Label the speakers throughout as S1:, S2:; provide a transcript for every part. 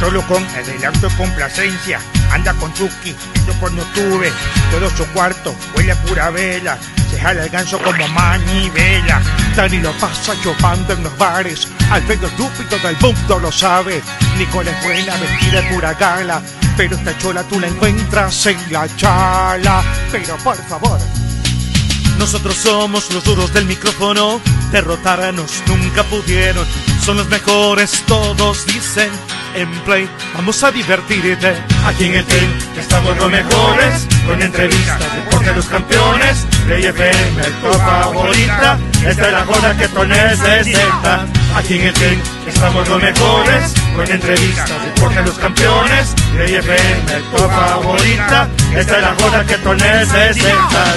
S1: Solo con adelanto y complacencia, anda con Chucky, yo por no tuve, todo su cuarto huele a pura vela, se jala el ganso como manivela.
S2: Dani lo pasa chupando en los bares. Alfredo estúpido del mundo lo sabe. Nicole es buena, vestida de pura gala. Pero esta chola tú la encuentras en la chala. Pero por favor,
S3: Nosotros somos los duros del micrófono, derrotarnos nunca pudieron. Son los mejores, todos dicen. En Play, vamos a divertirte.
S2: Aquí en el team estamos los mejores, con entrevistas, deporte de los campeones, Play FM, tu favorita, esta es la joda que tú necesitas. Aquí en el team estamos los mejores, con entrevistas, deporte de los campeones, Play FM, tu favorita, esta es la joda que tú necesitas.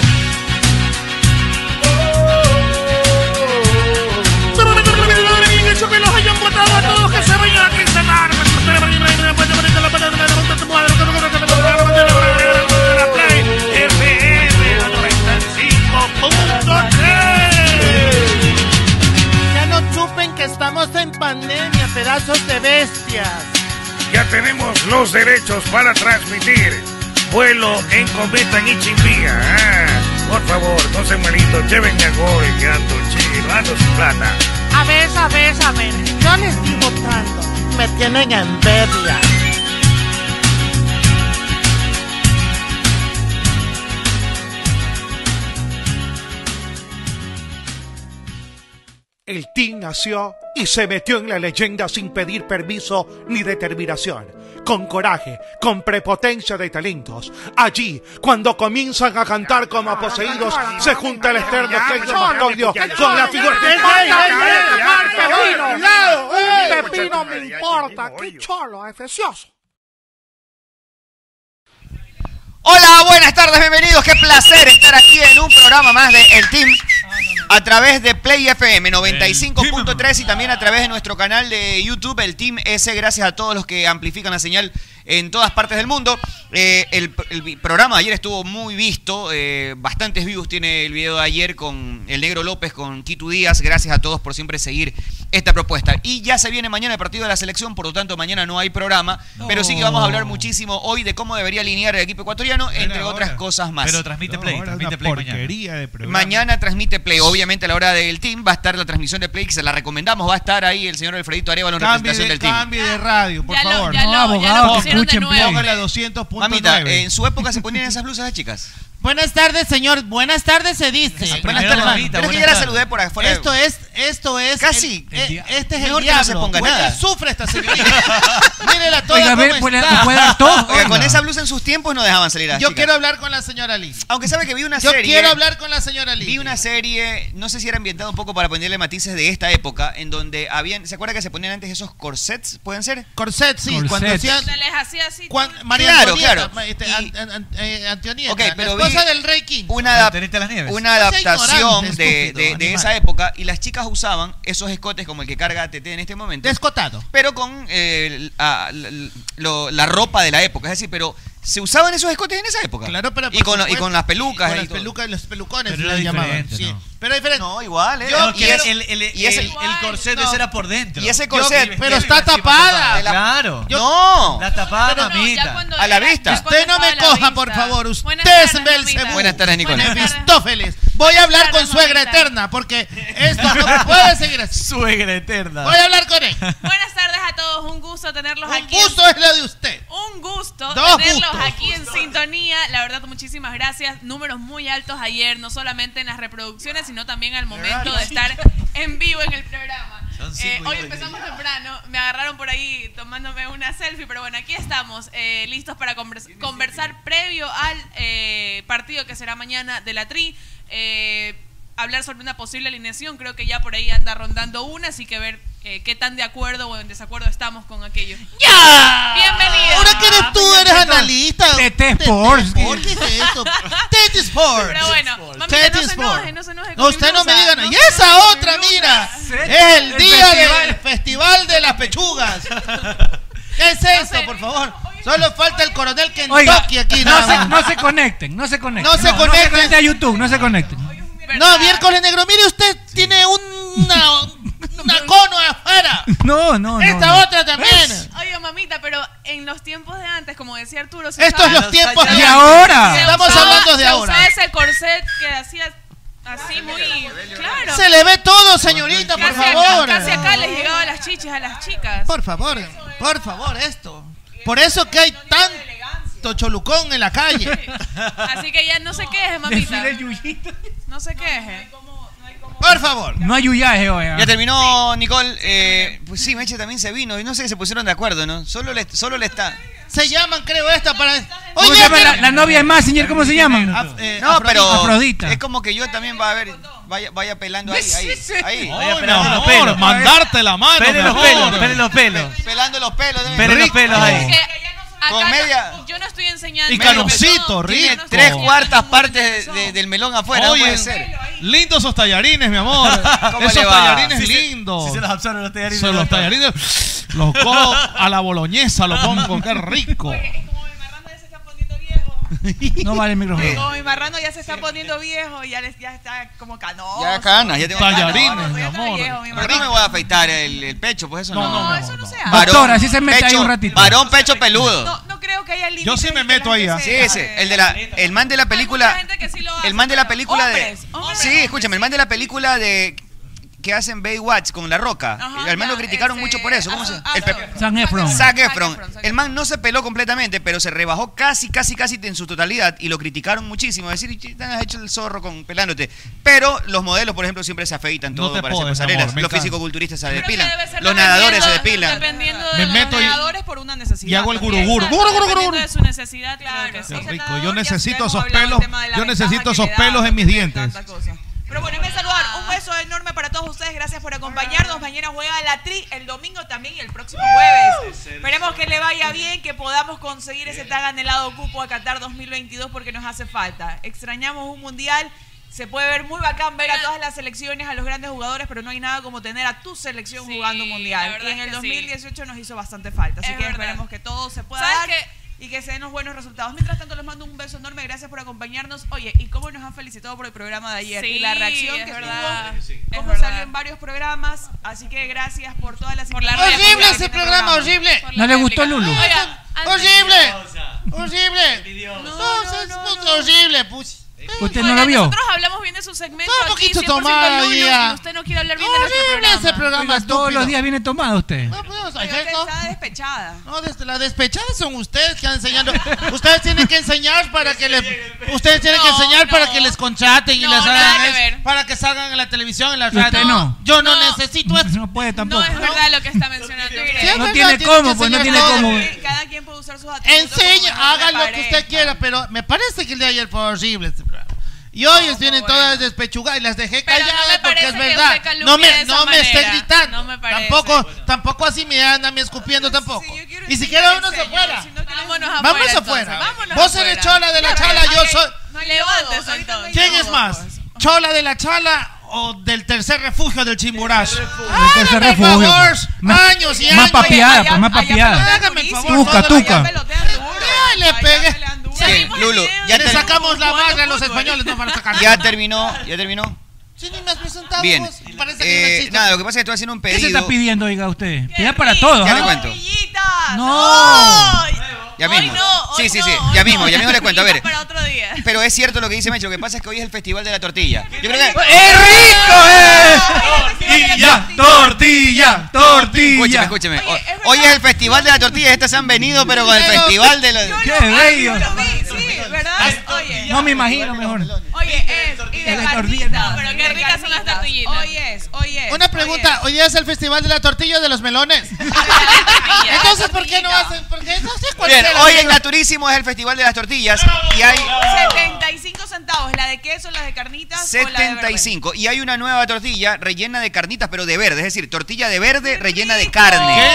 S4: Ya no chupen que estamos en pandemia, pedazos de bestias.
S5: Ya tenemos los derechos para transmitir vuelo en cometa en Ichimbía. Ah, por favor, no se malito, llévenme a gol, que ando chido, ando sin plata.
S4: A ver, a ver, a ver, yo les estoy votando. Me tienen envidia.
S2: El team nació y se metió en la leyenda sin pedir permiso ni determinación. Con coraje, con prepotencia de talentos. Allí, cuando comienzan a cantar como poseídos, se junta el externo Fleito Mastorio con la figura
S4: ¡Ey, ey,
S5: ¡Ey,
S4: ey! ¡Pepino, cuidado! ¡Ey! ¡Pepino me
S5: Ya, ya, ya,
S4: importa!
S5: ya, ya,
S4: ¡Qué
S5: ya.
S4: cholo, efecioso!
S6: Hola, buenas tardes, bienvenidos. Qué placer estar aquí en un programa más de El Team a través de Play FM 95.3 y también a través de nuestro canal de YouTube, El Team S. Gracias a todos los que amplifican la señal en todas partes del mundo. Eh, el, el programa de ayer estuvo muy visto, eh, bastantes views tiene el video de ayer con el Negro López, con Kitu Díaz. Gracias a todos por siempre seguir esta propuesta. Y ya se viene mañana el partido de la selección, por lo tanto mañana no hay programa, pero sí que vamos a hablar muchísimo hoy de cómo debería alinear el equipo ecuatoriano, entre otras cosas más.
S7: Pero transmite
S8: No,
S7: Play,
S8: ahora es
S7: transmite
S8: una
S7: Play mañana.
S8: porquería de programa.
S6: Mañana transmite Play, obviamente a la hora del team va a estar la transmisión de Play, que se la recomendamos, va a estar ahí el señor Alfredito Arevalo en
S8: Cambie
S6: representación
S8: de,
S6: del team.
S8: cambie de radio, por
S9: Ya lo-
S8: favor.
S9: ya
S8: No,
S9: lo- ya lo
S8: abogado,
S9: pusieron de nuevo.
S8: Póngale a
S6: Mamita,
S8: 200.9.
S6: en su época se ponían esas blusas las chicas.
S4: Buenas tardes, señor. Buenas tardes, se dice.
S6: Buenas
S7: Primero,
S6: tardes,
S7: mamita,
S6: Pero es que
S7: buenas
S6: ya la
S7: tardes.
S6: saludé por afuera.
S4: Esto es, esto es.
S6: Casi.
S4: el- eh, este es
S6: Mejor
S4: el
S6: que no se
S4: diablo.
S6: ponga
S4: Huele a
S6: nada.
S4: Azufre esta señorita. Mírela toda
S7: Oiga, a ver,
S4: cómo
S7: puede-
S4: está.
S7: puede dar todo.
S6: Oiga, con esa blusa en sus tiempos no dejaban salir a las
S4: Yo
S6: chicas.
S4: quiero hablar con la señora Liz.
S6: Aunque sabe que vi una
S4: Yo
S6: serie.
S4: quiero hablar con la señora Liz.
S6: Vi una serie, no sé si era ambientada un poco para ponerle matices de esta época, en donde habían, ¿se acuerda que se ponían antes esos corsets? ¿Pueden ser?
S4: Corset, sí.
S7: Corset.
S4: Cuando hacían.
S9: Se les hacía así.
S4: cuan- María
S6: Claro,
S4: Antonieta,
S6: claro.
S4: este,
S6: Y-
S4: an- an- an- eh, Antonieta,
S6: Ok, pero
S4: la esposa
S6: vi-
S4: del rey King.
S6: Una, adap-
S7: Tenete las nieves.
S6: una
S4: No sea
S6: adaptación
S4: ignorante,
S6: de,
S4: estúpido,
S6: de- de
S4: animal.
S6: esa época y las chicas usaban esos escotes como el que carga TT en este momento.
S4: Descotado.
S6: pero con eh, el- ah, l- lo- la ropa de la época. Es decir, pero se usaban esos escotes en esa época.
S4: Claro, pero
S6: y
S4: por
S6: con, lo- y
S4: supuesto,
S6: con las
S4: y
S6: pelucas.
S4: con
S6: y
S4: las
S6: todo.
S4: pelucas, los pelucones
S7: Pero
S4: se
S7: era
S4: les llamaban.
S7: diferente,
S4: sí.
S7: ¿no?
S4: Pero es diferente.
S6: No, igual. eh.
S4: Yo-
S7: No,
S6: Y
S7: que
S6: es-
S7: el, el, el-
S6: y es-
S7: el- el corset
S9: No.
S7: ese era por dentro.
S6: y ese
S7: Yo-
S6: corset.
S4: pero está
S7: encima
S4: tapada.
S6: De la-
S7: Claro.
S6: no.
S7: La tapada, mamita.
S6: A la vista.
S4: Usted no me coja, por favor. Usted es Belcebú.
S6: Buenas tardes, Nicole.
S9: Buenas
S4: Buenas tardes.
S9: tardes.
S4: Mistófeles. Voy a hablar con
S9: Buenas tardes,
S4: suegra
S9: mamita.
S4: eterna porque esto no me puede seguir así.
S7: Suegra eterna.
S4: Voy a hablar con él.
S9: Buenas tardes a todos. Un gusto tenerlos
S4: Un
S9: aquí.
S4: gusto es lo de usted.
S9: Un gusto
S4: Dos
S9: tenerlos
S4: gustos.
S9: aquí en sintonía. La verdad, muchísimas gracias. Números muy altos ayer, no solamente en las reproducciones, sino también al momento de estar en vivo en el programa.
S7: Son
S9: Eh,
S7: cinco y
S9: hoy
S7: media.
S9: empezamos temprano, me agarraron por ahí tomándome una selfie, pero bueno, aquí estamos, eh, listos para convers- conversar previo al eh, partido que será mañana de la Tri. Eh, hablar sobre una posible alineación, creo que ya por ahí anda rondando una, así que ver eh, qué tan de acuerdo o en desacuerdo estamos con aquello.
S4: ¡Ya!
S9: Bienvenido.
S4: Ahora que eres tú, eres analista. revista.
S10: TT Sports.
S4: ¿Por qué es esto? TT Sports.
S9: Pero bueno, mamita,
S4: TT
S9: no se
S4: Sports.
S9: enoje, no se enoje
S4: No,
S9: con
S4: usted no me
S9: Mendoza,
S4: diga
S9: no
S4: nada. Y
S9: se enoje
S4: esa
S9: con
S4: otra,
S9: Mendoza.
S4: mira.
S9: Set-
S4: Es el
S9: el
S4: día
S9: festival.
S4: del festival de las pechugas. ¿Qué es eso, por favor? Solo falta el coronel
S10: Oiga,
S4: Kentucky aquí.
S10: no,
S4: nada
S10: se,
S4: más.
S10: no se conecten, no se conecten.
S4: No se conecten.
S10: a YouTube, no se conecten.
S4: No, miércoles negro, mire usted tiene una, una cono afuera.
S10: No, no, no.
S4: Esta
S10: no.
S4: otra también.
S9: Oye, mamita, pero en los tiempos de antes, como decía Arturo, se
S4: Estos
S9: usaba-
S4: los tiempos
S10: de ahora.
S9: se
S4: Estamos
S9: usaba-
S4: hablando de
S9: se
S4: ahora.
S9: usaba ese corset que hacía así muy. Claro.
S4: Se le ve todo, señorita, por
S9: Casi acá-
S4: favor.
S9: casi acá les llegaba las chichis a las chicas.
S4: Por favor, por favor, esto. Por eso que hay tanto cholucón en la calle.
S9: Así que ya no se queje, mamita.
S10: Desfile yuyito.
S9: No se queje.
S4: Por favor.
S10: No hay huyaje, oiga.
S6: Ya terminó Nicole. Eh, pues sí, Meche también se vino. Y no sé, se pusieron de acuerdo, ¿no? Solo le, solo le está.
S4: Se llaman, creo, esta para...
S10: ¿Cómo se
S4: Oye,
S10: llama la, la novia de Massinger? ¿Cómo se llama?
S4: Af- eh,
S6: No,
S4: Afrodita.
S6: pero.
S10: Afrodita.
S6: Es como que yo también va a ver. Vaya, vaya pelando ahí. Ahí. ahí.
S11: Oye,
S6: Vaya
S11: pelate
S6: pelando,
S11: los pelos. Mandarte la mano.
S3: Pele los pelos, pele los pelos.
S6: pelando los pelos. debe-
S3: Pele los pelos ahí.
S9: Porque acá
S6: Comedia.
S9: no- Eh, yo no estoy enseñando.
S11: Y
S9: Medio
S11: canoncito,
S9: pelón,
S6: Tiene
S11: rico.
S6: tres
S9: Tiene
S6: cuartas
S9: mucho
S6: partes de-
S9: pezón.
S6: de- del melón afuera. no
S11: Oye,
S6: puede ser.
S11: lindos esos tallarines, mi amor.
S6: ¿Cómo
S11: Esos
S6: le va?
S11: tallarines
S3: Sí, sí.
S11: lindos.
S3: Sí se los absorben los tallarines.
S11: Son los tallarines. Los cojo a la boloñesa, los pongo, qué rico.
S9: Es como mi marrano ya se está poniendo viejo.
S10: No vale el
S6: Eh,
S10: micrófono.
S9: Como mi marrano ya se está poniendo viejo. Ya, les, ya está como canoso.
S6: Ya canas, ya tengo canas.
S11: Tallarines,
S6: No,
S9: No,
S6: no,
S11: mi
S9: ya está
S11: amor.
S9: viejo, mi
S6: Pero no me
S9: marrano.
S6: voy a afeitar el, el pecho, pues eso no.
S11: No, no,
S9: No,
S11: no.
S9: eso no se
S10: Va.
S9: hace.
S10: Doctor, así se mete ahí un ratito.
S6: Varón pecho peludo.
S9: No, no creo que haya límites.
S11: Yo sí me
S9: de
S11: meto
S9: la
S11: ahí,
S9: que
S11: ¿ah?
S9: se
S6: Sí, ese,
S9: hace.
S6: el de la, el man de la película,
S9: Hay mucha gente que sí lo hace,
S6: el man de la
S9: pero
S6: película de,
S9: hombres, hombres,
S6: sí,
S9: hombres.
S6: escúchame, el man de la película de que hacen Baywatch con La Roca,
S9: Ajá,
S6: al man lo
S9: ya,
S6: criticaron
S9: ese-
S6: mucho por eso, ¿cómo se?
S9: Ah,
S6: El pe-
S9: Zac
S10: Zac Efron.
S6: Zac Efron.
S9: Zac
S6: El man no se peló completamente, pero se rebajó casi, casi, casi en su totalidad y lo criticaron muchísimo. Es decir, "Chi, te has hecho el zorro con pelándote. Pero los modelos, por ejemplo, siempre se afeitan
S11: No
S6: todo
S11: te
S6: para hacer
S11: podes,
S6: pasarelas.
S11: amor, me
S6: los
S11: encanta.
S6: fisicoculturistas se
S9: Creo que
S6: depilan.
S9: debe ser
S6: Los
S9: dependiendo-
S6: nadadores se depilan.
S9: Dependiendo de
S11: Me
S9: los
S11: meto y-
S9: nadadores por una necesidad.
S11: y hago el
S9: también.
S11: guruguru.
S9: Exacto,
S11: Guruguru.
S9: dependiendo de su necesidad, claro. que sí.
S11: Qué
S9: Ese
S11: rico,
S9: nadador
S11: yo
S9: ya
S11: necesito
S9: hemos
S11: esos
S9: hablado del
S11: pelos,
S9: tema de la
S11: yo
S9: ventaja
S11: necesito
S9: que
S11: esos
S9: le da,
S11: pelos en mis dientes.
S9: tanta cosa. Pero bueno, me saludar. Un beso enorme para todos ustedes. Gracias por acompañarnos. Mañana juega la Tri, el domingo también y el
S12: ¡Uh!
S9: próximo jueves. Esperemos que le vaya bien, que podamos conseguir ese tan anhelado cupo a Qatar 2022 porque nos hace falta. Extrañamos un mundial. Se puede ver muy bacán ver a todas las selecciones, a los grandes jugadores, pero no hay nada como tener a tu selección
S12: Sí,
S9: jugando un
S12: la
S9: mundial.
S12: verdad
S9: Y en
S12: es
S9: el
S12: que sí.
S9: 2018 nos hizo bastante falta. Así
S12: Es
S9: que
S12: verdad.
S9: esperemos que todo se pueda
S12: ¿Sabes
S9: dar
S12: qué?
S9: y que se den los buenos resultados. Mientras tanto, les mando un beso enorme. Gracias por acompañarnos. Oye, ¿y cómo nos han felicitado por el programa de ayer?
S12: Sí,
S9: y la reacción
S12: es
S9: que
S12: verdad.
S9: tuvo,
S12: Sí, sí.
S9: cómo
S12: Es verdad.
S9: salió en varios programas. Así que gracias por todas las
S12: Por la radio,
S9: invitaciones que
S4: Horrible ese
S9: tiene el
S4: programa, horrible.
S12: Por la
S10: ¿No le gustó
S12: réplica.
S10: Ah, Lulu?
S12: Oiga, antes-
S4: Horrible. Horrible. No, eso es horrible, pues.
S10: ¿Usted no
S9: Oiga,
S10: lo vio?
S9: Nosotros hablamos bien de su segmento.
S4: Todo un
S9: aquí,
S4: poquito
S9: 100%
S4: tomada,
S9: Lulu,
S4: ya.
S9: y usted no quiere hablar bien de nuestro
S4: Horrible ese
S9: programa.
S4: programa,
S10: Oiga, todos
S4: estúpido.
S10: los días viene tomado usted.
S4: No podemos
S9: Oiga,
S4: hacer,
S9: usted
S4: ¿no?
S9: está despechada.
S4: No, des- las despechadas son ustedes que han enseñado. ustedes tienen que enseñar para que les. Ustedes tienen que
S12: No,
S4: enseñar para
S12: no.
S4: que les contraten y
S12: No,
S4: las
S12: nada
S4: hagan.
S12: que
S4: es-
S12: ver.
S4: para que salgan en la televisión, en la
S10: Usted
S4: radio.
S10: no.
S4: Yo no,
S12: No.
S4: necesito eso.
S10: No puede
S12: No
S10: tampoco.
S12: es verdad lo que está mencionando.
S4: Sí, es
S12: usted.
S4: verdad,
S10: tiene
S4: tienen
S10: cómo,
S4: que
S10: pues, no
S4: enseñar
S10: tiene
S4: todo.
S10: cómo.
S9: Cada quien puede usar sus atributos.
S4: Enseña,
S9: como mejor
S4: hagan
S9: le
S4: lo que usted
S9: parezca.
S4: quiera, pero me parece que el de ayer fue horrible este programa. Y hoy tienen todas despechugadas y las dejé
S12: Pero no me
S4: calladas porque
S12: parece
S4: es
S12: que
S4: verdad.
S12: usted calumnie
S4: No me,
S12: de esa
S4: no me esté
S12: manera.
S4: gritando.
S12: No me parece.
S4: Tampoco, tampoco así me andan a mí escupiendo tampoco.
S9: Sí, yo quiero
S4: y
S9: enseñar,
S4: siquiera uno se
S9: enseño,
S4: fuera.
S9: si no quiere-
S12: Vámonos afuera.
S4: Vamos
S12: entonces,
S4: afuera.
S12: vámonos
S4: Vos eres
S12: afuera.
S4: chola de la
S12: Ya,
S4: chola,
S12: pero,
S4: yo
S12: ok,
S4: soy-
S12: no hay Levantes
S9: lodo, ahorita no hay
S12: entonces.
S4: ¿Quién es más? ¿Chola de la chala o del tercer refugio del Chimborazo?
S10: Del tercer
S4: Hágame el
S10: refugio,
S4: favor,
S10: pues. Más-
S4: años y
S10: más
S4: años.
S10: papeada,
S9: Allá-
S10: pues, más
S9: allá
S10: papeada.
S9: pelotean
S4: Hágame el favor,
S9: durísimo,
S10: Tuca,
S9: allá
S10: tuca.
S9: pelotean duro,
S4: Ay, le
S9: allá
S4: pegué.
S9: pelean duro.
S6: Sí,
S9: Salimos
S6: Lulu,
S9: videos
S6: ya
S9: de
S4: Le
S6: terminó.
S4: sacamos la
S9: jugando
S4: madre a los
S9: fútbol.
S4: españoles, nos van a sacar.
S6: Ya terminó, ya terminó.
S4: Sí, ni me has presentado
S6: Bien.
S4: vos. Parece que no
S6: Eh,
S4: existo.
S6: nada, lo que pasa es que estoy haciendo un
S10: ¿Qué se
S6: pedido.
S10: está pidiendo, oiga, usted?
S9: Qué
S10: Pida para
S9: rico.
S10: todos,
S6: Ya
S10: ¿ah?
S6: le cuento.
S9: Tortillitas.
S10: No.
S9: Ay,
S6: Ya
S9: Ah, hoy
S6: mismo.
S9: no, hoy
S6: Sí, sí,
S9: no,
S6: sí,
S9: hoy
S6: ya
S9: no.
S6: mismo, ya mismo les cuento, a ver.
S9: Para otro día.
S6: Pero es cierto lo que dice Mecho, lo que pasa es que hoy es el Festival de la Tortilla. Yo creo que...
S10: ¡Es rico,
S3: Tortilla, tortilla,
S10: eh! Escúcheme,
S6: Escúcheme, escúcheme.
S9: Oye, es
S6: Hoy es
S9: verdad.
S6: el Festival de la Tortilla. Estas se han venido, pero con el
S4: Pero-
S6: Festival de la...
S10: Qué
S9: Yo lo- ay,
S10: bello.
S9: yo lo vi, sí, ¿verdad? Oye.
S10: No me imagino mejor.
S9: Oye, es, y de
S10: Las
S9: carnitas,
S10: tortillas.
S9: pero
S12: Qué
S9: qué ricas son las tortillitas. Hoy es, hoy es.
S4: Una pregunta, hoy día es el festival de la tortilla o de los melones. Entonces, ¿por qué no hacen? Porque eso sí
S6: Bien,
S4: es cualquiera.
S6: hoy en Naturísimo es el Festival de las Tortillas y hay...
S9: 75 centavos, la de queso, la de carnitas o la de verde.
S6: 75. Y hay una nueva tortilla rellena de carnitas, pero de verde. Es decir, tortilla de verde rellena de carne.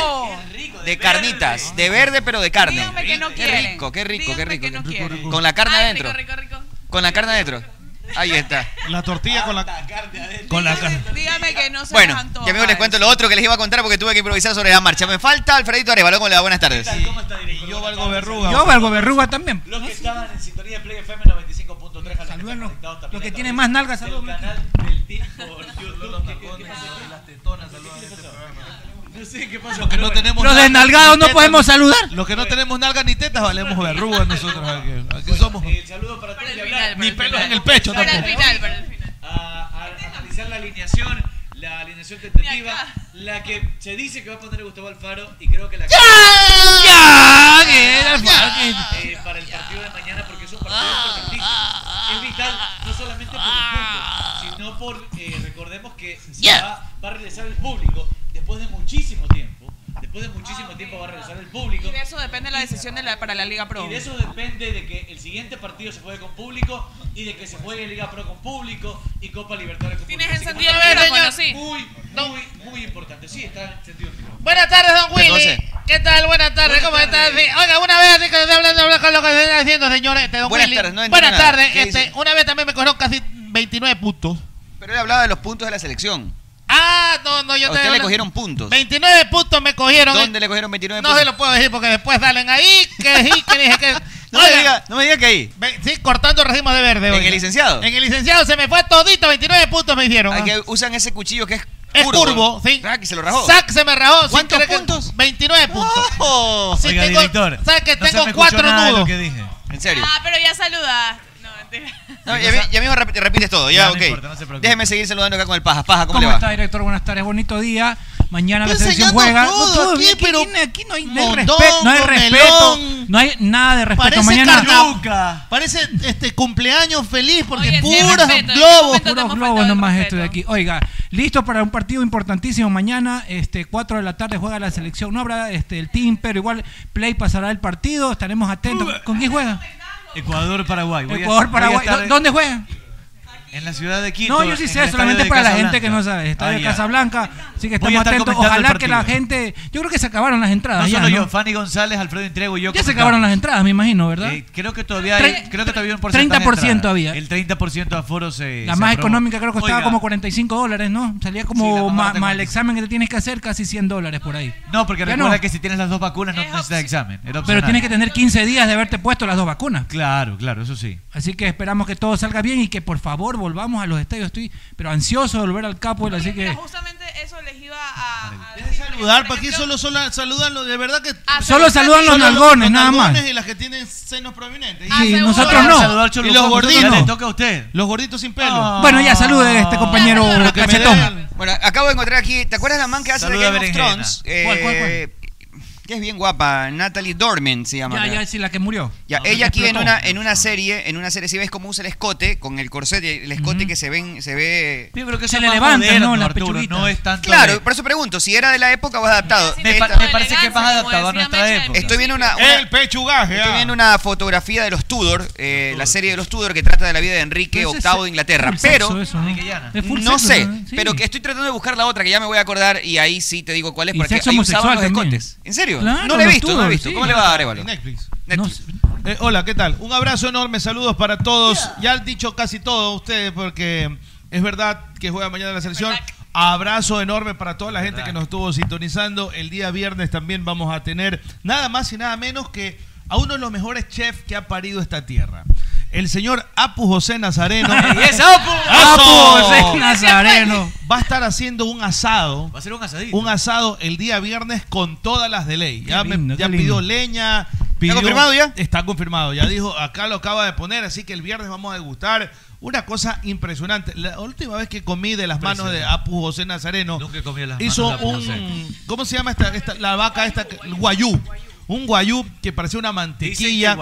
S6: De carnitas. De verde, pero de carne.
S9: Díganme que no
S6: Qué
S9: quieren.
S6: rico, qué rico, qué rico.
S9: no quieren.
S6: Con la carne
S9: Ay,
S6: adentro.
S9: Rico, rico, rico.
S6: Con la carne adentro. Ahí está.
S11: La tortilla con la
S6: Con la carne.
S9: Dígame que no se
S6: Bueno,
S9: les antoja.
S6: ya mismo les cuento lo otro que les iba a contar porque tuve que improvisar sobre la marcha. Me falta Alfredito Arevalo. ¿Cómo le va? Buenas tardes.
S11: Yo valgo verruga.
S10: Yo valgo verruga también.
S8: Los que estaban en sintonía de Play FM 95.3 a los que están conectados también.
S10: Los que
S8: a
S10: tienen
S8: través
S10: más nalgas,
S8: del
S10: saludos,
S8: canal del Team por YouTube. ¿Qué- qué- qué pasó? Las tetonas, saludos a este programa. No sé qué pasa,
S11: Los que
S8: pero
S11: no
S8: bueno.
S11: tenemos
S10: Los
S11: nalgas
S10: desnalgados
S11: ni
S10: no
S11: tetas,
S10: podemos
S11: ni-
S10: saludar.
S11: Los que no tenemos nalgas ni tetas valemos verrugas nosotros. Aquí, aquí somos.
S8: El saludo para todos.
S11: Ni pelos en el pecho
S8: Para
S11: tampoco.
S8: el final, para el final. A, a- a analizar la alineación, la alineación tentativa, la que se dice que va a poner Gustavo Alfaro y creo que la
S10: ¡Ya! ¡Ya! Que era Alfaro, que-
S8: Eh, para el partido de mañana porque es un partido importantísimo. Es vital no solamente por el punto, sino por eh, recordemos que se
S10: Yeah.
S8: va, va a regresar el público después de muchísimo tiempo. Después de muchísimo tiempo va a regresar el público.
S9: Y de eso depende la decisión de la, para la Liga Pro.
S8: Y de eso depende de que el siguiente partido se juegue con público y de que se juegue Liga Pro con público y Copa Libertadores con
S9: Tienes
S8: público. Así que
S9: encendido
S8: va a
S9: el
S8: ser
S9: micrófono,
S8: muy,
S9: sí.
S8: Muy, muy importante. Sí, está encendido el micrófono.
S4: Buenas tardes, don
S8: ¿Qué
S4: Willy. ¿Qué tal? Buenas tardes.
S8: Buenas
S4: ¿Cómo estás?
S8: tardes.
S4: Oiga, una vez así que estoy hablando hablando con lo que estoy haciendo, señores. Este, don
S6: Buenas
S4: Willy.
S6: tardes, no entiendo
S4: Buenas
S6: nada.
S4: tardes.
S6: ¿Qué
S4: Este,
S6: dice?
S4: una vez también me cogieron casi 29 puntos.
S6: Pero él hablaba de los puntos de la selección.
S4: Ah, no, no, yo
S6: A
S4: te
S6: usted le
S4: hablo-
S6: cogieron puntos.
S4: 29 puntos me cogieron. eh.
S6: ¿Dónde le cogieron 29
S4: No
S6: puntos?
S4: se lo puedo decir porque después salen ahí que sí, que dije que.
S6: No me diga- no me diga que ahí.
S4: Ve- Sí, cortando racimos de verde.
S6: ¿En
S4: oiga.
S6: el licenciado?
S4: En el licenciado se me fue todito, 29 puntos me hicieron.
S6: Hay
S4: ah.
S6: que usan ese cuchillo que es
S4: Es
S6: curvo.
S4: curvo, sí.
S6: Ah, que se lo rajó.
S4: Sac se me rajó. sin
S6: ¿Cuántos
S4: querer que- 29 puntos. Sí,
S6: Oiga,
S4: tengo-
S6: director,
S4: ¿Sabes que
S6: no se
S4: tengo
S6: me escuchó
S4: cuatro
S6: nada de lo
S4: nudos?
S6: que dije. ¿En serio?
S9: Ah, pero ya saluda. No, mentira.
S6: No, ya, mi- ya mismo rep- repites todo, ya,
S10: Ya, no
S6: ok.
S10: importa, no se preocupe.
S6: Déjeme seguir saludando acá con el paja. Paja, ¿cómo,
S10: ¿Cómo
S6: le va?
S10: está, director? Buenas tardes, bonito día. Mañana la
S6: Estoy
S10: selección
S6: enseñando
S10: juega.
S6: todo aquí,
S10: bien,
S6: pero
S10: aquí, aquí no hay, no hay
S4: mondongo,
S10: respeto, no hay respeto,
S4: melón.
S10: no hay nada de respeto.
S4: Parece
S10: Mañana
S4: carnaval. Parece este cumpleaños feliz porque
S10: Oye, sí,
S4: puros
S10: respeto, en
S4: globos.
S10: este momento puros globos nomás esto de aquí. Oiga, listo para un partido importantísimo mañana, este 4 de la tarde juega la selección. No habrá este el team, pero igual Play pasará el partido, estaremos atentos. ¿Con quién juega?
S8: Ecuador, Paraguay.
S10: Voy a- Ecuador, voy a Paraguay. estar- ¿Dó- dónde juegan?
S8: En la ciudad de Quito.
S10: No, yo sí sé, solamente para la gente que no sabe.
S8: Ah,
S10: Estadio de Casablanca, así que estamos
S8: Voy a estar
S10: atentos.
S8: comentando el
S10: Ojalá que la
S8: partido.
S10: gente. Yo creo que se acabaron las entradas.
S8: No
S10: ya,
S8: solo
S10: ¿no?
S8: yo, Fanny González, Alfredo Intrego y yo.
S10: Ya se
S8: comentamos.
S10: acabaron las entradas, me imagino, ¿verdad?
S8: Eh, creo que todavía hay,
S10: Tre-
S8: creo que todavía hay un porcentaje.
S10: 30%
S8: entrada.
S10: había.
S8: El 30% de aforo se.
S10: La
S8: se
S10: más
S8: aprobó.
S10: económica creo que costaba
S8: Oiga,
S10: como 45 dólares, ¿no? Salía
S8: Sí, la
S10: como
S8: más
S10: ma-
S8: barata
S10: más,
S8: como-
S10: el examen que te tienes que hacer casi 100 dólares por ahí.
S8: No, porque
S10: Ya
S8: recuerda
S10: no.
S8: que si tienes las dos vacunas no
S6: Eh,
S8: necesitas examen. era
S10: Pero
S8: opcional.
S10: tienes que tener 15 días de haberte puesto las dos vacunas.
S8: Claro, claro, eso sí.
S10: Así que esperamos que todo salga bien y que por favor volvamos a los estadios. Estoy pero ansioso de volver al Capwell, así que
S9: Justamente eso les iba a. a
S4: Dejen saludar, para aquí solo, solo saludan los de verdad que
S10: Ah, Solo saludan los Ah,
S4: Solo
S10: nalgones, nada más.
S4: nalgones y las que tienen senos prominentes.
S10: Sí, nosotros no.
S4: Saludar
S10: Y los
S4: cholucos,
S10: gorditos.
S4: nosotros
S10: Le
S8: toca a usted.
S4: Los gorditos sin pelo.
S6: Ah.
S10: Bueno, ya salude
S8: Ah.
S10: este compañero
S4: Lo que me
S10: cachetón.
S6: Bueno, acabo de encontrar aquí, ¿te acuerdas la man que hace
S10: Saluda
S6: de Game of
S10: berenjena.
S6: Thrones?
S10: ¿Cuál, cuál,
S6: Que es bien guapa, Natalie Dorman se llama.
S10: Ya,
S6: creo.
S10: ya, sí, la que murió.
S6: Ya,
S10: No,
S6: ella
S10: que
S6: aquí en
S10: explotó.
S6: una, en una serie, en una serie, si ves cómo usa el escote, con el corset, el escote que se ven, se ve.
S8: Yo creo que
S10: Se
S8: eso
S10: le
S8: es más
S10: levantan,
S8: moderno,
S10: ¿no? Las
S8: Arturo,
S10: pechuguitas.
S8: No es tanto.
S6: Claro,
S8: de-
S6: por eso pregunto, si era de la época o adaptado.
S8: Me pa-
S6: Esta-
S8: me parece que es más adaptado a nuestra época.
S6: Estoy viendo una, una-
S8: El pechugaje.
S6: Estoy viendo una fotografía de los Tudor, eh, la serie de los Tudor que trata de la vida de Enrique
S10: Pero
S6: VIII
S10: Pues ese
S6: de
S10: es
S6: Inglaterra.
S10: full
S6: Pero
S10: sexo eso, ¿no? Es full
S6: no
S10: sexo,
S6: sé,
S10: ¿no? Sí.
S6: pero que estoy tratando de buscar la otra que ya me voy a acordar y ahí sí te digo cuál es
S10: Y
S6: porque
S10: sexo
S6: ahí usaban
S10: homosexual
S6: los
S10: también.
S6: escotes. ¿En serio?
S10: Claro,
S6: no lo he
S10: los
S6: visto, no lo he
S10: Tudor,
S6: visto.
S10: sí.
S6: ¿Cómo le va a Arevalo?
S4: Netflix.
S8: Eh, hola, ¿qué tal? Un abrazo enorme, saludos para todos. Ya han dicho casi todo ustedes porque es verdad que juega mañana la selección. Abrazo enorme para toda la gente que nos estuvo sintonizando. El día viernes también vamos a tener nada más y nada menos que a uno de los mejores chefs que ha parido esta tierra. El señor Apu José Nazareno.
S10: ¡Y ese Apu! Apu José Nazareno.
S8: Va a estar haciendo un asado.
S10: Va a ser un asadito.
S8: Un asado el día viernes con todas las de ley. Ya, me-
S10: lindo,
S8: ya
S10: qué lindo.
S8: pidió leña. pidió-
S10: confirmado ya?
S8: Está confirmado. Ya dijo, acá lo acaba de poner, así que el viernes vamos a degustar. Una cosa impresionante. La última vez que comí de las manos de Apu José Nazareno,
S3: Nunca he comido las manos
S8: hizo
S3: de Apu
S8: un.
S3: José.
S8: ¿Cómo se llama esta, esta- la vaca esta? que- el Guayú. un guayú que parecía una mantequilla.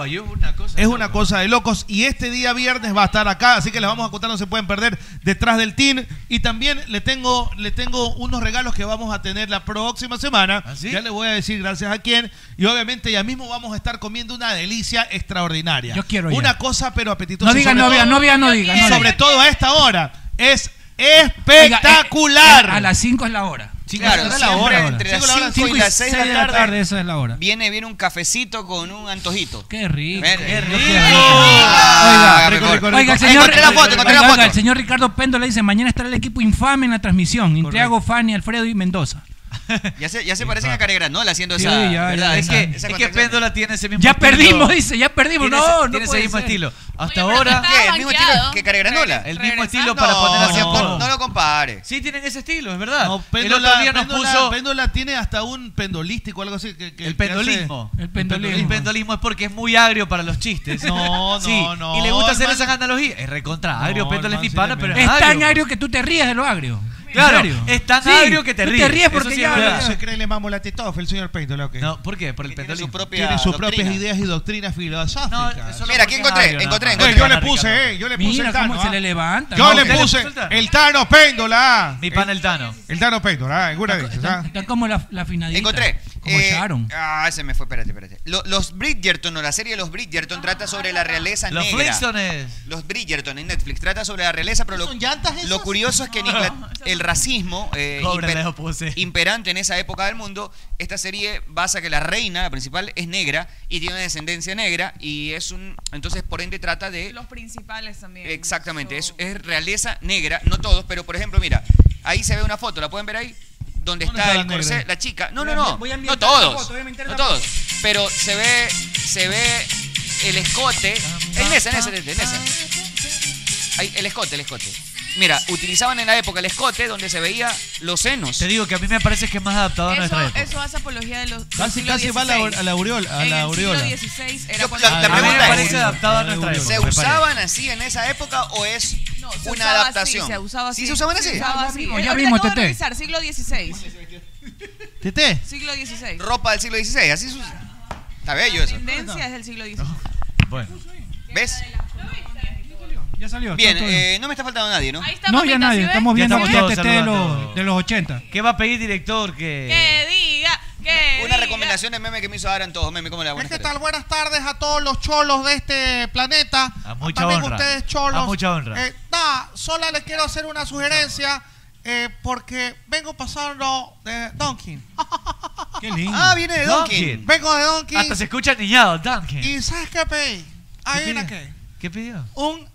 S8: es una cosa de locos. Y este día viernes va a estar acá, así que les vamos a contar, no se pueden perder detrás del tin. Y también le tengo, le tengo unos regalos que vamos a tener la próxima semana.
S7: ¿Ah,
S8: Ya les voy a decir gracias a quién. Y obviamente ya mismo vamos a estar comiendo una delicia extraordinaria. Yo quiero
S10: ya.
S8: Una cosa pero apetitosa.
S10: No
S8: y
S10: diga
S8: sobre
S10: novia,
S8: todo-
S10: novia, no diga, no
S8: y Sobre
S10: diga.
S8: todo a esta hora. Es
S10: eh,
S8: espectacular. a las
S10: 5 es la hora.
S6: Claro,
S8: es la
S6: siempre
S8: hora.
S6: entre las
S8: Cinco de la hora,
S6: 5 y
S8: cinco
S6: las 6 de la tarde.
S10: esa es la hora.
S6: Viene, viene un cafecito con un antojito.
S10: Qué rico.
S6: Qué rico.
S10: Oiga,
S6: mejor.
S10: Oiga, el
S6: Ahí
S10: señor,
S6: encontré la foto, encontré
S10: oiga,
S6: la
S10: oiga,
S6: foto.
S10: el señor Ricardo Péndola dice, mañana estará el equipo infame en la transmisión. Intriago, Fanny, Alfredo y Mendoza.
S6: Ya se, ya se parecen a Caregranola haciendo
S10: Sí,
S6: esa.
S10: ya,
S6: ¿verdad?
S10: ya,
S6: Esa-
S10: ya.
S6: esa
S7: Es que
S6: contracción.
S7: Péndola tiene ese mismo
S10: Ya
S7: estilo.
S10: perdimos, dice, ya perdimos.
S7: Tiene
S10: No,
S7: ese-
S10: no
S7: Tiene ese
S10: puede
S7: mismo
S10: ser.
S7: estilo. Hasta
S6: Pero
S7: ahora.
S6: está ¿Qué? ¿El mismo estilo
S7: banqueado.
S6: que Caregranola?
S7: El mismo estilo
S6: No,
S7: para poner así
S6: no, no, no lo compare.
S7: Sí, tienen ese estilo, es verdad.
S8: No,
S7: el otro día nos
S8: Péndola-
S7: puso.
S8: Péndola tiene hasta un pendolístico o algo así. que- que-
S7: El
S8: que hace-
S7: pendolismo.
S8: El pendolismo.
S7: El pendolismo es porque es muy agrio para los chistes.
S8: No, no,
S7: Sí,
S8: no,
S7: Y le gusta hacer
S8: hermano.
S7: esas analogías. Es recontra agrio.
S8: No,
S7: Péndola es
S8: hermano,
S7: mi
S8: sí,
S7: pana,
S6: Ah,
S8: me-
S7: pero es
S10: Es
S7: agrio.
S10: tan agrio que tú te ríes de lo agrio.
S7: Claro,
S10: En serio.
S7: es tan
S10: Sí,
S7: agrio que te
S10: tú
S7: ríes.
S10: te ríes
S7: Eso
S10: porque
S7: sí es
S10: ya...
S7: verdad.
S8: se cree le mamo la tetofa el señor Péndola, ¿ok?
S7: No, ¿por qué? Por el pendolismo.
S8: Tiene sus propias ideas y doctrinas filosóficas.
S6: Mira, aquí encontré, encontré,
S8: Eh,
S6: encontré.
S8: yo le puse, eh, yo le puse
S10: Mira
S8: el Tano.
S10: cómo se
S8: ah.
S10: le levanta,
S8: Yo
S10: ¿no?
S8: le
S10: Usted le
S8: puse
S10: puso el Tano.
S8: el Tano Péndola. ah.
S7: Mi pana el Tano.
S8: El Tano Péndola, ah, alguna de esas, ah.
S10: Están como la, la finadita.
S6: Encontré.
S10: Como
S6: Eh,
S10: Sharon.
S6: Ah, se me fue, espérate, espérate. Lo- los Bridgerton, o la serie de los Bridgerton,
S10: Ah,
S6: trata sobre la realeza
S7: Los
S6: negra.
S7: Flintstones.
S6: Los Bridgerton en Netflix, trata sobre la realeza, pero lo, lo curioso es
S10: Ah,
S6: que en Inglaterra el racismo eh,
S7: Cobre,
S6: imper-
S7: lo puse.
S6: imperante en esa época del mundo, esta serie basa que la reina, la principal, es negra y tiene una descendencia negra y es un... Entonces, por ende, trata de...
S9: Los principales también.
S6: Exactamente, es, es realeza negra, no todos, pero por ejemplo, mira, ahí se ve una foto, ¿la pueden ver ahí?
S10: ¿Dónde
S6: Donde está,
S10: está
S6: el
S10: la
S6: corsé,
S10: negra?
S6: la chica. No,
S10: Voy
S6: no,
S10: a-
S6: no,
S10: voy a
S6: no
S10: ambientar
S6: todos,
S10: la foto, voy a ambientar
S6: no
S10: la
S6: todos,
S10: foto.
S6: pero se ve, se ve el escote, en esa, en esa, en esa. Ahí, el escote, el escote. Mira, utilizaban en la época el escote donde se veía los senos.
S7: Te digo que a mí me parece que es más adaptado a
S9: Eso,
S7: nuestra época.
S9: eso hace apología de los. del
S7: Casi-
S9: siglo
S7: casi va a la-
S9: XVI.
S7: a la aureola, a
S9: en
S7: la
S9: el
S7: aureola.
S9: siglo XVI era
S6: Yo-
S9: cuando-
S6: la-
S7: A
S6: la
S7: mí me
S6: pregunta
S7: parece
S6: es,
S7: adaptado a nuestra época.
S6: ¿se
S7: me parece.
S6: usaban así en esa época o es
S9: se
S6: una
S9: usaba así,
S6: adaptación?
S9: se usaba así.
S6: ¿Sí se usaban así?
S9: Se
S7: Ah,
S9: usaba así.
S6: vimos,
S9: Eh,
S6: ya
S9: ahorita
S6: vimos,
S9: acabo de
S6: Tete.
S9: revisar, siglo XVI.
S8: Tete.
S9: Siglo XVI.
S6: Ropa del siglo XVI, así se usa. Está bello eso.
S9: Tendencia es del siglo XVI.
S7: Bueno.
S6: ¿Ves?
S10: Ya salió.
S6: Bien,
S10: todo, todo.
S6: eh, no me está faltando nadie, ¿no?
S9: Ahí está,
S10: No, ya
S9: mamita, ¿sí
S10: nadie.
S9: ves?
S10: Estamos viendo este
S7: estamos
S10: aquí a
S7: todos
S10: Tete de
S7: saludando.
S10: los, de los 80.
S7: ¿Qué va a pedir, director? Que.
S9: Que diga, que
S6: Una
S9: diga.
S6: recomendación de meme que me hizo Aran todos. Meme, ¿cómo le hago?
S9: Este
S4: ¿Qué tal? Buenas tardes a todos los cholos de este planeta.
S7: A mucha
S4: También
S7: honra.
S4: ustedes cholos.
S7: A mucha honra.
S4: Eh, nada, solo les quiero hacer una sugerencia eh, porque vengo pasando de Donkin.
S10: Qué lindo.
S6: Ah, viene de Dunkin'.
S7: Dunkin'.
S4: Vengo de Donkin.
S7: Hasta se escucha niñado, Dunkin.
S4: ¿Y sabes qué pedí? Adivina
S7: pidió?
S4: qué.
S7: ¿Qué pidió?
S4: Un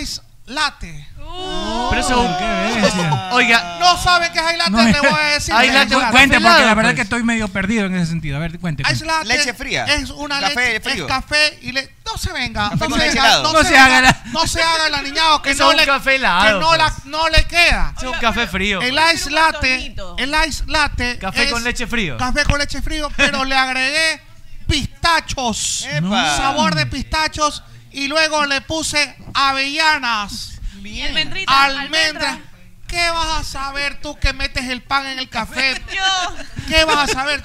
S4: ice latte.
S7: Pero eso es un. Oiga,
S4: No saben qué es ice latte,
S10: No,
S4: te voy a decir.
S7: Ahí la tengo
S10: Cu- Cuente, porque la
S7: congelada,
S10: verdad
S7: pues.
S10: que estoy medio perdido en ese sentido. A ver, cuente.
S4: Ice latte
S6: Leche fría.
S4: Ah, Es una
S6: Café
S4: leche,
S6: frío.
S4: es café y le no se venga,
S6: Café
S4: no
S6: con
S4: se,
S6: leche
S4: venga
S6: helado.
S4: no,
S10: No
S4: se
S10: se
S4: venga,
S10: haga la-
S4: no se haga el aniñado que
S7: Eso
S4: no
S7: es un
S4: le
S7: café
S4: que
S7: helado,
S4: no la
S7: pues.
S4: no le queda.
S7: es un café frío. pues.
S4: El ice latte, el ice latte
S7: Café
S4: es
S7: con leche frío.
S4: café con leche frío, pero le agregué pistachos,
S6: Epa.
S4: Un sabor de pistachos y luego le puse avellanas,
S9: Y almendritas,
S4: almendras. ¿Qué vas a saber tú que metes el pan en el café?
S9: Yo.
S4: ¿Qué vas a saber?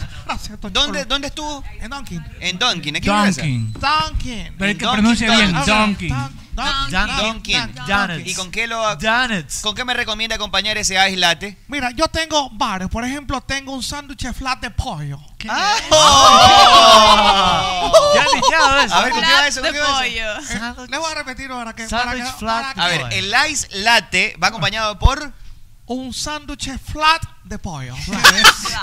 S6: ¿Dónde, ¿Dónde estuvo?
S4: En Dunkin.
S6: En Dunkin. ¿En qué
S10: Dunkin.
S4: Dunkin.
S10: Pero hay que
S6: Dunkin'
S10: pronuncia bien.
S6: Donuts.
S10: Dunkin.
S9: Ah,
S6: Dunkin.
S7: Donuts.
S6: ¿Y con qué lo
S7: Donuts.
S6: con qué me recomienda acompañar ese ice latte?
S4: Mira, yo tengo varios. Por ejemplo, tengo un sándwich flat de pollo.
S6: Ah.
S7: Ya niñado eso.
S6: A ver, ¿con qué va eso? ¿Con
S9: De
S6: qué va eso?
S9: pollo.
S4: Eh, Les voy a repetir ahora que... para
S7: Sándwich
S4: que-
S7: flat.
S4: para
S6: A
S4: que-
S6: ver, eh, el ice latte va acompañado por...
S4: Un sándwich flat de pollo.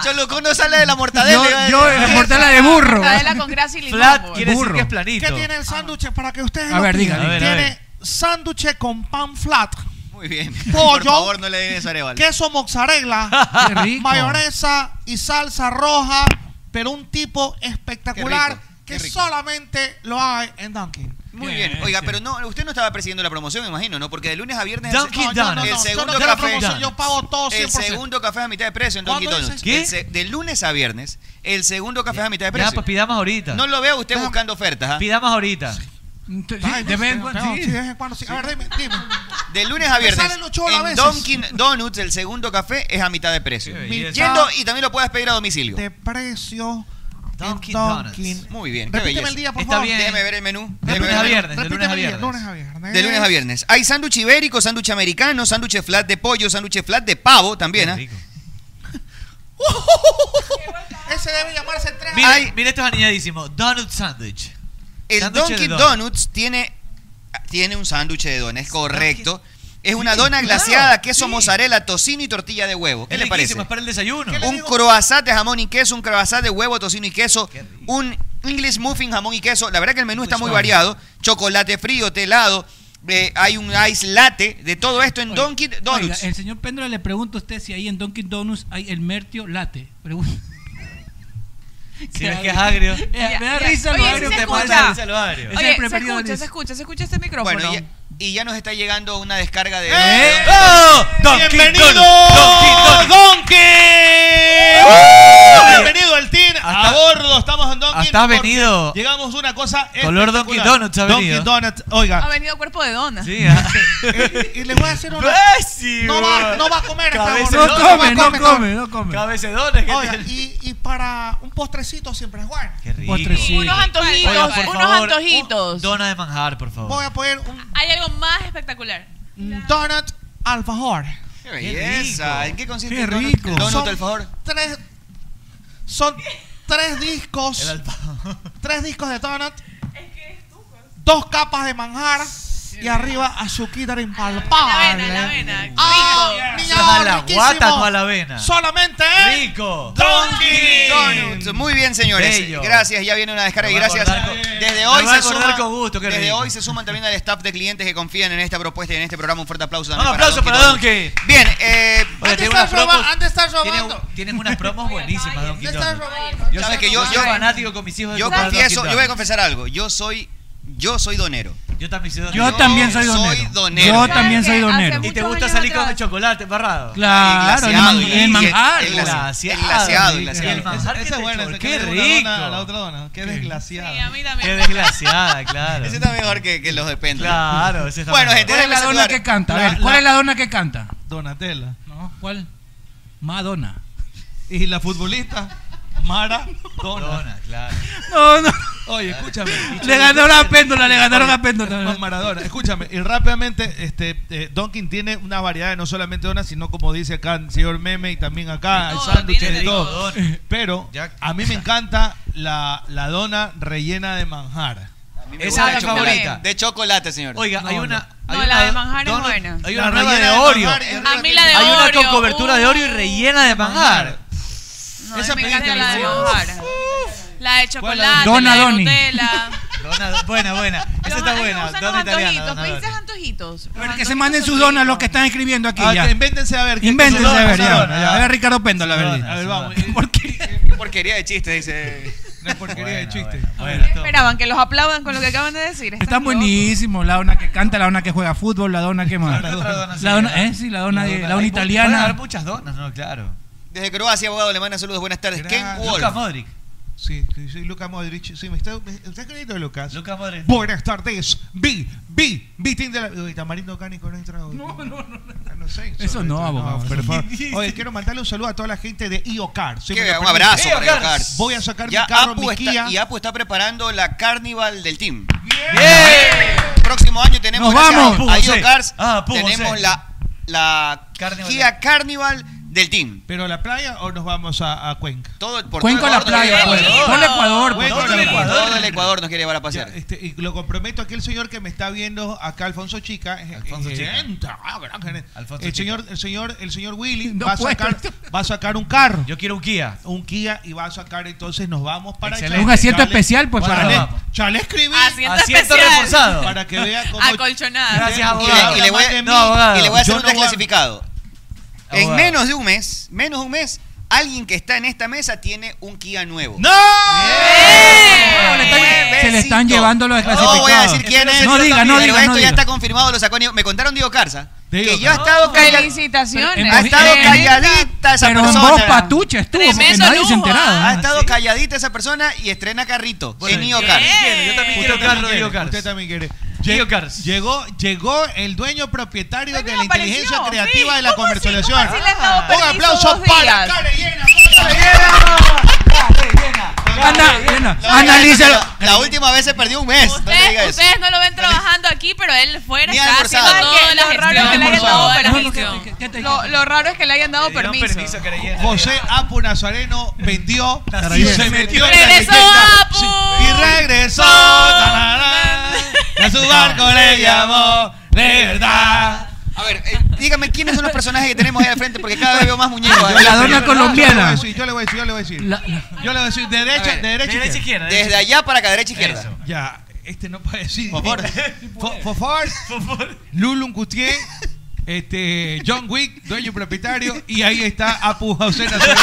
S6: Choloco no sale de la mortadela.
S10: Yo,
S6: iba a decir.
S10: yo mortala de burro.
S9: Mortadela con grasa y limón.
S7: Flat
S9: boy.
S7: quiere decir
S10: Burro.
S7: que es
S4: ¿Qué
S7: planito.
S4: tiene el sándwich? Para que ustedes
S10: A
S4: lo
S10: ver,
S4: pidan.
S7: diga.
S10: diga,
S7: A ver, a
S4: Tiene sándwich con pan flat,
S6: Muy bien. Por
S4: Pollo.
S6: favor, no le den eso a Arevalo.
S4: queso mozzarella,
S10: Qué rico.
S4: mayonesa y salsa roja, pero un tipo
S6: Qué
S4: espectacular
S6: rico, qué
S4: que
S6: rico.
S4: solamente lo hay en Dunkin'.
S6: Muy bien.
S10: Bien,
S6: Oiga,
S10: sí.
S6: pero no, usted no estaba presidiendo la promoción, me imagino, ¿no? Porque de lunes a viernes...
S7: Dunkin'
S6: el,
S4: No, yo no,
S7: Donuts.
S4: no,
S6: el
S4: yo no
S6: segundo
S4: quiero
S6: café...
S4: promoción, Yo pago todo 100%.
S6: El segundo café es a mitad de precio en Dunkin'
S4: ¿Cuándo
S6: Donuts.
S4: dices?
S7: ¿Qué?
S6: El se- de lunes a viernes, el segundo café es a mitad de
S7: Ya,
S6: precio.
S7: pues pidamos ahorita.
S6: No lo veo usted buscando ofertas. ¿ah?
S7: Pidamos ahorita.
S10: Entonces,
S4: Ay,
S10: sí, de vez en
S4: no,
S10: cuando,
S4: no,
S10: sí.
S4: sí, de vez en cuando, sí. A ver, dime, dime.
S6: De lunes a
S4: Me
S6: viernes.
S4: salen los cholos a
S6: En
S4: veces.
S6: Dunkin' Donuts, el segundo café es a mitad de precio.
S7: Qué
S4: belleza.
S6: Yendo y también lo puedes pedir a domicilio.
S4: De precio
S7: Dunkin' Donuts.
S6: Muy bien, qué
S7: Repíteme
S6: belleza.
S7: el día, por
S6: Está
S7: favor.
S6: bien. Déjeme ver el menú.
S7: De lunes a viernes, de lunes a viernes.
S6: De lunes a viernes. Hay sándwich ibérico, sándwich americano, sándwich flat de pollo, sándwich flat de pavo también. ¿ah?
S4: Ese debe llamarse tres.
S7: Mira, mira estos aniñadísimos. Donut sandwich.
S6: El
S7: Sándwich de
S6: Dunkin'
S7: donut.
S6: Donuts tiene, tiene un sándwich de dona, es correcto. Es una
S7: Sí,
S6: dona
S7: Ah, claro,
S6: glaseada, queso mozzarella, tocino y tortilla de huevo. ¿Qué
S7: Es
S6: le parece?
S7: riquísimo, es para el desayuno.
S6: Un croissant de jamón y queso, un croissant de huevo, tocino y queso, un English muffin, jamón y queso. La verdad que el menú está muy
S7: muffin.
S6: variado. Chocolate frío, telado, eh, hay un ice latte, de todo esto en Dunkin'
S10: Oiga,
S6: Donuts.
S10: el señor Pendra le pregunta a usted si ahí en Dunkin' Donuts hay el mertio latte. Pregunta.
S7: Si ves que es agrio.
S10: Eh, me da risa lo
S9: Oye,
S10: agrio
S9: sí se
S10: que pasa.
S9: escucha.
S10: Risa lo agrio.
S9: Oye,
S10: Es el
S9: se
S10: preferido de
S9: escucha,
S10: Luis.
S9: se escucha, se escucha este micrófono.
S6: Bueno, y, y ya nos está llegando una descarga de...
S9: ¡Eh!
S7: ¡Oh!
S6: Dunkin'
S7: ¡Bienvenido!
S8: ¡Oh,
S6: Donuts.
S8: ¡Uh!
S7: Oye,
S8: Bienvenido al team a bordo. Estamos en Dunkin'
S7: hasta ha
S8: porque
S7: venido-
S8: Llegamos a una cosa.
S7: Color Dunkin'
S8: espectacular.
S7: Donuts ha
S8: Dunkin'
S7: venido.
S8: Donuts, oiga.
S9: Ha venido cuerpo de dona.
S7: Sí, ah.
S4: Eh, Y les voy a decir una.
S7: Imbécil,
S4: No va,
S7: bro.
S4: no va a comer. esta
S7: Cabeza- No
S4: gorda. va a
S7: come, no
S4: comer,
S7: come, no come. Cabecedones que
S4: Oiga,
S7: tiene.
S4: y, y para un postrecito siempre es bueno.
S7: Qué rico.
S10: Postrecito.
S9: Unos antojitos,
S7: Oigan, por
S9: unos
S7: favor,
S9: antojitos.
S7: un Dona de manjar, por favor.
S4: Voy a poner un
S9: Hay algo más espectacular.
S4: donut alfajor.
S6: ¡Qué belleza! ¿En qué consiste el donut? El donut,
S4: Son
S6: el favor?
S4: Tres, son tres discos. tres discos de donut. Dos capas de manjar. Y arriba azuquita impalpable.
S9: La avena, rico.
S4: Ah,
S9: Rico.
S4: mi
S9: Eso es
S4: amor,
S9: a la
S4: riquísimo.
S7: guata, no a la avena.
S4: Solamente
S7: Rico.
S6: Donuts. Muy bien, señores.
S7: Bello.
S6: Gracias, ya viene una descarga y
S7: Nos va a
S6: gracias.
S7: acordar con-
S6: Desde
S7: nos
S6: hoy
S7: va a
S6: se
S7: acordar
S6: suman,
S7: con gusto, qué
S6: desde
S7: rico.
S6: hoy se suman también al staff de clientes que confían en esta propuesta y en este programa. Un fuerte aplauso
S7: Un
S6: también.
S7: aplauso para Donkey.
S6: Bien,
S7: Oye,
S6: eh,
S7: tiene
S4: Antes
S7: unas
S4: estás
S7: promos.
S4: roba- antes estás
S7: tiene-
S4: robando.
S7: Tienen unas promos buenísimas, Donkey
S4: Antes estás
S7: Donuts.
S4: robando.
S7: Yo sé
S6: ¿Sabes
S7: que
S6: que
S7: yo
S6: yo-
S7: soy
S6: yo-
S7: fanático con mis hijos de
S6: yo
S7: comprar
S6: confieso,
S7: Dunkin'
S6: yo voy a
S7: Donuts.
S6: confesar algo. Yo soy, yo soy donero.
S7: Yo también soy
S10: Yo también soy donero. Yo también soy donero.
S7: Y te gusta salir con el chocolate embarrado.
S10: Claro, el man- el manjar.
S7: El glaseado. Ah, El manjar que
S8: Esa es
S7: te
S8: buena.
S7: chorrea.
S8: esa que
S7: Qué
S8: le gusta la
S7: rico.
S8: dona a La otra dona. Qué desglaciada.
S7: Qué desglaciada, claro.
S6: Ese está mejor que, que los de péndulo.
S7: Claro, ese está
S6: Bueno, este
S7: mejor.
S6: gente,
S10: ¿Cuál es
S6: déjenme
S10: la dona
S6: saludar.
S10: que canta? A
S8: La-
S10: ver, ¿cuál
S8: la-
S10: es la dona que canta?
S8: Donatella.
S10: No, ¿cuál? Madonna.
S8: Y la futbolista. Mara Dona.
S7: claro.
S10: No, no.
S8: Oye, escúchame.
S10: Le ganó la péndula, le ganaron la péndula.
S8: Juan Maradona, escúchame. Y rápidamente, este, eh, Dunkin' tiene una variedad de no solamente donas, sino como dice acá el señor Meme y también acá,
S7: De
S8: hay
S7: todo,
S8: sándwiches
S7: tiene
S8: de
S7: de
S8: todo.
S7: todo.
S8: Pero a mí me encanta la, la dona rellena de manjar.
S6: Me gusta de chocolate. De chocolate, señor.
S7: Oiga, hay una. hay
S9: No, la
S7: una
S9: de manjar es
S7: donut-
S9: buena.
S7: Hay
S8: La
S7: una nueva
S8: rellena
S7: de
S8: de
S7: Oreo.
S8: manjar
S9: A mí la de
S7: Hay una
S9: Oreo.
S7: con cobertura de Oreo y rellena de manjar.
S9: No,
S7: Esa
S9: Esa me
S7: me
S9: encanta la de
S7: encanta.
S9: manjar. La de chocolate,
S7: Dona
S9: la de
S7: Doni.
S9: Nutella.
S7: Dona- buena, buena. Esa
S9: Ay,
S7: está
S9: me
S7: buena.
S9: gustan
S7: Dona
S9: los
S7: italiana.
S9: antojitos,
S7: dona
S9: me dices
S7: Dona.
S9: antojitos. Los
S10: Pero que se
S9: antojitos
S10: manden
S9: son
S10: sus donas los que están escribiendo aquí
S8: Ah,
S10: ya.
S8: que invéntense a ver. qué-
S10: Invéntense
S8: qué son
S10: a ver,
S8: donas,
S10: ya.
S8: donas, ya.
S10: A ver, Ricardo Péndola, a ver.
S8: A ver,
S10: dice.
S8: vamos.
S6: Qué porquería de chistes, dice.
S8: Una porquería de chistes.
S9: que Esperaban que los aplaudan con lo que acaban de decir.
S10: Está
S9: Están locos.
S10: buenísimo, la dona que canta, la dona que juega fútbol, la dona que más. La dona, eh, sí, la dona, de-
S7: Hay mu-
S10: la dona
S7: pueden haber
S10: italiana.
S7: muchas donas, no, claro.
S6: Desde Croacia, abogado, le manda saludos. Buenas tardes. Ken Wolf.
S7: Luka Modric.
S8: Sí, sí, soy Luca Modric. Sí, me está, me está escribiendo Lucas.
S7: Luka Modric.
S8: Buenas tardes. Vi, vi, vi team de la. Uy, tamarindo cánico no entra hoy. No,
S10: no, no.
S8: Ah, No sé.
S10: Eso no, abogado.
S8: por favor. Oye, quiero mandarle un saludo a toda la gente de IOCAR. Si
S6: Que
S8: me lo
S6: un
S8: permiten.
S6: abrazo para
S8: IOCAR.
S6: Yocar.
S8: Voy a sacar
S6: Ya
S8: mi carro,
S6: Apu
S8: mi
S6: está-
S8: Kia.
S6: Y Apu está preparando la carnival del team. Próximo año tenemos
S10: Nos
S6: gracias
S10: vamos,
S6: a- a
S10: Apu José.
S6: Yocars,
S10: Ah, Apu
S6: tenemos
S10: José.
S6: la, la
S7: Carnival
S6: Kia Carnival del team.
S8: ¿Pero a la playa o nos vamos a, a Cuenca?
S6: Todo, por
S10: Cuenca
S6: todo
S10: a la
S6: el Ecuador,
S10: playa,
S6: todo el
S10: pues. Todo
S6: Ecuador.
S10: el Ecuador, pues.
S8: Cuenca,
S10: Todo el
S8: Ecuador.
S6: Todo el Ecuador nos quiere llevar a pasear.
S8: Ya, este, y lo comprometo a aquel señor que me está viendo acá, Alfonso Chica.
S7: Alfonso
S8: eh,
S7: Chica.
S8: gerente, ah, gran gerente.
S7: Alfonso
S8: el
S7: Chica.
S8: señor, el señor, el señor Willy
S10: No
S8: va, a
S10: puedo.
S8: sacar, va a sacar un carro,
S7: Yo quiero un Kia.
S8: un Kia y va a sacar. Entonces nos vamos para
S7: Excelente.
S10: Un asiento especial, pues, para-
S8: Chale, chale escribí
S9: Asiento,
S7: Asiento
S9: especial. Ah,
S7: reforzado.
S8: para que vea cómo.
S9: Acolchonada.
S7: Gracias,
S8: Y le-
S7: abogado.
S6: y le voy a-
S7: no, abogado.
S6: Y le voy a hacer
S8: Yo
S6: un
S8: no voy a-
S6: desclasificado. En
S7: Abogado.
S6: menos de un mes, menos de un mes, alguien que está en esta mesa tiene un Kia nuevo.
S8: ¡No!
S6: Nuevecito.
S10: Se le están llevando los
S6: No voy a
S10: desclasificados.
S6: decir quién es.
S10: No diga, no
S6: pero
S10: diga,
S6: esto
S10: no
S6: ya
S10: diga.
S6: está confirmado, lo sacó. Ni- Me contaron Diego Carza.
S8: Diego
S6: que yo he
S8: Carza.
S6: estado callado.
S9: Felicitaciones.
S6: Ha estado
S9: Tremenda-
S6: calladita esa
S10: Pero en
S6: persona.
S10: voz patucha estuvo, porque
S9: Tremendo
S10: nadie se ha
S9: lujo,
S6: Ha
S10: enterado.
S6: estado calladita esa persona y estrena carrito en
S7: Yo
S6: Iocar.
S7: también quiero, yo también quiero
S8: Usted
S7: un carro de
S8: también quiere,
S7: Iocars.
S8: usted también quiere.
S7: Diego
S8: Lle-
S7: Cars.
S8: Llegó, llegó el dueño propietario
S9: Ay,
S8: de
S9: me
S8: la
S9: apareció,
S8: inteligencia
S9: sí.
S8: creativa de la
S9: ¿Cómo así?
S8: comercialización.
S9: ¿Cómo así le has dado
S8: Un
S9: permiso
S8: aplauso
S9: dos
S8: para
S9: días?
S8: Care Llena.
S7: ¡Carrellena! ¡Carrellena!
S10: Anda, Elena, analízalo.
S6: La última vez se perdió un mes. No te diga
S9: Ustedes,
S6: eso.
S9: ustedes no lo ven trabajando aquí, pero él fuera
S6: Ni
S9: está
S6: almorzado.
S9: haciendo todas las
S13: Lo raro es que le hayan dado permiso.
S9: Lo, lo raro es que le hayan dado
S8: dieron
S9: permiso.
S8: permiso, José Apu Nazareno vendió y
S11: ciencia.
S8: se metió en la
S9: Regresó
S8: leyenda.
S9: Apu.
S8: Sí, Y regresó. tarará, A su barco le llamó. De verdad.
S6: A ver, eh, dígame quiénes son los personajes que tenemos ahí al frente, porque cada vez veo más muñecos. eh. ahí.
S8: Yo le Ah, voy a decir, yo le voy a decir, yo le voy a decir. Yo le voy a decir,
S6: A
S8: derecha,
S6: ver,
S8: derecha,
S6: derecha, izquierda. Desde allá para acá, derecha, izquierda.
S8: Eso. Ya, este no puede decir.
S6: Por favor.
S8: Fo- Fofor. Lulun Coutier. Este, John Wick, dueño y propietario. Y ahí está Apu José Nazareno.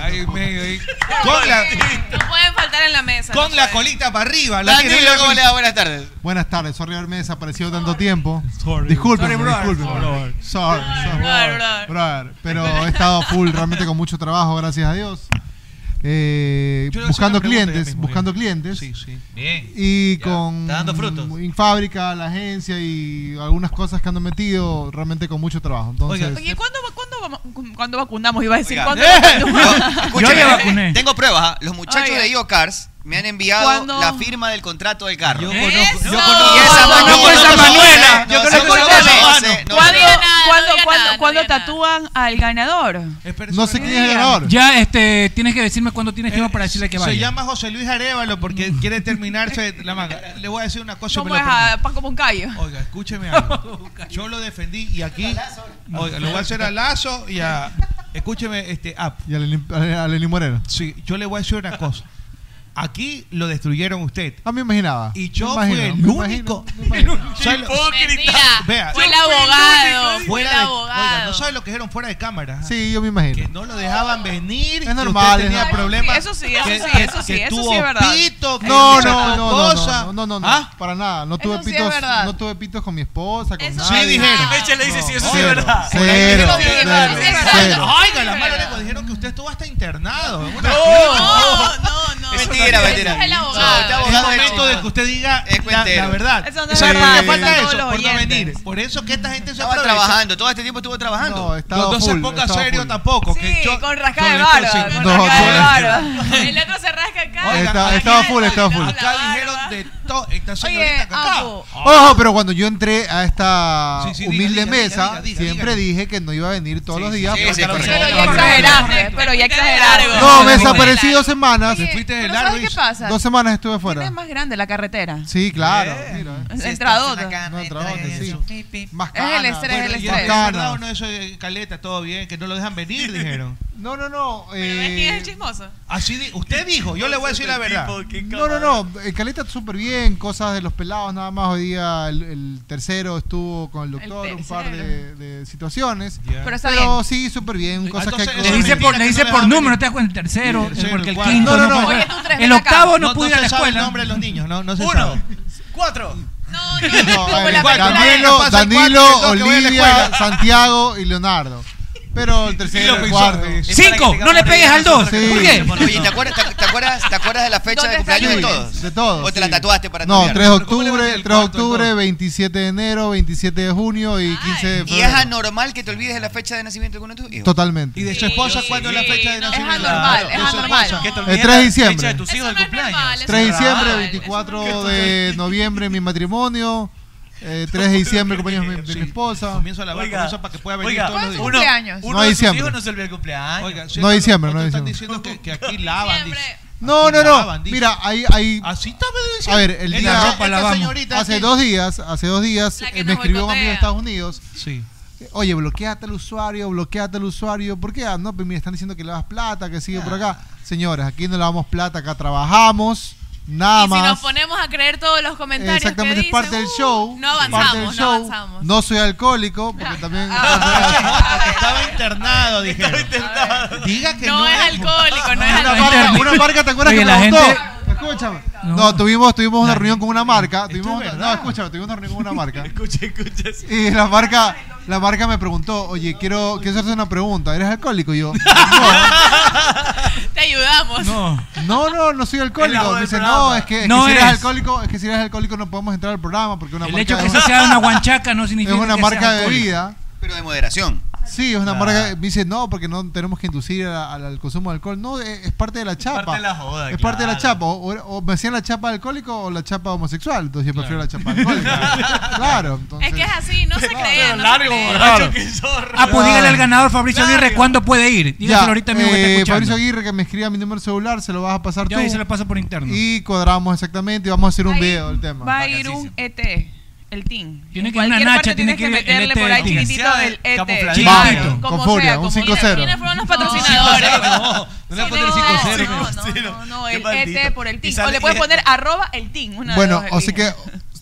S8: Ahí en medio ahí. Con la,
S9: No pueden faltar en la mesa.
S8: con
S9: no
S8: la
S9: pueden.
S8: colita para arriba. La tiene la colita.
S6: Buenas tardes.
S13: Buenas tardes, sorry haberme desaparecido tanto tiempo. Disculpen,
S8: Sorry, brother.
S13: disculpen.
S8: Sorry.
S13: Sorry, sorry,
S8: Brother, brother.
S13: brother. Pero he estado full, realmente con mucho trabajo, gracias a Dios. Eh,
S8: Yo le voy a hacer
S13: buscando
S8: una pregunta
S13: clientes,
S8: ya mismo,
S13: buscando
S8: ya.
S13: clientes.
S8: Sí, sí.
S7: Bien.
S13: Y con
S7: está dando frutos.
S13: en fábrica, la agencia y algunas cosas que han metido, realmente con mucho trabajo. Entonces,
S9: Oye, ¿cuándo, cuándo, vamos- cuándo vacunamos? Iba a decir,
S13: Oiga.
S9: ¿cuándo
S13: ¡Eh!
S9: vacunamos?
S6: Escúchame,
S13: ya vacuné.
S6: eh, Tengo pruebas. ¿ah? Los muchachos
S9: Oiga.
S6: de IO Cars me han enviado
S9: ¿Cuándo?
S6: la firma del contrato del carro. Yo
S9: conozco,
S6: yo conozco, esa Manuela. Ah, Yo conozco esa
S9: ¿Cuándo,
S6: Manuela.
S9: cuándo- cuándo- cuándo tatúan al ganador?
S13: no sé quién es el
S9: Digan.
S13: ganador.
S10: Ya, este, tienes que decirme cuándo tienes tiempo para decirle que
S8: Eh, Se
S10: vaya.
S8: llama José Luis Arevalo porque quiere terminarse la manga. Le voy a decir una cosa.
S9: ¿Cómo
S8: me
S9: es Ah,
S8: lo
S9: a Paco Moncayo?
S8: Oiga, escúcheme algo. Yo lo defendí y aquí. Oiga, lo voy a hacer a Lazo y a. Escúcheme, este app.
S13: Y a Lenín, a Lenín Moreno.
S8: Sí, yo le voy a decir una cosa. Aquí lo destruyeron usted.
S13: Ah, me imaginaba.
S8: Y yo
S13: Me imagino,
S8: fui el
S13: me
S8: único. Soy lo- Vea,
S9: fue el
S8: yo fui
S9: abogado,
S8: único.
S9: fue el
S8: Fuera de-
S9: abogado.
S8: Oiga, no sabe lo que dijeron fuera de cámara.
S13: Sí, yo me imagino.
S8: Que no lo dejaban venir.
S13: Es normal,
S8: Que
S13: es
S8: usted tenía
S13: normal.
S8: problemas.
S9: Eso sí, eso
S8: que-
S9: sí,
S8: que-
S9: eso sí,
S8: que
S9: eso sí
S8: tuvo
S9: es verdad.
S8: pito, que
S13: No,
S8: hizo
S13: no, no,
S8: otra
S13: no,
S8: cosa.
S13: no, no, no, no,
S8: ¿Ah?
S13: para nada. No tuve
S8: Eso sí es
S13: pitos,
S8: verdad.
S13: no tuve pitos con mi esposa, con
S8: Eso sí
S13: nadie.
S8: dijeron.
S7: Meche le dice, sí, eso sí es
S13: cero,
S7: verdad.
S13: Cero, cero,
S8: Dijeron, dijeron,
S13: cero,
S8: dijeron,
S13: cero.
S8: Oiga, las malas lenguas dijeron que usted estuvo hasta internado. en una
S6: No,
S8: clínica.
S9: no,
S6: no. Mentira,
S8: no-
S6: mentira.
S8: Ese es el
S6: No, este abogado
S8: Es
S6: es
S8: momento de que usted diga
S6: Es
S8: la,
S6: cuentero.
S8: la verdad.
S6: Eso no
S8: O
S6: es
S8: sea,
S6: verdad,
S8: le falta
S6: están
S8: eso
S6: todos los
S8: por no
S6: oyentes.
S8: venir. Por eso que esta gente se
S6: Estaba
S8: aprovecha.
S6: trabajando, todo este tiempo estuvo trabajando.
S13: No,
S8: No, no se ponga serio tampoco. que yo-
S9: con rasca de
S8: yo-
S9: barba.
S8: sí.
S9: con
S8: No,
S9: rasca de
S8: no,
S9: barba. El otro se rasca acá.
S13: Oiga, Está- estaba full, estaba full.
S8: Acá dijeron de todo. Esta
S9: Oye,
S8: señorita acá.
S9: Apu,
S13: Ojo, pero cuando yo entré a esta
S8: Sí, sí, diga,
S13: humilde
S8: diga,
S13: mesa,
S8: diga, diga,
S13: siempre dije que no iba a venir todos los días.
S8: sí,
S13: porque
S8: sí,
S13: la
S8: correcto.
S13: persona-
S8: Pero
S9: ya exageraste, pero ya exageraste.
S13: No, me desaparecí dos semanas.
S9: Pero ¿sabes qué pasa?
S13: Dos semanas estuve
S9: Es
S13: afuera.
S9: más grande la carretera.
S13: Sí, claro. mira, eh.
S9: Entradota.
S13: No, entradote, sí.
S9: Es el estrés,
S8: Bueno,
S9: el
S8: y
S9: estrés.
S8: ¿Es verdad o no eso de caleta? Todo bien, que no lo dejan venir, dijeron.
S13: No, no, no.
S9: ¿Ves
S13: eh,
S9: quién es el chismoso?
S8: Así di- usted dijo, yo le voy a decir la verdad.
S13: No, no, no. El Caleta súper bien, cosas de los pelados, nada más. Hoy día el, el tercero estuvo con el doctor, un par de, de situaciones.
S9: Pero está bien.
S13: sí, súper bien, cosas que hay
S10: Le dice por, le dice por número, te das cuenta, el tercero,
S13: tercero,
S10: porque el
S13: cuarto.
S10: quinto
S13: No, no,
S10: no,
S13: no.
S10: fue-
S13: Oye, tú tres,
S10: El
S13: ven acá.
S10: octavo no,
S8: No,
S10: pude
S8: no
S10: ir a la
S8: se sabe el
S10: escuela.
S8: nombre de los niños, no, no se
S10: Uno.
S8: sabe.
S7: Cuatro.
S13: No,
S8: Como
S13: a ver,
S8: la película
S13: Danilo,
S8: de-
S13: Danilo,
S8: pasa el cuarto y el dos que voy a la
S13: Olivia,
S8: escuela.
S13: Santiago y Leonardo. Pero el tercero, el cuarto.
S10: Cinco, no le pegues al dos. ¿Por qué?
S6: Oye, ¿te acuerdas, te, te acuerdas, te acuerdas de la fecha de
S13: está
S6: cumpleaños de
S13: el niño?
S6: todos?
S13: De todos,
S6: ¿O te la tatuaste para
S13: No, 3
S6: tatuar?
S13: de octubre, 3 de octubre, 27 de enero, 27 de junio y 15 de
S6: ¿Y es
S13: febrero.
S6: anormal que te olvides de la fecha de nacimiento de alguno de tus hijos?
S13: Totalmente.
S8: ¿Y de su esposa cuándo es la fecha de nacimiento?
S6: anormal,
S8: Claro,
S6: es
S8: de su
S6: anormal.
S8: esposa.
S6: Que te
S13: El 3 de diciembre.
S7: de tus hijos de cumpleaños.
S13: 3 de diciembre, 24 de noviembre mi matrimonio, eh, 3 de diciembre cumpleaños de mi- de mi esposa.
S8: Comienzo a lavar con eso para que pueda venir
S7: oiga,
S8: todos los días.
S7: uno-
S13: cumpleaños?
S7: uno
S13: No
S7: de sus
S13: diciembre.
S7: hijos no se olvida el cumpleaños.
S8: Oiga,
S13: No diciembre, no
S8: otros están
S13: diciembre.
S8: diciendo que, que aquí lavan. dice.
S13: No, no, no.
S8: Lavan, dice.
S13: Mira, hay, hay
S8: Así está me dice.
S13: A ver, el
S8: En
S13: día
S8: la ropa lavamos. señorita
S13: hace
S8: aquí.
S13: dos días, hace dos días eh, me escribió un amigo de Estados Unidos.
S8: Sí.
S13: Oye, bloqueate al usuario, bloqueate al usuario. ¿Por qué? Ah, no, pues mira, están diciendo que le das plata, que sigue por acá. Señores, aquí no le damos plata, acá trabajamos, nada
S9: Y si
S13: más.
S9: nos ponemos a creer todos los comentarios
S13: Exactamente,
S9: que
S13: es parte
S9: dicen,
S13: del show.
S9: uh, no
S13: parte del
S9: avanzamos, no
S13: show.
S9: avanzamos. Ah.
S13: No soy alcohólico, porque también.
S8: Estaba internado, dijeron. Diga que no.
S9: No es alcohólico, no es
S13: Una
S9: alcohólico.
S13: marca, una marca, ¿te acuerdas
S10: Oye,
S13: que
S10: la
S13: me gustó?
S10: gente-
S13: Escúchame. No, tuvimos, tuvimos una reunión con una marca. Tuvimos, no, escúchame, tuvimos una reunión con una marca.
S7: Escucha, escucha. sí.
S13: Y la marca, la marca me preguntó, oye, quiero, quiero hacerte una pregunta, ¿eres alcohólico? Y yo, no,
S9: Te ayudamos.
S13: no, no, no soy
S9: Es la
S13: alcohólico.
S9: voz
S13: Me
S9: del
S13: dice,
S9: programa.
S13: no, es que, es que
S10: No
S13: si eres
S10: eres.
S13: alcohólico, es que si eres alcohólico no podemos entrar al programa porque una
S10: El
S13: marca
S10: hecho que
S13: es
S10: eso sea una guanchaca no significa
S13: es una
S10: que
S13: marca
S10: seas
S13: de
S10: alcohólico.
S13: bebida.
S6: Pero de moderación.
S13: Sí, es una
S7: Claro.
S13: marca que dice no, porque no tenemos que inducir a- al, al consumo de alcohol. No, es, es parte de la chapa.
S7: parte de la joda,
S13: Es parte de la
S7: claro.
S13: chapa. O, o- o me hacían la chapa alcohólico o la chapa homosexual. Entonces yo prefiero la chapa alcohólica. claro. entonces-
S9: Es que es así, no se crean. no se crean.
S10: Ah, pues dígale al ganador Fabricio Aguirre cuándo puede ir. Dígaselo
S13: Ya,
S10: ahorita mismo que está
S13: eh,
S10: escuchando.
S13: Fabricio Aguirre que me escriba mi número celular, se lo vas a pasar
S10: Yo
S13: tú.
S10: ahí se lo paso por interno.
S13: Y cuadramos exactamente y vamos a hacer un video del tema.
S9: Va a ir un ET, el TIN.
S10: Tiene
S9: En
S10: que ir una
S9: cualquier
S10: nacha,
S9: parte
S10: tiene
S9: tienes
S10: que ir el ET
S9: meterle por ahí
S10: del tin.
S9: chiquitito del ET.
S10: Camuflajeado.
S9: Claro,
S10: Chiquito.
S9: como
S13: Con furia,
S9: sea, como-
S13: un 5-0.
S9: ¿Quiénes fueron los patrocinadores?
S8: No, no le poner 5-0.
S9: No,
S8: no,
S9: no, no, el
S8: maldito.
S9: ET por el
S8: Y
S9: TIN. O
S8: sale-
S9: le puedes poner arroba el TIN. una de
S13: Bueno,
S9: dos,
S13: o sea
S9: elige.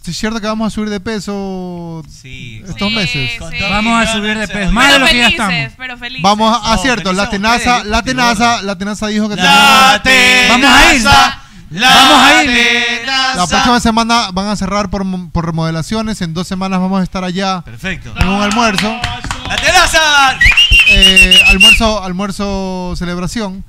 S13: que es cierto que vamos a subir de peso estos
S9: Sí,
S13: meses.
S9: sí.
S10: Vamos a subir de peso. Más de
S9: Pero
S10: lo que ya
S9: felices,
S10: estamos.
S9: pero felices.
S13: Vamos a, ah, cierto, la tenaza, la tenaza, la tenaza dijo que
S10: La
S13: tenemos-
S10: Vamos a ir. Vamos a ir.
S13: La próxima semana van a cerrar por, mo- por remodelaciones. En dos semanas vamos a estar allá.
S7: Perfecto.
S13: En un almuerzo.
S7: ¡La tenaza!
S13: Eh, almuerzo, almuerzo celebración.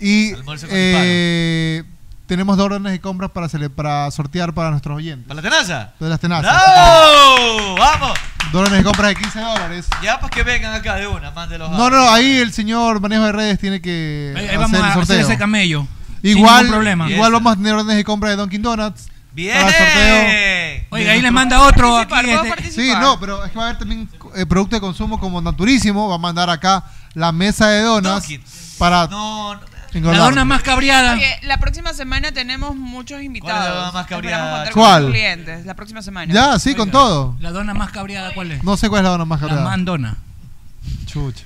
S13: Y
S7: con
S13: eh, tenemos dos órdenes de compras para, cele- para sortear para nuestros oyentes.
S7: ¿Para la tenaza?
S13: De las tenazas.
S7: ¡Bravo! ¡Vamos!
S13: Dos órdenes de compras de 15 dólares.
S7: Ya para que vengan acá de una, más de los
S13: No, no, no, ahí el señor manejo de redes tiene que
S10: Ahí- ahí
S13: hacer
S10: vamos
S13: el
S10: a hacer
S13: sorteo.
S10: ese camello, sin
S13: Igual,
S10: ningún problema.
S13: igual vamos a tener órdenes de compra de Dunkin' Donuts.
S7: Bien.
S13: Para el sorteo.
S10: Oiga, ahí le manda otro aquí. este-
S13: Sí, no, pero es que va a haber también eh, producto de consumo como Naturísimo. Va a mandar acá la mesa de donas para engordar.
S9: Oye, la próxima semana tenemos muchos invitados.
S7: ¿Cuál es la dona más cabreada?
S9: Esperamos contar
S13: ¿Cuál?
S9: con sus clientes la próxima semana.
S13: Ya, sí, con todo.
S10: La dona más cabreada, ¿cuál es?
S13: No sé cuál es la dona más cargada.
S10: mandona.
S13: Chucha.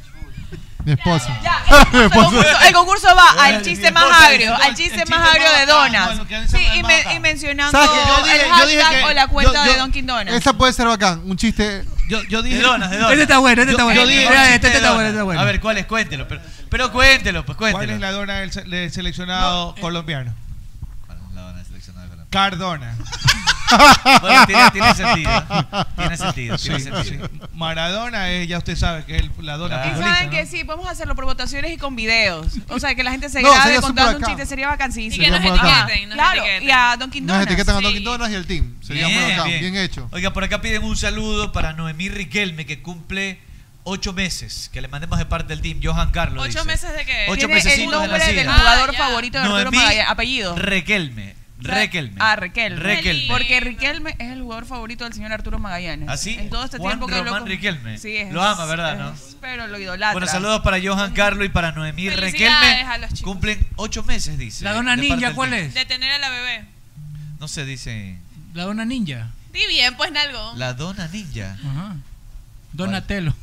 S13: Mi esposa.
S9: Ya, el, concurso, el concurso va al chiste más agrio, al chiste más agrio de donas. Sí, y, me- y mencionando
S13: ¿Sabes qué? Yo dije-
S9: el
S13: yo dije
S9: hashtag
S13: que-
S9: o la cuenta
S13: yo- yo-
S9: de Dunkin' Donuts.
S13: Esa puede ser bacán. Un chiste.
S7: Yo, yo dije. De donas, de donas.
S10: Este está bueno, este está
S7: Yo-
S10: bueno.
S7: yo dije-
S10: Mira, este
S7: de
S10: está bueno,
S7: donas.
S10: este está bueno.
S7: A ver, ¿cuál es? Cuéntelo. Pero, pero cuéntelo, pues cuéntelo. eh,
S8: ¿Cuál es la dona del, se- del seleccionado colombiano? Cardona.
S7: Bueno, tiene- tiene sentido. Tiene sentido, tiene sentido.
S8: Maradona es, ya usted sabe que es el- la dona
S9: Y
S8: futbolista,
S9: saben
S8: ¿no?
S9: que sí, podemos hacerlo por votaciones y con videos. O sea, que la gente se
S13: No,
S9: grabe
S13: sería súper
S9: contando un
S13: acá.
S9: chiste, sería vacancísimo.
S13: Y que nos Sería muy acá. etiqueten,
S9: Ajá, Claro, y a Dunkin'
S13: Nos
S9: Donuts.
S13: etiquetan a
S9: Sí.
S13: Dunkin' Donuts y el team. Sería muy bacán. Bien hecho.
S7: Oiga, por acá piden un saludo para Noemí Riquelme, que cumple ocho meses. Que le mandemos de parte del team, Johan Carlos.
S9: ¿Ocho
S7: dice.
S9: meses de qué?
S7: Ocho
S9: Tiene
S7: meses
S9: el nombre del
S13: Ah,
S9: jugador favorito de Arturo Magallanes, apellido.
S7: Riquelme. Riquelme.
S9: Ah, Riquelme.
S7: Riquelme.
S9: Porque Riquelme es el jugador favorito del señor Arturo Magallanes.
S7: ¿Ah, sí?
S9: En todo este
S7: Juan
S9: tiempo que
S7: Román
S9: lo...
S7: Riquelme.
S9: Sí, es-
S7: Lo ama, ¿verdad, no?
S9: es- Pero lo idolatra.
S7: Bueno, saludos para Johan Carlos y para Noemí
S9: Felicidades
S7: Riquelme.
S9: a los chicos.
S7: Cumplen ocho meses, dice.
S10: La dona
S7: de parte
S10: ninja,
S7: del
S10: ¿cuál
S7: team.
S10: es?
S9: De tener a la bebé.
S7: No sé, dice.
S10: La dona ninja.
S9: Di bien, pues, Nalgo.
S7: La dona ninja.
S10: Ajá. Donatello.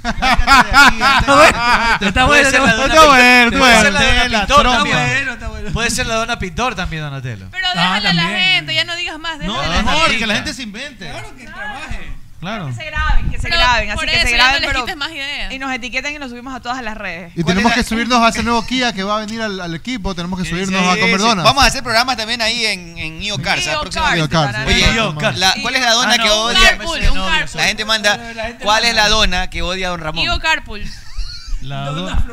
S7: Puede
S10: Está bueno,
S7: ser
S10: está
S7: la
S10: bueno.
S7: dona
S10: Está
S7: Pin-
S10: bueno,
S7: puede
S10: está
S7: ser la dona pintor
S10: bueno. Está bueno,
S7: también.
S10: está bueno, está bueno. Ah,
S7: Puede ser la dona pintor también, Donatello.
S9: Pero
S7: Ah,
S9: déjale a la gente, ya no digas más. déjale a la
S8: mejor,
S9: gente.
S8: que la gente se invente. Claro
S10: que
S8: Claro.
S9: se graben, que se
S12: Pero
S9: graben, así
S12: por
S9: que
S12: eso
S9: se
S12: ya
S9: graben,
S12: no les
S9: pero
S12: quites más ideas.
S9: y nos etiqueten y nos subimos a todas las redes.
S13: Y tenemos que subirnos a ese nuevo Kia que va a venir al, al equipo. Tenemos que subirnos a comer donas.
S6: Eh, Vamos
S13: Vamos
S6: a hacer programas también ahí en, en Neo Cars, ¿ah? próximamente.
S13: Neo Cars, Neo
S6: Oye,
S13: Cars,
S6: Neo
S13: hermano.
S6: Cars. La- ¿cuál es la dona
S9: Ah, no,
S6: que
S9: un
S6: odia?
S9: carpool, un carpool.
S6: La gente manda, ¿cuál es la dona que odia a don Ramón?
S9: Ivo Carpool.
S7: La dona,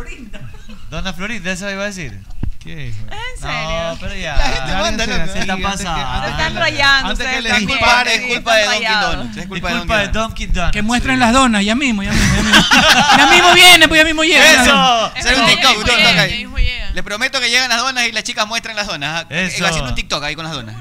S7: Dona Florinda, eso iba a decir. ¿Qué?
S9: ¿En
S7: No,
S9: serio?
S7: pero ya.
S9: La gente
S6: manda,
S7: se,
S6: loco.
S7: se está
S6: Sí, antes que-
S7: pasando.
S6: antes
S9: Están rayando.
S7: Antes que
S9: ustedes
S7: le
S9: también,
S7: disculparen,
S9: sí,
S7: culpa
S9: están
S7: de Dunkin'
S9: rayados.
S6: ¿eh?
S7: Es culpa, de Dunkin' Donuts.
S10: Que muestren las donas, ya mismo, ya mismo. Ya mismo, ya mismo viene, pues ya mismo llega.
S6: Eso,
S10: Ya.
S6: hacer un TikTok, toca ahí. Le prometo que llegan las donas y las chicas muestran las donas. ¿ah?
S7: Eso.
S6: Eh, Haciendo un TikTok ahí con las donas.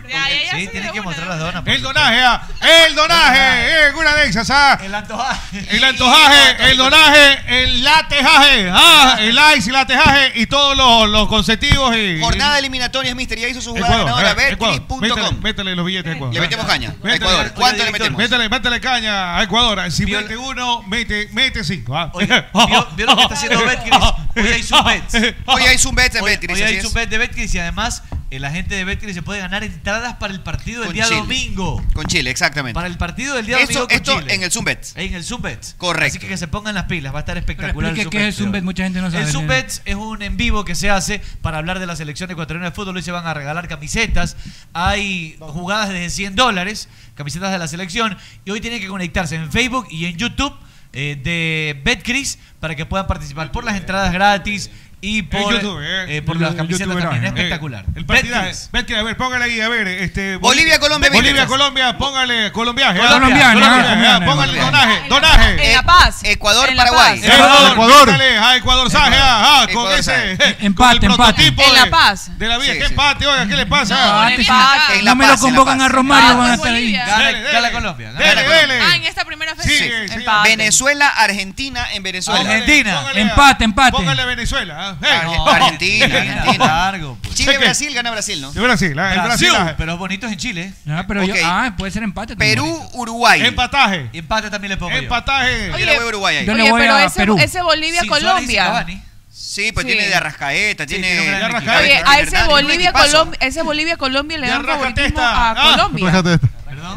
S7: Sí, tienen que mostrar las donas.
S8: El donaje, ah, el donaje, en una de esas, ah. El antojaje. El antojaje, el donaje, el latejaje, ah, el ice, el latejaje y todos los, los conceptivos y...
S6: Jornada de eliminatorias, mister. Ya hizo su jugada
S8: Ecuador,
S6: ganadora.
S8: eh, Ecuador. Métele,
S6: Betcris.com.
S8: métele los billetes, Ecuador.
S6: Le metemos caña a
S8: Métele,
S6: Ecuador.
S8: métele,
S6: ¿Cuánto le
S8: Víctor,
S6: metemos?
S8: Métele, métele caña a Ecuador. Eh, Si mete uno, mete, mete cinco. ah.
S7: ¿Vieron que está haciendo Betcris? Hoy hay Zoom Bets.
S6: Hoy hay Zoom Bets en
S7: Hoy-
S6: Betcris,
S7: Hoy
S6: así
S7: hay
S6: es.
S7: Zoom Bets de Betcris y además el agente de Betcris se puede ganar entradas para el partido del
S6: Con
S7: día
S6: Chile.
S7: domingo.
S6: Con Chile, exactamente.
S7: Para el partido del día
S6: Eso-
S7: domingo con
S6: esto
S7: Chile.
S6: en el Zoom Bets.
S7: En el Zoom Bets.
S6: Correcto.
S7: Así que que se pongan las pilas, va a estar espectacular.
S10: explique qué es el
S7: de
S10: Zoom
S7: hoy.
S10: Bet, mucha gente no sabe.
S7: El Zoom Bet es un en vivo que se hace para hablar de la selección ecuatoriana de fútbol. Hoy se van a regalar camisetas. Hay jugadas desde 100 dólares, camisetas de la selección. Y hoy tienen que conectarse en Facebook y en YouTube eh, de BetCris para que puedan participar por las entradas gratis.
S14: y
S8: El
S14: por,
S8: youtuber,
S14: eh, por
S8: el
S14: las
S8: you-
S14: camisetas
S8: youtuberaje,
S14: también.
S8: ¿no?
S14: Es espectacular.
S8: El partidaje.
S14: Betcris.
S8: Betcris, a ver, póngale ahí, a ver. Este,
S14: Bolivia, Colombia,
S8: Bolivia,
S14: Betcris.
S8: Colombia, póngale colombiaje. ah.
S14: Colombiane, ah,
S8: ah,
S14: colombiane,
S8: Póngale
S14: colombiane.
S8: donaje, donaje.
S7: En La Paz. Ecuador,
S8: En La
S7: Paraguay.
S8: Paz. Ecuador, Ecuador. métale, ah, Ecuador, saje, ah, ah, con
S7: Ecuador,
S8: ese.
S7: saje.
S8: eh, con el prototipo
S7: En
S8: de-
S7: La Paz.
S8: De la vida, qué empate, oiga, ¿qué le pasa?
S10: No,
S8: Ah,
S10: antes- Empate. no me lo convocan a Romario, van a estar ahí. Gana-
S8: Dele, dele.
S10: gana Colombia,
S8: Dele, dele.
S9: Ah, en esta primera fecha.
S8: Sí,
S9: Empate.
S7: Venezuela, Argentina en Venezuela.
S8: Argentina. Póngale a-
S10: Empate, empate.
S8: Póngale a Venezuela. ah, eh.
S7: Arge- Argentina, Argentina. Chile,
S8: Cheque.
S7: Brasil, gana Brasil, ¿no?
S8: De Brasil, ah, el Brasil. ah.
S14: Pero bonito es en
S7: ¿eh?
S14: Chile.
S10: No, pero
S7: Ok.
S10: yo, ah, puede ser empate. también.
S7: Perú, Uruguay.
S8: Empataje.
S14: Empate también le pongo yo.
S8: Empataje.
S7: Yo le voy a Uruguay ahí.
S10: Yo le
S9: Oye,
S10: voy
S9: pero
S10: a
S9: ese,
S10: Perú.
S9: ese Bolivia-Colombia.
S7: Sí, pues
S9: Sí.
S7: tiene de Arrascaeta, tiene.
S8: tiene un gran
S7: Arrascaeta,
S8: equipo.
S9: Oye, a
S7: Fernández,
S9: ese
S7: un equipazo.
S9: Bolivia-Colombia ese Bolivia, Colombia le dan favoritismo a
S10: Ah,
S9: Colombia.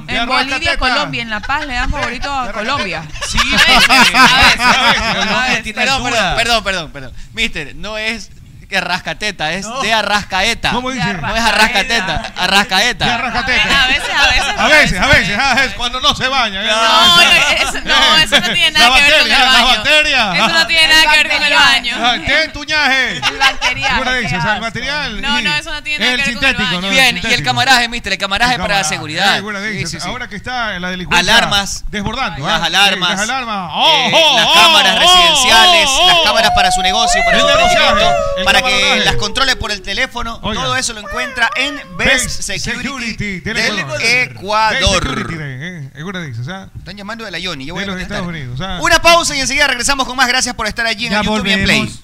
S9: En Bolivia, Colombia, en La Paz le dan favorito a Colombia.
S14: Sí,
S7: Ah,
S14: tiene
S7: Perdón,
S14: altura.
S7: perdón, perdón, perdón, perdón. Mister, no es que Arrascateta, es de Arrascaeta.
S8: ¿Cómo dice?
S7: No es Arrascateta, Arrascaeta.
S8: De Arrascaeta.
S9: A veces, a veces.
S8: A veces, a veces, ah, es cuando no se baña.
S9: No, no, eso no, eso no tiene nada
S8: La
S9: que ver con el
S8: bacteria, la
S9: baño.
S8: bacteria.
S9: Eso no tiene nada que ver con el baño.
S8: Ah, ¿Qué tuñaje?
S9: El bacterial.
S8: Una
S9: qué
S8: dice, o sea, el
S9: asco.
S8: material.
S9: No,
S8: y-
S9: no, eso no tiene nada
S8: el
S9: que ver con el
S8: sintético,
S9: baño.
S8: ¿no?
S7: Bien, y el
S8: Sintético.
S7: camaraje, mister, el camaraje para la
S8: Cámara.
S7: seguridad.
S8: Eh, buena
S7: Sí,
S8: dice,
S7: sí, sí.
S8: Ahora que está la delincuencia.
S7: Alarmas.
S8: Desbordando.
S7: Las
S8: ah,
S7: alarmas.
S8: sí, Las alarmas. Oh,
S7: Eh, las cámaras residenciales, las cámaras para su negocio, para
S8: El
S7: su
S8: negociaje,
S7: emprendimiento,
S8: el
S7: para que
S8: camarotaje.
S7: las controle por el teléfono.
S8: Oiga.
S7: Todo eso lo encuentra en Best Security,
S8: del
S7: del
S8: Ecuador.
S7: Ecuador.
S8: Segura Eh, dice, o sea.
S7: Están llamando de la Johnny, yo voy
S8: de
S7: a
S8: los
S7: contestar.
S8: Estados Unidos. o sea.
S7: Una pausa y enseguida regresamos con más. Gracias por estar allí en
S10: Ya
S7: el YouTube y en Play.
S10: volvemos.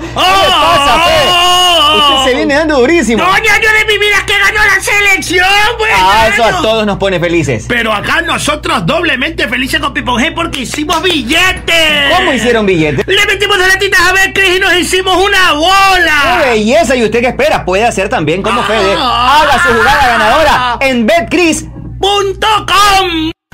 S6: ¿Qué le pasa,
S7: ¡Ah!
S6: Fe? Usted se viene dando durísimo.
S4: yo de mi vida que ganó la selección, güey.
S6: Ah, eso a todos nos pone felices.
S4: Pero acá nosotros doblemente felices con Pipon G porque hicimos billetes.
S6: ¿Cómo hicieron billetes?
S4: Le metimos las latitas a ver, Cris, y nos hicimos una bola.
S6: ¡Qué belleza! ¿Y usted qué espera? Puede hacer también
S4: Ah.
S6: como Fede. Haga su jugada ganadora en BetCris.com.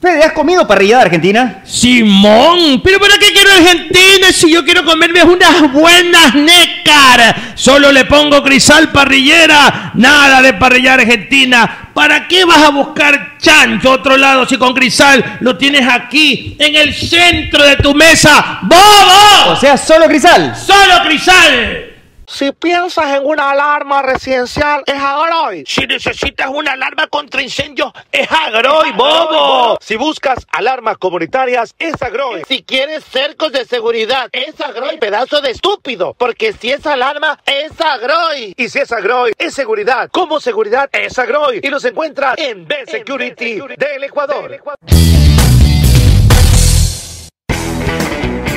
S6: Fede, ¿has comido parrillada argentina?
S4: Simón, pero ¿para qué quiero Argentina si yo quiero comerme unas buenas nécar? Solo le pongo crisal parrillera, nada de parrilla argentina. ¿Para qué vas a buscar chancho a otro lado si con crisal lo tienes aquí, en el centro de tu mesa? ¡Bobo!
S6: O sea, solo crisal.
S4: ¡Solo crisal!
S15: Si piensas en una alarma residencial, es ahora hoy.
S4: Si necesitas una alarma contra incendios, es Agroy, bobo.
S15: Si buscas alarmas comunitarias, es Agroy.
S4: Si quieres cercos de seguridad, es Agroy, pedazo de estúpido. Porque si es alarma, es Agroy.
S15: Y si es Agroy, es seguridad. Como seguridad, es Agroy. Y los encuentras en Best Security del Ecuador.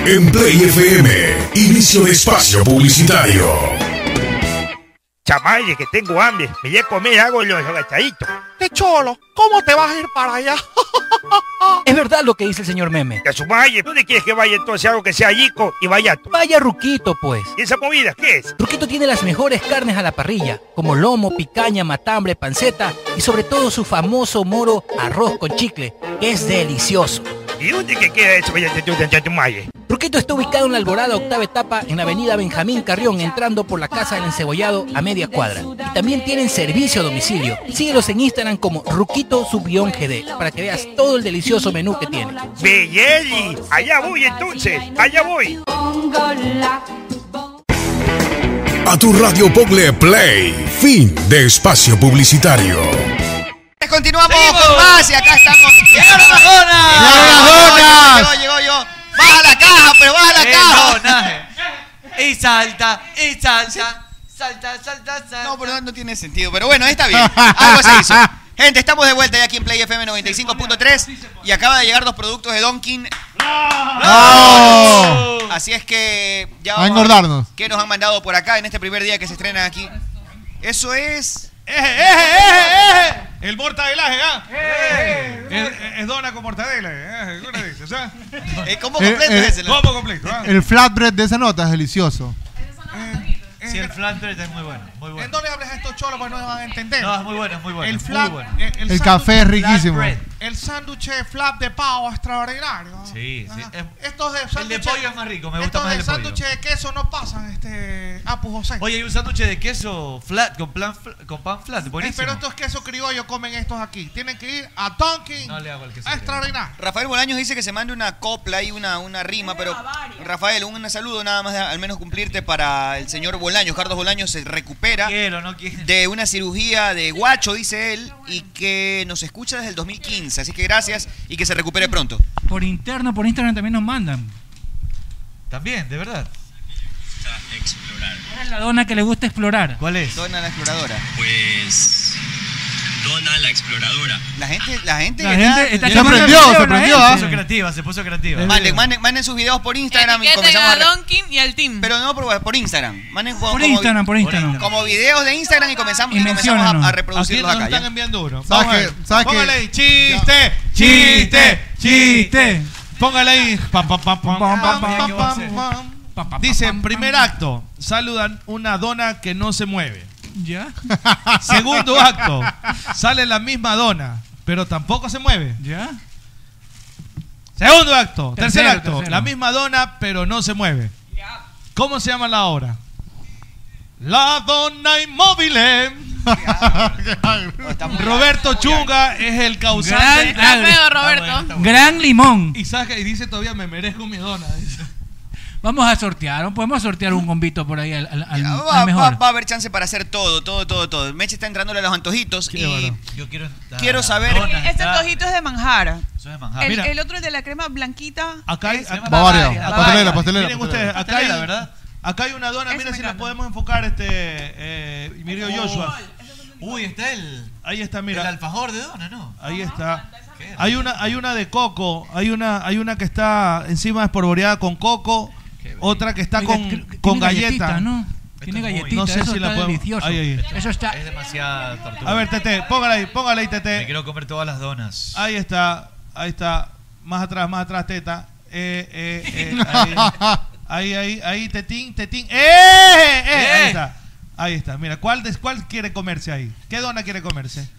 S16: En Play FM, inicio de espacio publicitario.
S2: Chamaye, que tengo hambre. Me voy a comer hago los agachaditos.
S17: De cholo, ¿cómo te vas a ir para allá?
S2: Es verdad lo que dice el señor Meme. A su valle. ¿Dónde quieres que vaya entonces algo que sea yico y vaya?
S16: Vaya Ruquito, pues.
S2: ¿Y esa movida qué es?
S16: Ruquito tiene las mejores carnes a la parrilla, como lomo, picaña, matambre, panceta y sobre todo su famoso moro arroz con chicle, que es delicioso.
S2: ¿Y dónde que queda eso? Vaya, tu- tu- tu- tu malle?
S16: Ruquito está ubicado en la Alborada Octava Etapa en la avenida Benjamín Carrión, entrando por la Casa del Encebollado a media cuadra. Y también tienen servicio a domicilio. Síguelos en Instagram como Ruquito Subión GD para que veas todo el delicioso menú que tiene.
S2: Belleli, allá voy entonces, allá voy.
S18: A tu radio Pogle Play. Fin de espacio publicitario.
S6: Continuamos con más y acá estamos. ¡Llegó la Majona!
S7: Majonas!
S6: Llegó, llegó, llegó. ¡Baja la caja, pero baja la
S7: ¡Qué
S6: caja!
S7: Eh, Y salta, y salta, salta, salta, salta.
S6: No, pero no tiene sentido. Pero bueno, está bien. Algo se hizo. Gente, estamos de vuelta ya aquí en Play FM 95.3 y acaba de llegar dos productos de Donkin.
S13: ¡Bravo!
S6: Así es que ya
S13: A
S6: vamos ver
S13: engordarnos.
S6: ¿Qué nos han mandado por acá en este primer día que se estrena aquí? Eso es.
S8: ¡Eje, eje, eje, eje! El mortadelaje, ¿ah?
S4: Eh,
S8: Es, es dona con mortadela. ¿eh? ¿Qué le dices? ah?
S6: ¿Cómo
S13: Eh, eh,
S8: ¿Cómo completo? ah?
S13: El flatbread de esa nota es delicioso.
S7: Sí, el flatbread es muy bueno, muy bueno.
S4: ¿En dónde hables a estos cholos? Pues no me van a entender.
S7: No, es muy bueno, es muy bueno.
S4: El
S7: es muy
S4: flat,
S7: bueno.
S4: eh,
S13: El
S4: sándwich-
S13: café es riquísimo.
S7: bread.
S4: El sándwich de flap de pavo es extraordinario.
S7: Sí, sí. es-
S4: Estos de
S7: el de
S4: sándwich-
S7: pollo es más rico, me gusta
S4: estos
S7: más el
S4: de
S7: de pollo.
S4: sándwich de queso no pasan, este, Apu José. Eh,
S7: Oye, hay un sándwich de queso flat, con, plan fl- con pan flat, buenísimo.
S4: Pero estos quesos criollos comen estos aquí. Tienen que ir a Tonkin.
S7: No le hago el queso
S4: a
S8: Ah,
S7: criollo.
S4: extraordinario.
S6: Rafael Bolaños dice que se mande una copla y una, una rima, pero Rafael, un saludo nada más, al menos cumplirte para el señor Bolaños. Carlos Bolaños se recupera de una cirugía de guacho, dice él, y que nos escucha desde el 2015. Así que gracias y que se recupere pronto.
S10: Por interno, por Instagram también nos mandan.
S7: También, de verdad.
S19: explorar.
S10: Es la dona que le gusta explorar.
S7: ¿Cuál es?
S6: Dona la exploradora.
S19: Pues. Dona la exploradora.
S6: La gente, la gente,
S7: La
S6: que
S7: gente está Se llamando aprendió, el video, se la aprendió, gente. ¿ah? Se puso creativa, se puso creativa.
S6: Manden, manden- manden sus videos por Instagram y
S9: Etiqueten
S6: comenzamos
S9: a
S6: re-
S9: Donkin y al team.
S6: Pero no por, por Instagram. Manden como,
S10: Por
S6: como-
S10: Instagram, por Instagram.
S6: como videos de Instagram y comenzamos,
S10: Y
S6: y comenzamos
S10: menciónanos.
S6: a, a
S8: Aquí
S6: reproducirlos
S8: nos
S6: acá.
S8: están
S6: ¿ya?
S8: enviando uno.
S6: ¿Sabes
S8: Vamos a ver.
S6: qué? ¿Sabes qué?
S8: Póngale ahí, chiste, chiste, chiste. Póngale ahí. Pam, pam, pam, pam, pam, pam, pam, pam. Dice, en primer acto, saludan una dona que no se mueve.
S10: ¿Ya?
S8: Segundo acto, sale la misma dona, pero tampoco se mueve.
S10: ¿Ya?
S8: Segundo acto, tercer
S10: Tercero,
S8: acto,
S10: tercero.
S8: la misma dona, pero no se mueve. ¿Cómo se llama la obra? La dona inmóvil. Roberto Chunga es el causante.
S9: Está feo, Roberto.
S10: Gran limón.
S8: Y saca y dice todavía me merezco mi dona. dice.
S10: Vamos a sortear, ¿no? podemos sortear un gombito por ahí al, al- al- al
S6: Ah, Va, va-
S10: mejor.
S6: va a haber chance para hacer todo, todo, todo, todo. Meche está entrándole a los antojitos y
S7: yo quiero,
S6: quiero saber.
S9: Este antojito es de manjar.
S7: Eso es
S9: El,
S7: Mira.
S9: el otro es de la crema blanquita.
S8: Acá hay
S9: Bavaria,
S8: Bavaria,
S13: pastelera, pastelera, pastelera.
S8: Miren ustedes, acá hay,
S13: Pastelera,
S8: ¿verdad? Acá hay una dona, miren si nos podemos enfocar este eh, mi río Joshua.
S7: Uy, está el.
S8: Ahí está, mira.
S7: El alfajor de dona, ¿no?
S8: Ahí está. Hay una, hay una de coco, hay una, hay una que está encima espolvoreada con coco, otra que está
S10: Oiga,
S8: con,
S10: creo que
S8: con
S10: tiene
S8: galleta.
S10: galletita, ¿no? Tiene
S8: es muy-
S10: galletita,
S8: no sé
S10: eso
S8: si la
S10: está
S8: podemos-
S10: delicioso.
S8: ahí, ahí.
S10: Eso está...
S7: Es demasiada tortura.
S8: A ver, Tete, póngala ahí, póngala ahí, Tete.
S7: Me quiero comer todas las donas.
S8: Ahí está, ahí está. Más atrás, más atrás, teta. Eh, eh, eh, ahí, ahí, ahí, ahí, tetín, tetín. ¡Eh! eh! Ahí
S6: Eh.
S8: está. Ahí está. Mira, ¿cuál, des- ¿cuál quiere comerse ahí? ¿Qué dona quiere comerse?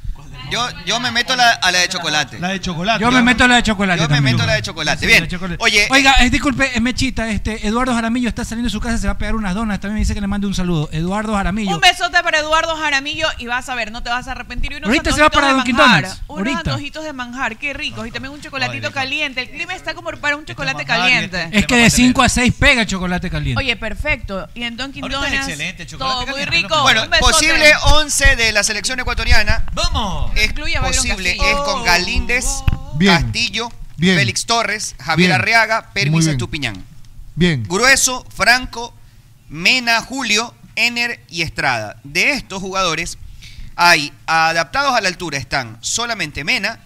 S6: Yo, yo me meto la- a la de chocolate.
S8: La de chocolate.
S10: Yo me meto la de chocolate.
S6: Yo me
S10: también.
S6: meto la de chocolate.
S10: Sí,
S6: Bien.
S10: la de chocolate.
S6: Oye,
S10: Oiga, eh, disculpe, eh, Mechita, este, Eduardo Jaramillo está saliendo de su casa, se va a pegar unas donas. También me dice que le mande un saludo. Eduardo Jaramillo.
S9: Un besote para Eduardo Jaramillo y vas a ver, no te vas a arrepentir. Y unos
S10: Ahorita se va
S9: antojitos
S10: para
S9: de
S10: Dunkin'
S9: manjar.
S10: Donuts,
S9: Unos
S10: ahorita.
S9: antojitos de manjar, qué ricos. Y también un chocolatito
S10: Madre.
S9: caliente. El clima está como para
S10: Este
S9: un chocolate caliente.
S10: es que de 5 a 6 pega el chocolate caliente.
S9: Oye, perfecto. Y en Dunkin'
S10: Ahorita
S9: Donuts.
S10: es excelente, chocolate
S9: Todo muy
S10: caliente,
S9: rico.
S6: bueno,
S9: un besote.
S6: posible 11 de la selección ecuatoriana.
S7: ¡Vamos!
S6: Es
S9: Incluye a Byron
S6: posible.
S9: Castillo.
S6: Es con Galíndez, Castillo,
S13: Bien.
S6: Félix Torres, Javier
S13: Bien.
S6: Arriaga,
S13: Muy
S6: Pervis
S13: bien.
S6: Estupiñán.
S13: Bien.
S6: Grueso, Franco, Mena, Julio, Ener y Estrada. De estos jugadores hay adaptados a la altura están solamente Mena,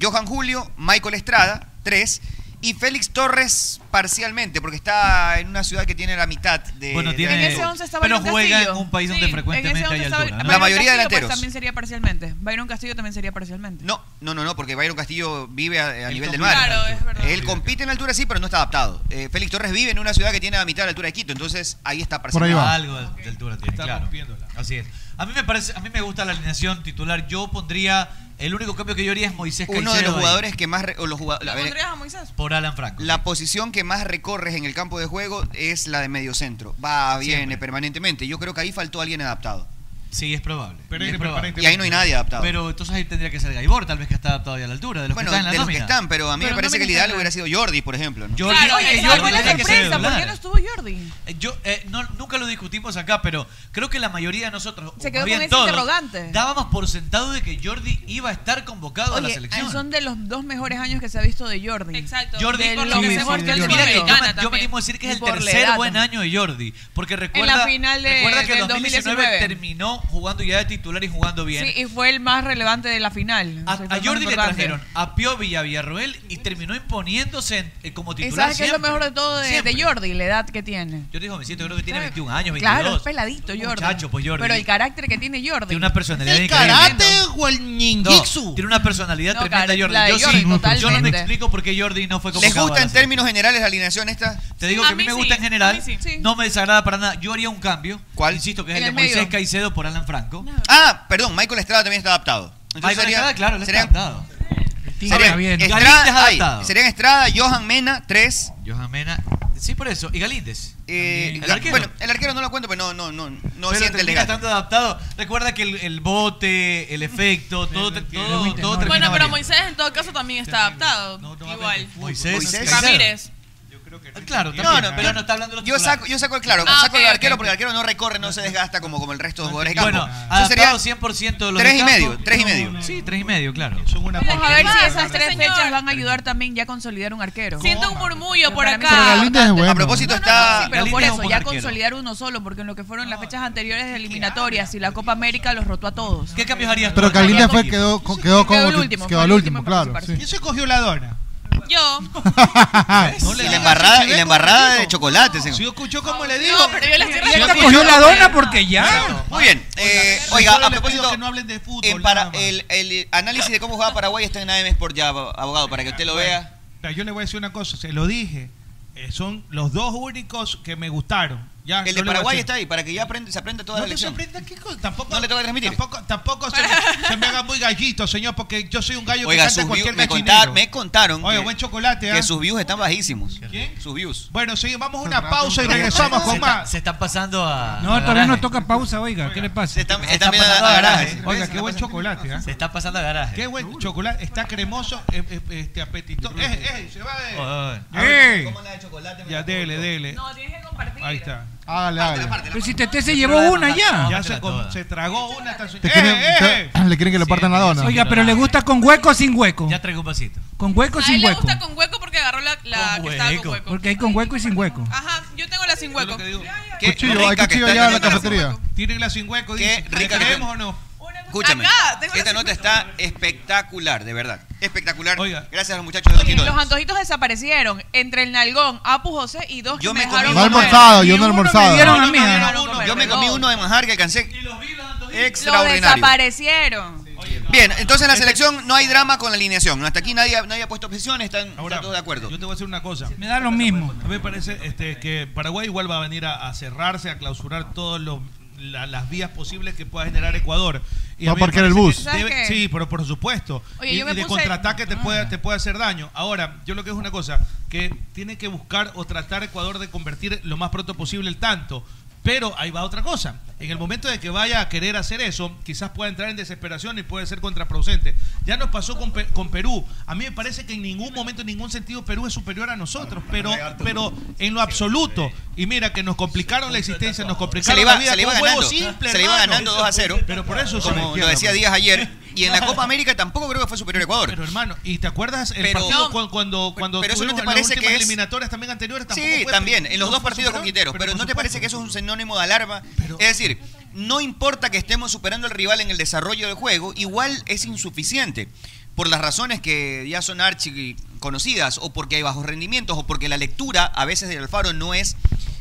S6: Johan Julio, Michael Estrada, 3, Y Félix Torres parcialmente, porque está en una ciudad que tiene la mitad de.
S7: Bueno,
S6: de
S7: tiene- En ese once está pero Byron juega Castillo. en un país donde Sí, en ese frecuentemente once hay está- altura, ¿no?
S6: La
S7: Byron
S6: mayoría
S9: Castillo, pues,
S6: delanteros.
S9: también sería parcialmente. Byron Castillo también sería parcialmente.
S6: No, no, no, no, porque Byron Castillo vive a, a nivel del mar.
S9: compite en altura. Claro, es verdad.
S6: Él compite en altura, sí, pero no está adaptado. Eh, Félix Torres vive en una ciudad que tiene la mitad de la altura de Quito, entonces ahí está parcialmente.
S7: Algo de, de altura tiene, claro. Así es. A mí me parece, a mí me gusta la alineación titular. Yo pondría, el único cambio que yo haría es Moisés Caicedo.
S6: Uno de los
S7: ahí,
S6: jugadores que más. re- o los jugado- a ver,
S9: ¿Pondrías a Moisés?
S7: Por Alan Franco.
S6: La posición que más recorres en el campo de juego es la de mediocentro. Va, viene permanentemente. Yo creo que ahí faltó alguien adaptado.
S7: Sí, es probable.
S6: Pero
S7: Es
S6: ahí-
S7: probable.
S6: pero- y ahí no hay nadie adaptado.
S7: Pero entonces ahí tendría que ser Gaibor, tal vez que está adaptado ya a la altura. De los
S6: bueno,
S7: que están en la
S6: de los que
S7: nómina.
S6: están, pero a mí me parece que el ideal hubiera sido Jordi, por ejemplo. ¿no?
S7: Jordi,
S9: Claro,
S7: oye,
S9: esa
S7: Jordi
S9: fue la
S7: tendría que ser
S9: sorpresa. ¿Por qué
S7: titular.
S9: no estuvo Jordi?
S7: Yo, eh, no- nunca lo discutimos acá, pero creo que la mayoría de nosotros,
S9: Se
S7: o
S9: quedó
S7: más bien
S9: con ese
S7: todos,
S9: interrogante.
S7: dábamos por sentado de que Jordi iba a estar convocado a la
S9: Oye,
S7: selección.
S9: son de los dos mejores años que se ha visto de Jordi. Exacto.
S7: Jordi,
S9: de
S7: por
S9: lo que se mostró en
S7: mira que yo,
S9: Sudamericana
S7: me- yo me
S9: también.
S7: animo a decir que es el
S9: Por la
S7: tercer
S9: edad
S7: buen año
S9: también.
S7: de Jordi, porque recuerda,
S9: final de-
S7: recuerda que el
S9: del
S7: 2019,
S9: 2019.
S7: terminó jugando ya de titular y jugando bien.
S9: Sí, y fue el más relevante de la final. O sea, fue
S7: A
S9: el
S7: Jordi le
S9: más importante.
S7: trajeron a Pio Villarruel y terminó imponiéndose en- eh, como
S9: ¿Y
S7: titular.
S9: sabes qué es lo
S7: siempre.
S9: mejor de todo de, de Jordi? La edad que tiene.
S7: Jordi es jovencito, creo que tiene 21 años, 22.
S9: Claro, es peladito Jordi.
S7: Muchacho, pues Jordi.
S9: Pero el carácter que tiene Jordi.
S7: Tiene una personalidad
S9: ¿El
S7: increíble.
S9: karate
S7: o el ninjitsu? tiene una personalidad
S9: No,
S7: tremenda
S9: cara-
S7: Jordi.
S9: la de
S7: Yo
S9: Jordi,
S7: sí, yo no me
S9: totalmente.
S7: explico por qué Jordi no fue
S6: ¿Les
S7: convocado. a
S6: gusta
S7: la
S6: en términos generales la alineación esta?
S7: Te digo que a mí me gusta en general. No me desagrada para nada. Yo haría un cambio. ¿Cuál? Insisto, que es
S6: En
S7: el de
S6: el
S7: Moisés
S6: medio.
S7: Caicedo por Alan Franco.
S6: Ah, perdón, Michael Estrada también está adaptado.
S7: Michael Estrada, claro, él está adaptado.
S6: Serían,
S7: Está bien.
S6: Estrada-
S7: Galíndez
S6: ay,
S7: adaptado.
S6: serían Estrada, Johan Mena, tres.
S7: Johan Mena. Sí, por eso. Y Galíndez.
S6: Eh,
S7: El arquero.
S6: Bueno, el arquero no lo cuento, pero no, no, no, no
S7: Pero
S6: siente el
S7: termina
S6: legado.
S7: estando adaptado. Recuerda que el, el bote, el efecto, todo, todo, todo, termina
S9: Bueno, pero
S7: variando.
S9: Moisés en todo caso también está adaptado. Igual.
S7: Moisés,
S6: Moisés.
S9: Ramírez.
S7: Claro,
S6: No,
S7: también,
S6: no,
S7: pero no está hablando de los
S6: Yo
S7: titulares.
S6: saco, yo saco el claro,
S7: Ah,
S6: saco
S7: ok,
S6: el
S7: ok,
S6: arquero
S7: ok.
S6: porque el arquero no recorre, no se desgasta como, como el resto de jugadores de campo.
S7: Bueno,
S6: Entonces sería-
S7: adaptado 100% de los
S6: Tres
S7: del
S6: y
S7: campo.
S6: medio, tres y medio.
S7: Sí, tres y medio, claro.
S9: Vamos a ver si esas
S7: Aparte,
S9: tres fechas van a ayudar también ya a consolidar un arquero. Siento un murmullo
S7: por acá.
S13: Pero Galíndez es bueno.
S6: A propósito está...
S9: Pero por eso, ya consolidar uno solo, porque en lo que fueron las fechas anteriores de eliminatorias y la Copa América los rotó a todos.
S7: ¿Qué cambios harías
S13: Pero Galíndez fue,
S9: Galíndez
S13: quedó, quedó como
S9: el
S13: que-
S9: último,
S13: quedó
S9: fue
S13: al
S9: el
S13: último, claro. sí.
S8: ¿Quién se cogió la dona?
S9: Yo.
S6: Y la embarrada, y la embarrada de chocolate, señor.
S8: Escuchó como le digo.
S9: No, pero yo la estoy
S6: Ya
S9: respetando.
S6: cogió la dona
S10: porque
S6: ya. Muy bien. eh, oiga,
S8: solo
S6: a
S8: le pido
S6: propósito,
S8: que no hablen de fútbol,
S6: el, para-
S8: nada más.
S6: el- el análisis de cómo jugaba Paraguay está en AM Sport ya, abogado, para que usted lo vea.
S8: Mira, Yo le voy a decir una cosa, se lo dije. Eh, son los dos únicos que me gustaron. Ya,
S6: El de
S8: yo le voy a
S6: Paraguay
S8: decir.
S6: está ahí, para que ya aprende- se aprenda toda
S8: No
S6: la
S8: te
S6: lección.
S8: sorprenda, ¿qué cosa? Tampoco,
S6: no le toca transmitir.
S8: Tampoco, tampoco se, me, se me haga muy gallito, señor, porque yo soy un gallo
S6: Oiga,
S8: que canta
S6: sus views,
S8: cualquier
S6: me,
S8: gallinero.
S6: contar- me contaron
S8: Oye,
S6: que,
S8: buen chocolate, ¿ah?
S6: que sus views están bajísimos. Sus views.
S8: Bueno, sí, vamos a una pausa y regresamos
S7: se
S8: con
S7: está-
S8: más.
S7: se están pasando a.
S10: No, todavía no toca pausa, oiga. ¿Qué le pasa?
S6: Están,
S7: están pasando a garaje.
S8: Oiga, qué buen chocolate, ¿ah?
S7: Se está pasando a garaje.
S8: Qué buen chocolate, está cremoso, eh, eh, este apetitoso. Eh, eh, se va de.
S7: Oye,
S8: A
S7: oye.
S8: ver,
S7: Ey.
S8: ¿cómo la de chocolate? Ya, dele, dele.
S9: No, tienes que compartir.
S8: Ahí está.
S13: Hágale, hágale.
S10: Pero si Tete se llevó una ya.
S8: Ya se, com- se tragó una hasta su-
S13: Te quieren-
S8: ¡Eh, eh!
S13: te- ah, le quieren que le partan la dona.
S10: Oiga, pero le gusta con hueco o sin hueco. Ya
S7: traigo un vasito.
S10: Con hueco o
S9: A él
S10: sin
S9: le
S10: hueco.
S9: gusta con hueco porque agarró la, la que estaba con hueco.
S10: Porque hay con hueco y sin hueco.
S9: Ajá, yo tengo la sin hueco.
S13: Cuchillo, hay cuchillo allá en la cafetería.
S8: Tienen la sin hueco, dice.
S6: ¿Le rica que
S8: creemos
S6: te-
S8: o no?
S6: Escúchame,
S9: Acá, tengo
S6: esta
S9: la
S6: nota
S9: sin-
S6: está espectacular, de verdad. Espectacular. Gracias a los muchachos de Donkey
S9: Los
S6: Donuts.
S9: antojitos desaparecieron entre el nalgón, Apu José y dos
S6: Yo
S9: que
S6: me
S9: me
S6: comí
S9: dejaron
S13: No he
S9: comer.
S13: almorzado, yo no he almorzado.
S9: ¿eh?
S6: Yo me comí uno de manjar que alcancé.
S9: Lo
S6: Extraordinario.
S9: desaparecieron.
S6: Bien, entonces en la
S8: Este-
S6: selección no hay drama con la alineación. Hasta aquí nadie, nadie ha puesto objeciones, están, están todos de acuerdo.
S8: Yo te voy a decir una cosa.
S10: Me da lo mismo.
S8: A mí me parece este, que Paraguay igual va a venir a, a cerrarse, a clausurar todas las vías posibles que pueda generar Ecuador.
S13: Va
S8: a
S13: a
S8: mí me
S13: parquear el
S8: parece
S13: bus.
S8: que
S13: ¿Sabes
S8: debe-
S13: qué?
S8: sí, pero por supuesto.
S13: Oye,
S8: y
S13: yo me
S8: y de
S13: puse- Ah.
S8: contraataque te, puede, te puede hacer daño. Ahora, yo lo que es una cosa, que tiene que buscar o tratar Ecuador de convertir lo más pronto posible el tanto. Pero ahí va otra cosa. En el momento de que vaya a querer hacer eso, quizás pueda entrar en desesperación y puede ser contraproducente. Ya nos pasó con, Pe- con Perú. A mí me parece que en ningún momento, en ningún sentido, Perú es superior a nosotros. Pero, pero en lo absoluto. Y mira que nos complicaron la existencia, nos
S6: Se le
S8: complicaron la
S6: iba,
S8: vida
S6: se le iba
S8: con huevo
S6: ganando.
S8: simple,
S6: se le iba
S8: hermano.
S6: ganando 2 a 0.
S8: Pero por eso se me
S6: como lo
S8: izquierda,
S6: decía
S8: pues.
S6: Díaz ayer. Y en la Copa América tampoco creo que fue superior a Ecuador.
S8: Pero hermano, ¿y te acuerdas el
S6: Pero-
S8: partido
S6: No.
S8: cu- cuando cuando
S6: pero eso no
S8: tuvimos
S6: te
S8: en
S6: parece
S8: las últimas
S6: que es-
S8: eliminatorias también anteriores tampoco
S6: Sí,
S8: fue-
S6: también, en los
S8: no
S6: dos
S8: fue
S6: partidos
S8: superior,
S6: con Quintero. Pero,
S8: por
S6: ¿no te parece que eso es un sinónimo de alarma? es decir, no importa que estemos superando al rival en el desarrollo del juego, igual es insuficiente. por las razones que ya son archi conocidas, o porque hay bajos rendimientos, o porque la lectura a veces del Alfaro no es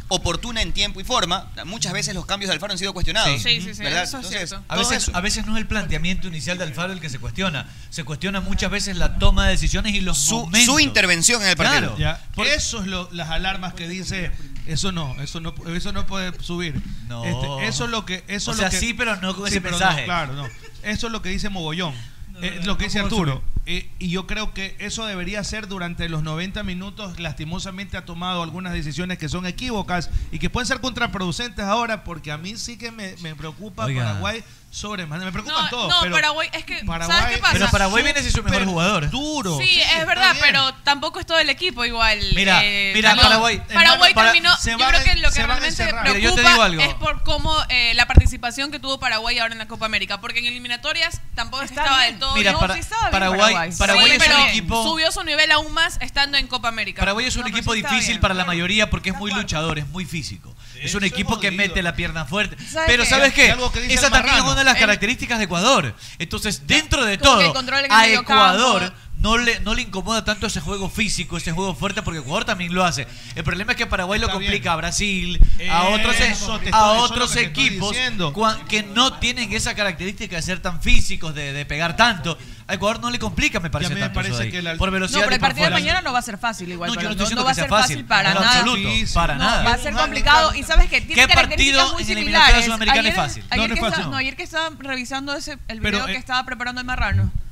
S6: oportuna en tiempo y forma. Muchas veces los cambios de Alfaro han sido cuestionados.
S4: Sí. Sí, sí, sí, eso es cierto.
S7: a,
S6: todo
S7: veces, a veces no es el planteamiento inicial de Alfaro el que se cuestiona. Se cuestiona muchas veces la toma de decisiones y los su,
S6: intervención en el partido.
S7: Claro.
S8: Ya, por eso es lo- las alarmas que dice eso no, eso no, eso no puede subir.
S7: No.
S8: Este, eso es lo que, eso
S7: O
S8: es
S7: sea,
S8: lo que-
S7: sí, pero no con ese
S8: pero
S7: mensaje.
S8: claro, no. Eso es lo que dice Mogollón, eh, lo que
S7: no
S8: dice
S7: puedo
S8: Arturo. Eh, y yo creo que eso debería ser durante los 90 minutos. Lastimosamente ha tomado algunas decisiones que son equívocas y que pueden ser contraproducentes ahora, porque a mí sí que me, me preocupa
S7: Oiga.
S8: Paraguay sobre. Me preocupan
S4: No,
S8: todos.
S4: no,
S8: pero
S4: Paraguay, es que, ¿sabes
S8: Paraguay-
S4: qué pasa?
S7: Pero Paraguay viene sin su mejor
S8: Súper
S7: jugador.
S8: Duro.
S4: Sí, es verdad, pero tampoco es todo el equipo igual.
S7: Mira,
S4: eh,
S7: mira,
S4: también.
S7: Paraguay-
S4: Paraguay
S7: hermano, para-
S4: terminó.
S7: se
S4: yo
S7: van
S4: creo
S7: a-
S4: que lo
S7: se
S4: que
S7: van a
S4: realmente
S7: encerrar.
S4: preocupa
S7: Mira, yo te digo algo.
S4: es por cómo eh, la participación que tuvo Paraguay ahora en la Copa América. Porque en eliminatorias tampoco es que estaba del todo.
S7: Mira,
S4: no,
S7: para-
S4: sí estaba bien
S7: Paraguay- Paraguay es
S4: Sí,
S7: un
S4: pero
S7: equipo-
S4: Subió su nivel aún más estando en Copa América.
S7: Paraguay es un
S4: No, pero
S7: equipo
S4: sí estaba
S7: difícil
S4: bien.
S7: para la mayoría porque es muy luchador, es muy físico. Es un equipo que mete la pierna fuerte.
S4: ¿Sabes
S7: Pero
S4: qué?
S7: ¿sabes qué?
S4: Y algo que dice
S7: Esa
S4: el
S7: también es
S4: marrano.
S7: una de las
S4: El-
S7: características de Ecuador. Entonces, dentro de
S4: Como que
S7: todo,
S4: controlan el
S7: a
S4: medio
S7: Ecuador
S4: campo.
S7: no le, no le incomoda tanto ese juego físico, ese juego fuerte, porque Ecuador también lo hace. El problema es que Paraguay lo complica a Brasil, a
S8: Eso
S7: otros, e-
S8: te
S7: a
S8: estoy- eso es lo
S7: otros
S8: que te estoy
S7: equipos
S8: diciendo.
S7: cua- que no tienen esa característica de ser tan físicos, de, de pegar tanto. A Ecuador no le complica, me parece,
S8: me
S7: tanto eso
S8: parece
S7: de ahí,
S8: que la-
S7: por
S9: No,
S7: velocidad
S9: pero
S7: y
S9: el
S7: por
S9: partido de
S7: fuerza.
S9: mañana no va a ser fácil igual.
S7: No, yo no
S9: para-
S7: estoy diciendo
S9: va a
S7: que sea
S9: ser
S7: fácil.
S9: fácil para
S7: En lo
S9: nada.
S7: absoluto, para
S9: No,
S7: nada.
S9: Va a ser complicado. Y sabes que tiene
S7: ¿Qué
S9: características
S7: partido
S9: muy
S7: en eliminatoria
S9: similares.
S7: sudamericana
S9: Ayer-
S7: es fácil?
S9: Ayer,
S7: No, no
S9: que
S7: es fácil.
S9: estaba- no, ayer que estaban revisando ese,
S7: Pero,
S9: el video
S7: eh,
S9: que estaba preparando el marrano.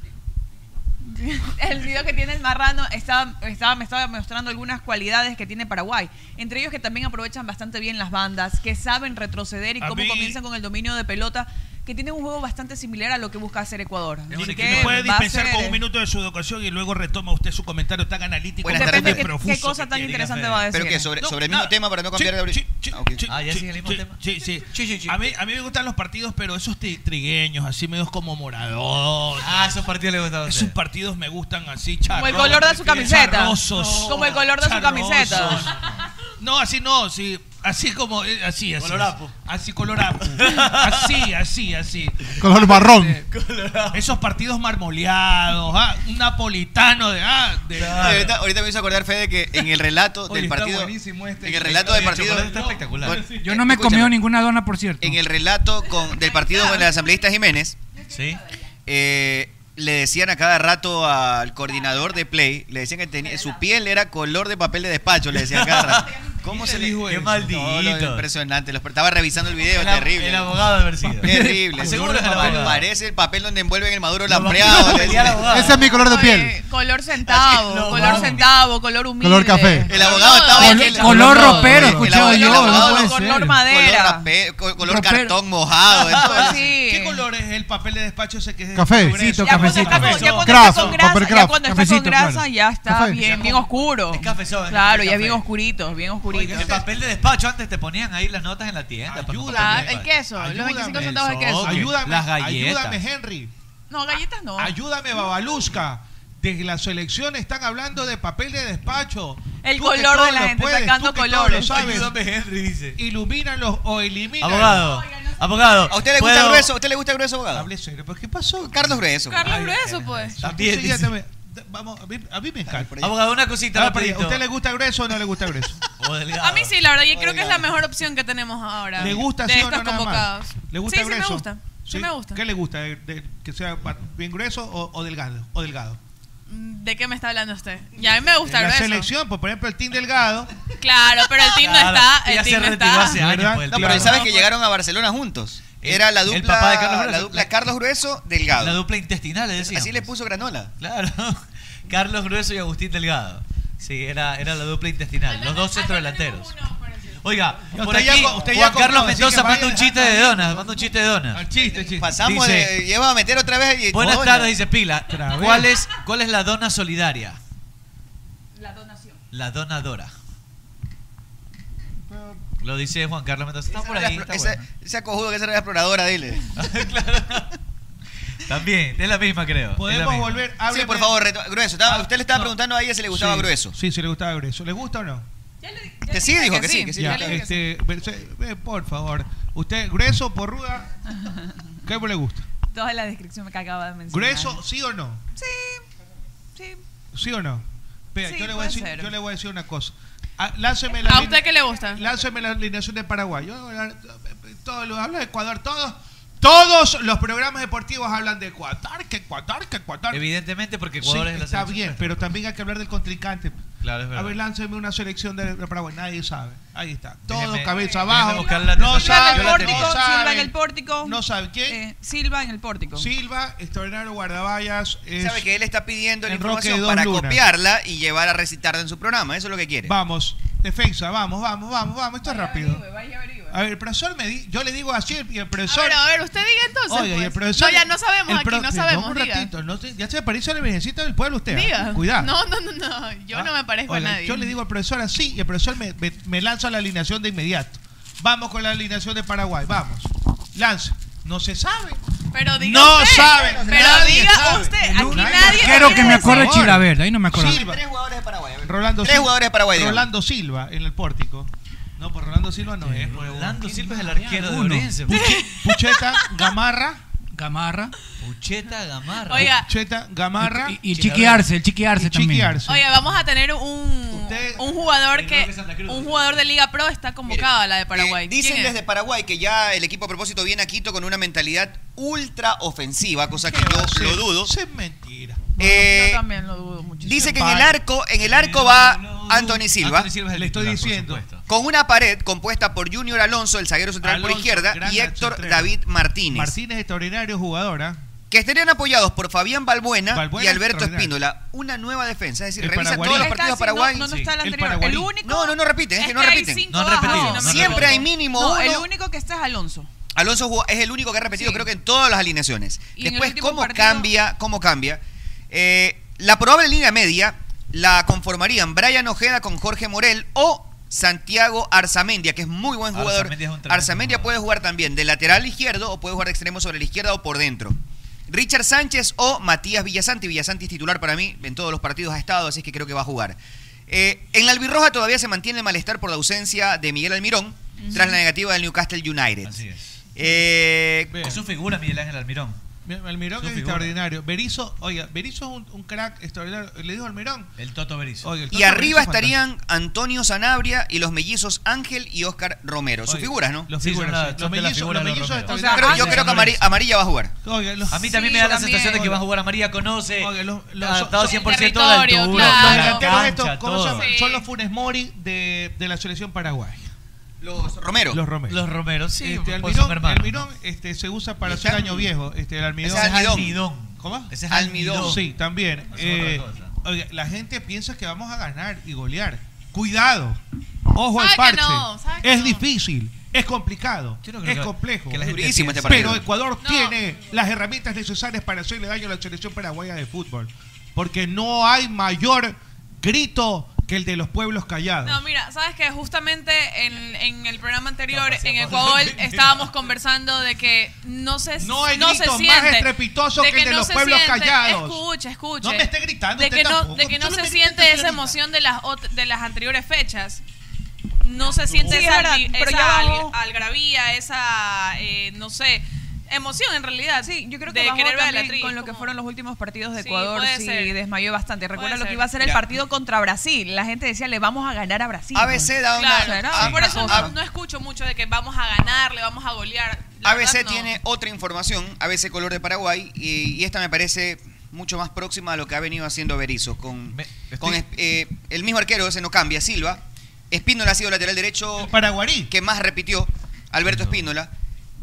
S9: el video que tiene el marrano estaba, estaba, me estaba mostrando algunas cualidades que tiene Paraguay. Entre ellos que también aprovechan bastante bien las bandas, que saben retroceder y
S8: A
S9: cómo
S8: mí-
S9: comienzan con el dominio de pelota, que tienen un juego bastante similar a lo que busca hacer Ecuador. Así que
S8: Que puede
S9: va a
S8: dispensar
S9: ser-
S8: con un minuto de su educación y luego retoma usted su comentario tan analítico.
S6: Buenas
S8: tan
S6: tardes.
S8: profuso
S9: qué cosa
S8: que
S9: tan
S8: tiene.
S9: interesante va a decir.
S6: Pero que sobre,
S8: No,
S6: sobre el mismo
S8: nada.
S6: tema para no cambiar de abri- Ah, ok.
S8: Ah, ya sí, el mismo tema. Sí, sí. A, mí, a mí me gustan los partidos, pero esos tri- trigueños, así medios como morador.
S7: Ah, esos partidos le gustan.
S8: Esos partidos me gustan así,
S9: Como el
S8: charros,
S9: color de su camiseta.
S8: charrosos.
S9: Como el color de su
S8: Charrosos.
S9: camiseta.
S8: No, así no, sí. Así como, eh, así, así.
S7: Colorapo.
S8: Así, colorapo. Así, así, así. Este,
S13: Color marrón.
S8: Esos partidos marmoleados, ah, un napolitano de... Ah, de-
S6: Oye, ahorita, ahorita me hizo acordar, Fede, que en el relato
S8: Oye,
S6: del
S8: está
S6: partido.
S8: buenísimo este.
S6: en el relato del
S8: El
S6: partido.
S8: chocolate está espectacular.
S6: Con-
S10: Yo no me he
S6: escúchame,
S10: comido ninguna dona, por cierto.
S6: En el relato con- del partido con el asambleísta Jiménez,
S7: Sí.
S6: eh, le decían a cada rato al coordinador de play, le decían que tenía- su piel era color de papel de despacho, le decían a cada rato. ¿Cómo se le dijo
S7: Qué maldito.
S6: impresionante. los- Estaba revisando el video,
S7: El ab-
S6: terrible.
S7: el abogado de haber sido.
S6: Terrible.
S7: Seguro es el
S6: Pa-
S7: abogado.
S6: Parece el papel donde envuelven el maduro lampreado. le decían.
S13: Ese es mi color de piel.
S9: Eh, color centavo, color centavo, color humilde.
S13: Color café.
S6: Eh, El abogado estaba
S10: Col-
S6: el-
S10: color
S6: el-
S10: ropero,
S6: el-
S10: escuchaba
S6: el
S10: yo,
S6: abogado-
S10: no puede
S6: el-
S10: ser.
S9: Color madera.
S6: Color, rape- co- color
S10: Ropero.
S6: cartón mojado. de todo.
S8: Ah, ¿Qué color es el papel de despacho ese que es de
S13: Café.
S8: progreso?
S13: Ya cuando está
S9: Ya cuando
S13: Craft,
S9: está con grasa,
S13: papel
S9: ya
S13: craft,
S9: cuando está
S13: cafecito,
S9: con grasa
S13: claro.
S9: ya está
S13: Café.
S9: bien,
S13: Ya
S9: bien oscuro.
S7: soda, es
S9: claro,
S7: café,
S9: ya es bien
S7: café.
S9: oscurito, bien oscurito.
S7: El papel de despacho antes te ponían ahí las notas en la tienda. para no
S9: Claro,
S7: comprar
S9: el queso, los 25 centavos de
S7: El
S9: queso.
S7: soque,
S8: Ayúdame,
S7: las galletas.
S8: ayúdame, Henry.
S9: No, galletas no.
S8: Ayúdame, Babalusca. Desde la selección están hablando de papel de despacho.
S9: El
S8: Tú que
S9: color
S8: todo
S9: de la
S8: lo
S9: gente,
S8: puedes,
S9: sacando
S8: tú que todo
S9: colores.
S8: lo sabes.
S7: Ayúdame, Henry, dice.
S8: Ilumínalos o elimínalos.
S7: Abogado, abogado.
S6: ¿A usted le gusta
S7: ¿puedo-
S6: grueso? ¿A usted le gusta grueso, abogado?
S8: Hable serio, ¿pero qué pasó?
S6: Carlos Grueso.
S4: Carlos Grueso, pues.
S7: También
S8: Sí,
S7: dice.
S8: ya te- Vamos, a mí, a mí me encanta.
S7: Abogado, una cosita
S8: Ah, pero,
S7: rapidito.
S8: ¿Usted le gusta grueso o no le gusta grueso?
S7: O delgado.
S4: A mí sí, la verdad, yo creo que es la mejor opción que tenemos ahora.
S8: ¿Le gusta
S4: de
S8: sí o
S4: estos
S8: no nada
S4: convocados.
S8: más? ¿Le gusta
S4: sí,
S8: grueso?
S4: sí me gusta. Sí, me gusta.
S8: ¿Qué le gusta? ¿De- de- ¿Que sea pa- bien grueso o, o delgado? O delgado.
S9: Mm,
S4: ¿De qué me está hablando usted? Ya a mí me gusta
S8: la
S4: grueso.
S8: selección, pues, por ejemplo, el Team Delgado.
S4: Claro, pero el team no
S8: Claro,
S4: está.
S8: ya
S4: El
S8: se
S4: team no
S8: retiró
S4: está.
S8: hace años, ¿Verdad? pues, el
S6: No,
S8: tío.
S6: pero
S8: Claro.
S6: ¿sabes que llegaron a Barcelona juntos? Era la dupla,
S7: papá de Carlos Grueso.
S6: la dupla Carlos Grueso Delgado.
S7: La dupla intestinal, le decíamos.
S6: Así le puso granola.
S7: Claro. Carlos Grueso y Agustín Delgado. Sí, era, era la dupla intestinal. Los dos centrodelanteros. Oiga,
S8: Usted
S7: por
S8: ya
S7: aquí,
S8: co- usted ya
S7: Juan
S8: comió,
S7: Carlos
S8: así
S7: Mendoza
S8: que
S7: manda
S8: vaya-
S7: un chiste de donas. Manda un chiste de
S6: Ah,
S7: donas.
S8: Chiste, chiste.
S6: Pasamos
S7: Dice-
S6: de. Lleva a meter otra vez. y-
S7: Buenas
S6: Coño.
S7: tardes, dice Pila.
S8: vez.
S7: ¿Cuál es, ¿Cuál es la dona solidaria? La donadora. Lo dice Juan Carlos Mendoza. Está por
S6: Esa-
S7: ahí. Está
S6: esa,
S7: bueno.
S6: esa cojudo que esa era la exploradora, dile.
S7: También, es la misma, creo. es la
S8: Podemos
S7: misma.
S8: volver.
S6: Sí,
S8: hábleme-
S6: por favor, reto- grueso. estaba- usted le estaba preguntando a ella si le gustaba
S8: Sí,
S6: grueso.
S8: Sí, si le gustaba grueso. ¿Le gusta o no?
S6: Que sí, dijo que sí, que sí.
S8: Ya,
S6: le gusta.
S8: este, ve- eh, por favor. Usted, grueso, porruda, ¿qué le gusta?
S9: Toda la descripción que acaba de mencionar.
S8: ¿Grueso, sí o no?
S9: Sí,
S2: Sí.
S8: ¿Sí o no? Vea,
S2: Sí,
S8: yo, le voy
S2: puede
S8: a decir,
S2: ser.
S8: yo le voy a decir una cosa. Ah, Lánceme la
S9: ¿A
S8: line-
S9: usted qué le gusta?
S8: Lánceme la alineación de Paraguay. Yo, voy a hablar- todo lo- hablo de Ecuador, todos. Todos los programas deportivos hablan de Ecuador, que Ecuador, que Ecuador.
S7: Evidentemente, porque Ecuador
S8: Sí,
S7: es la
S8: está
S7: selección.
S8: bien, pero también hay que hablar del contrincante.
S7: Claro, es verdad.
S8: A ver, lánceme una selección de de Paraguay. Nadie sabe. Ahí está. Todo
S7: Déjeme- eh,
S8: cabeza
S7: déjeme
S8: abajo.
S7: buscar la
S8: no
S7: tendencia.
S8: sabe,
S7: Yo la
S8: no
S7: tenía.
S8: sabe.
S2: Silva en el pórtico.
S8: No sabe quién.
S9: Eh,
S2: Silva en el pórtico.
S8: Silva, extraordinario guardaballas. Es
S6: Sabe que él está pidiendo la
S8: en Roque
S6: información
S8: Don
S6: para
S8: Luna.
S6: copiarla y llevar a recitarla en su programa. Eso es lo que quiere.
S8: Vamos, defensa, vamos, vamos, vamos, vamos. Esto es rápido. A ver, el profesor me di- yo le digo así y el profesor.
S9: A ver, a ver, usted diga entonces,
S8: Oiga, y el
S9: pues.
S8: profesor.
S9: No, ya no sabemos
S8: el
S9: aquí,
S8: pro-
S9: no
S8: perdón,
S9: sabemos,
S8: Un
S9: diga.
S8: ratito, no sé, ya se parece a la virgencita del pueblo usted. ¿ah?
S9: Diga.
S8: Cuidado.
S9: No, no, no, no. Yo
S8: Ah,
S9: no me parezco
S8: oiga,
S9: a nadie.
S8: Yo le digo al profesor así y el profesor me, me- me lanza la alineación de inmediato. Vamos con la alineación de Paraguay, vamos. Lanza. No se sabe.
S9: Pero diga
S8: no
S9: usted.
S8: saben.
S9: Pero
S8: Nadie
S9: diga
S8: sabe.
S9: usted. Aquí
S8: Nadie
S9: nadie. lo
S4: Quiero que me
S9: quiere
S4: acuerde
S9: decir.
S4: Chilaverde, ahí no me acuerdo.
S8: Silva. Tres
S6: jugadores de Paraguay.
S8: Rolando
S6: Tres
S8: Silva.
S6: jugadores de Paraguay, digamos.
S8: Rolando Silva en el pórtico. No, pues Rolando Silva no es. Rolando
S7: Silva es el arquero de pues.
S8: Uno.
S7: Orense.
S8: Puche- Pucheta, Gamarra.
S4: Gamarra.
S7: Pucheta Gamarra.
S9: Oiga.
S8: Pucheta, Gamarra.
S4: Y, y el chiquearse, el chiquearse también.
S9: Oye, vamos a tener un, un jugador que un jugador de Liga Pro está convocado a la de Paraguay.
S6: Eh, dicen
S9: ¿Quién es?
S6: desde Paraguay que ya el equipo a propósito viene a Quito con una mentalidad ultra ofensiva, cosa que yo lo dudo.
S8: Es mentira.
S6: Eh,
S2: Yo también lo dudo muchísimo.
S6: dice que en el arco, en el arco va Anthony Silva.
S8: Le estoy diciendo.
S6: Con una pared compuesta por Junior Alonso, el zaguero central por
S8: Alonso,
S6: izquierda,
S8: gran
S6: y Héctor
S8: Nacho Entrego.
S6: David Martínez.
S8: Martínez, extraordinario jugador. ¿ah?
S6: Que estarían apoyados por Fabián Balbuena,
S8: Balbuena,
S6: y Alberto
S8: extraordinario.
S6: Espíndola. Una nueva defensa, es decir,
S8: El
S6: revisa
S8: paraguarí.
S6: todos los
S8: Es
S6: partidos de
S8: casi,
S6: Paraguay.
S2: no, no, no está el
S6: Sí.
S2: anterior. El único-
S6: No, no, no repiten, es, que no
S2: hay
S6: repiten.
S2: cinco abajo, si no me
S6: Siempre
S2: equivoco.
S6: hay mínimo
S2: No,
S6: uno.
S2: el único que está es Alonso.
S6: Alonso jugó- es el único que ha repetido, creo que en todas las alineaciones.
S2: Y en el
S6: Después,
S2: último
S6: ¿cómo
S2: partido-
S6: cambia? ¿Cómo cambia? Eh, la probable línea media la conformarían Brian Ojeda con Jorge Morel o Santiago Arzamendia, que es muy buen jugador.
S7: Arzamendia es un tremendo
S6: Arzamendia puede jugar también de lateral izquierdo o puede jugar de extremo sobre la izquierda o por dentro. Richard Sánchez o Matías Villasanti. Villasanti es titular para mí, en todos los partidos ha estado, así que creo que va a jugar. Eh, en la albirroja todavía se mantiene el malestar por la ausencia de Miguel Almirón
S7: Ujú.
S6: tras la negativa del Newcastle United.
S7: Así es.
S6: Eh,
S7: Es su figura, Miguel Ángel Almirón.
S8: Mira, Almirón
S7: Su
S8: es
S7: figura.
S8: extraordinario. Berizo, oiga, Berizo es un, un crack extraordinario. Le dijo Almirón.
S7: El Toto Berizzo.
S8: Oiga, el
S6: y
S8: Toto
S6: arriba
S8: Berizzo es
S6: estarían Antonio Sanabria y los mellizos Ángel y Oscar Romero. Sus
S7: Oye,
S6: figuras, ¿no?
S7: los Sí, figuras, son la- sí. son Los de las mellizos- figuras los de los mellizos Romero.
S6: Yo creo- yo creo que amari- amarilla va a jugar.
S8: Oiga, los-
S7: a mí también
S8: Sí,
S7: me da la
S8: también,
S7: sensación de que
S8: oiga.
S7: va a jugar a María, conoce, adaptado
S8: Adaptados
S7: 100% a la altura,
S8: Los
S7: la
S8: delanteros estos,
S7: cancha,
S8: ¿cómo
S7: todo.
S8: son? Son los Funes Mori de, de la selección paraguaya.
S6: Los Romero.
S8: Los Romero.
S7: Los Romero, sí,
S8: Este,
S7: pues son
S8: almirón
S7: hermanos,
S8: almirón, este, se usa para
S7: Y
S8: hacer
S7: están-
S8: año viejo. Este, el almidón.
S7: Ese es almidón. Almidón.
S8: ¿Cómo?
S7: Ese es almidón.
S8: Sí, también.
S7: Eso es
S8: Eh,
S7: otra cosa.
S8: oiga, la gente piensa que vamos a ganar y golear. Cuidado. Ojo al
S9: Sabe que
S8: parche.
S9: no, sabe que
S8: es
S9: no.
S8: difícil. Es complicado. Es complejo.
S7: que la gente
S8: Durísimo
S7: piense.
S8: Pero Ecuador tiene las herramientas necesarias para hacerle daño a la selección paraguaya de fútbol. Porque no hay mayor grito que el de los pueblos callados.
S9: No, mira, sabes que justamente en, en el programa anterior en Ecuador estábamos conversando de que no se
S8: No hay
S9: se
S8: grito más
S9: siente,
S8: estrepitoso que el de los
S9: se
S8: pueblos
S9: siente.
S8: callados.
S9: Escucha, escucha.
S8: No me esté gritando
S9: De
S8: usted
S9: que no,
S8: tampoco.
S9: de que no
S8: Solo
S9: se
S8: me
S9: siente esa emoción de las ot- de las anteriores fechas. No se siente
S2: Sí, es
S9: esa,
S2: verdad,
S9: albi-
S2: pero
S9: esa
S2: ya
S9: al-
S2: bajó.
S9: algarabía, esa eh, no sé, emoción en realidad. Sí, yo
S2: creo que bajó también con lo que fueron los últimos partidos de Ecuador
S9: puede
S2: sí
S9: ser.
S2: desmayó bastante. Recuerda
S9: Puede
S2: lo que
S9: ser.
S2: iba a ser el
S9: Mira.
S2: partido contra Brasil. La gente decía, le vamos a ganar a Brasil.
S6: ABC da una-
S2: O sea, era
S6: Ah,
S2: otra
S9: Por eso
S2: cosa.
S9: no, no escucho mucho de que vamos a ganar, le vamos a golear. La
S6: ABC
S9: verdad, no.
S6: tiene otra información, ABC Color de Paraguay, y, y esta me parece mucho más próxima a lo que ha venido haciendo Berizzo. Con, con, eh, el mismo arquero, ese no cambia, Silva. Espíndola ha sido lateral derecho que más repitió, Alberto Espíndola.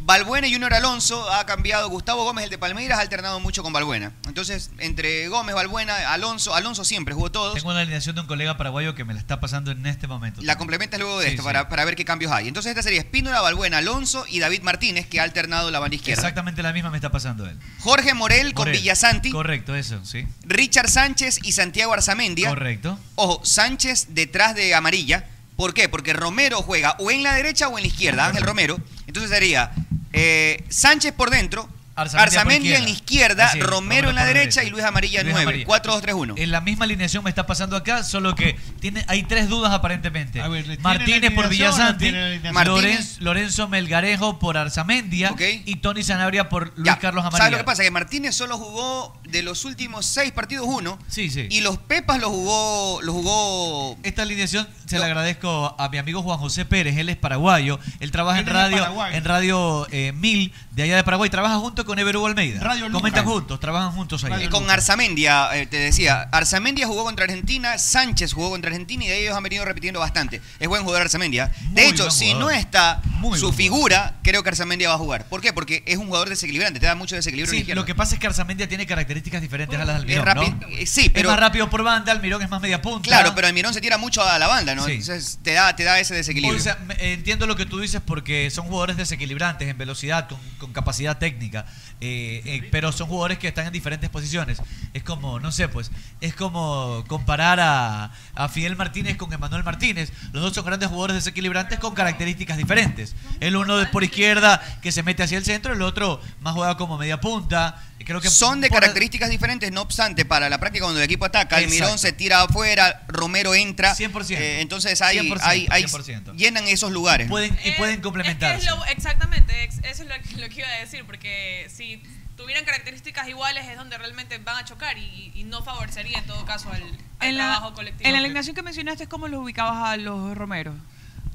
S6: Balbuena y Junior Alonso ha cambiado. Gustavo Gómez, el de Palmeiras, ha alternado mucho con Balbuena. Entonces, entre Gómez, Balbuena, Alonso, Alonso siempre jugó todos.
S7: Tengo una alineación de un colega paraguayo que me la está pasando en este momento.
S6: La complementas luego de
S7: Sí,
S6: esto
S7: sí.
S6: Para, para ver qué cambios hay. Entonces, esta sería Espíndola, Balbuena, Alonso y David Martínez, que ha alternado la banda izquierda.
S7: Exactamente la misma me está pasando él.
S6: Jorge Morel con
S7: Morel.
S6: Villasanti,
S7: Correcto, eso, sí.
S6: Richard Sánchez y Santiago Arzamendia.
S7: Correcto.
S6: Ojo, Sánchez detrás de Amarilla. ¿Por qué? Porque Romero juega o en la derecha o en la izquierda, Ángel Romero. Entonces sería eh, Sánchez por dentro,
S7: Arzamendi,
S6: Arzamendi en la izquierda,
S7: Así es,
S6: Romero en la
S7: por
S6: derecha y Luis Amarilla en
S7: Luis
S6: nueve.
S7: Amarilla.
S6: 4, 2, 3, 1.
S7: En la misma alineación me está pasando acá, solo que tiene, hay tres dudas aparentemente. Martínez por
S6: alineación o no
S7: Villasanti,
S6: tiene la alineación?
S7: Lorenz- Lorenzo Melgarejo por Arzamendia y Tony Sanabria por Luis Carlos Amarilla.
S6: ¿Sabes lo que pasa? Que Martínez solo jugó de los últimos seis partidos uno.
S7: Sí, sí.
S6: Y los Pepas lo jugó. Lo jugó
S7: Esta alineación se la agradezco a mi amigo Juan José Pérez, él es paraguayo, él trabaja en
S6: Él es de
S7: radio,
S6: Paraguay.
S7: en radio eh, Mil de allá de Paraguay, trabaja junto con Ever Hugo Almeida.
S6: Radio Luca.
S7: Comentan juntos, trabajan juntos ahí.
S6: eh, con Arzamendia, eh, te decía. Arzamendia jugó contra Argentina, Sánchez jugó contra Argentina y de ahí ellos han venido repitiendo bastante. Es buen jugador Arzamendia. De
S7: Muy
S6: hecho,
S7: buen
S6: si
S7: jugador.
S6: no está
S7: Muy
S6: su
S7: buen
S6: figura, creo que Arzamendia va a jugar. ¿Por qué? Porque es un jugador desequilibrante, te da mucho desequilibrio en la
S7: Sí,
S6: izquierda.
S7: lo que pasa es que Arzamendia tiene características diferentes a las de
S6: Es
S7: Almirón,
S6: rápido,
S7: ¿no?
S6: eh, sí, pero
S7: es más rápido por banda, Almirón es más media punta.
S6: Claro, pero Almirón se tira mucho a la banda, ¿no?
S7: Sí.
S6: Entonces te da, te da ese desequilibrio.
S7: O sea, me- entiendo lo que tú dices porque son jugadores desequilibrantes en velocidad, con, con capacidad técnica, eh, eh, pero son jugadores que están en diferentes posiciones. Es como, no sé, pues, es como comparar a, a Fidel Martínez con Emanuel Martínez. Los dos son grandes jugadores desequilibrantes con características diferentes. El uno de por izquierda que se mete hacia el centro, el otro más jugado como media punta. Creo que
S6: Son de
S7: por-
S6: características diferentes, no obstante, para la práctica cuando el equipo ataca, Almirón
S7: Exacto.
S6: se tira afuera, Romero entra. 100%. entonces hay,
S7: 100%,
S6: hay- hay-
S7: 100%.
S6: llenan esos lugares.
S7: Pueden- y pueden complementarse.
S9: Es lo- exactamente, ex- eso es lo, que- lo que iba a decir, porque si tuvieran características iguales es donde realmente van a chocar y, y no favorecería en todo caso al, al
S20: En la,
S9: trabajo colectivo.
S20: en la alineación que mencionaste, ¿cómo los ubicabas a los Romero?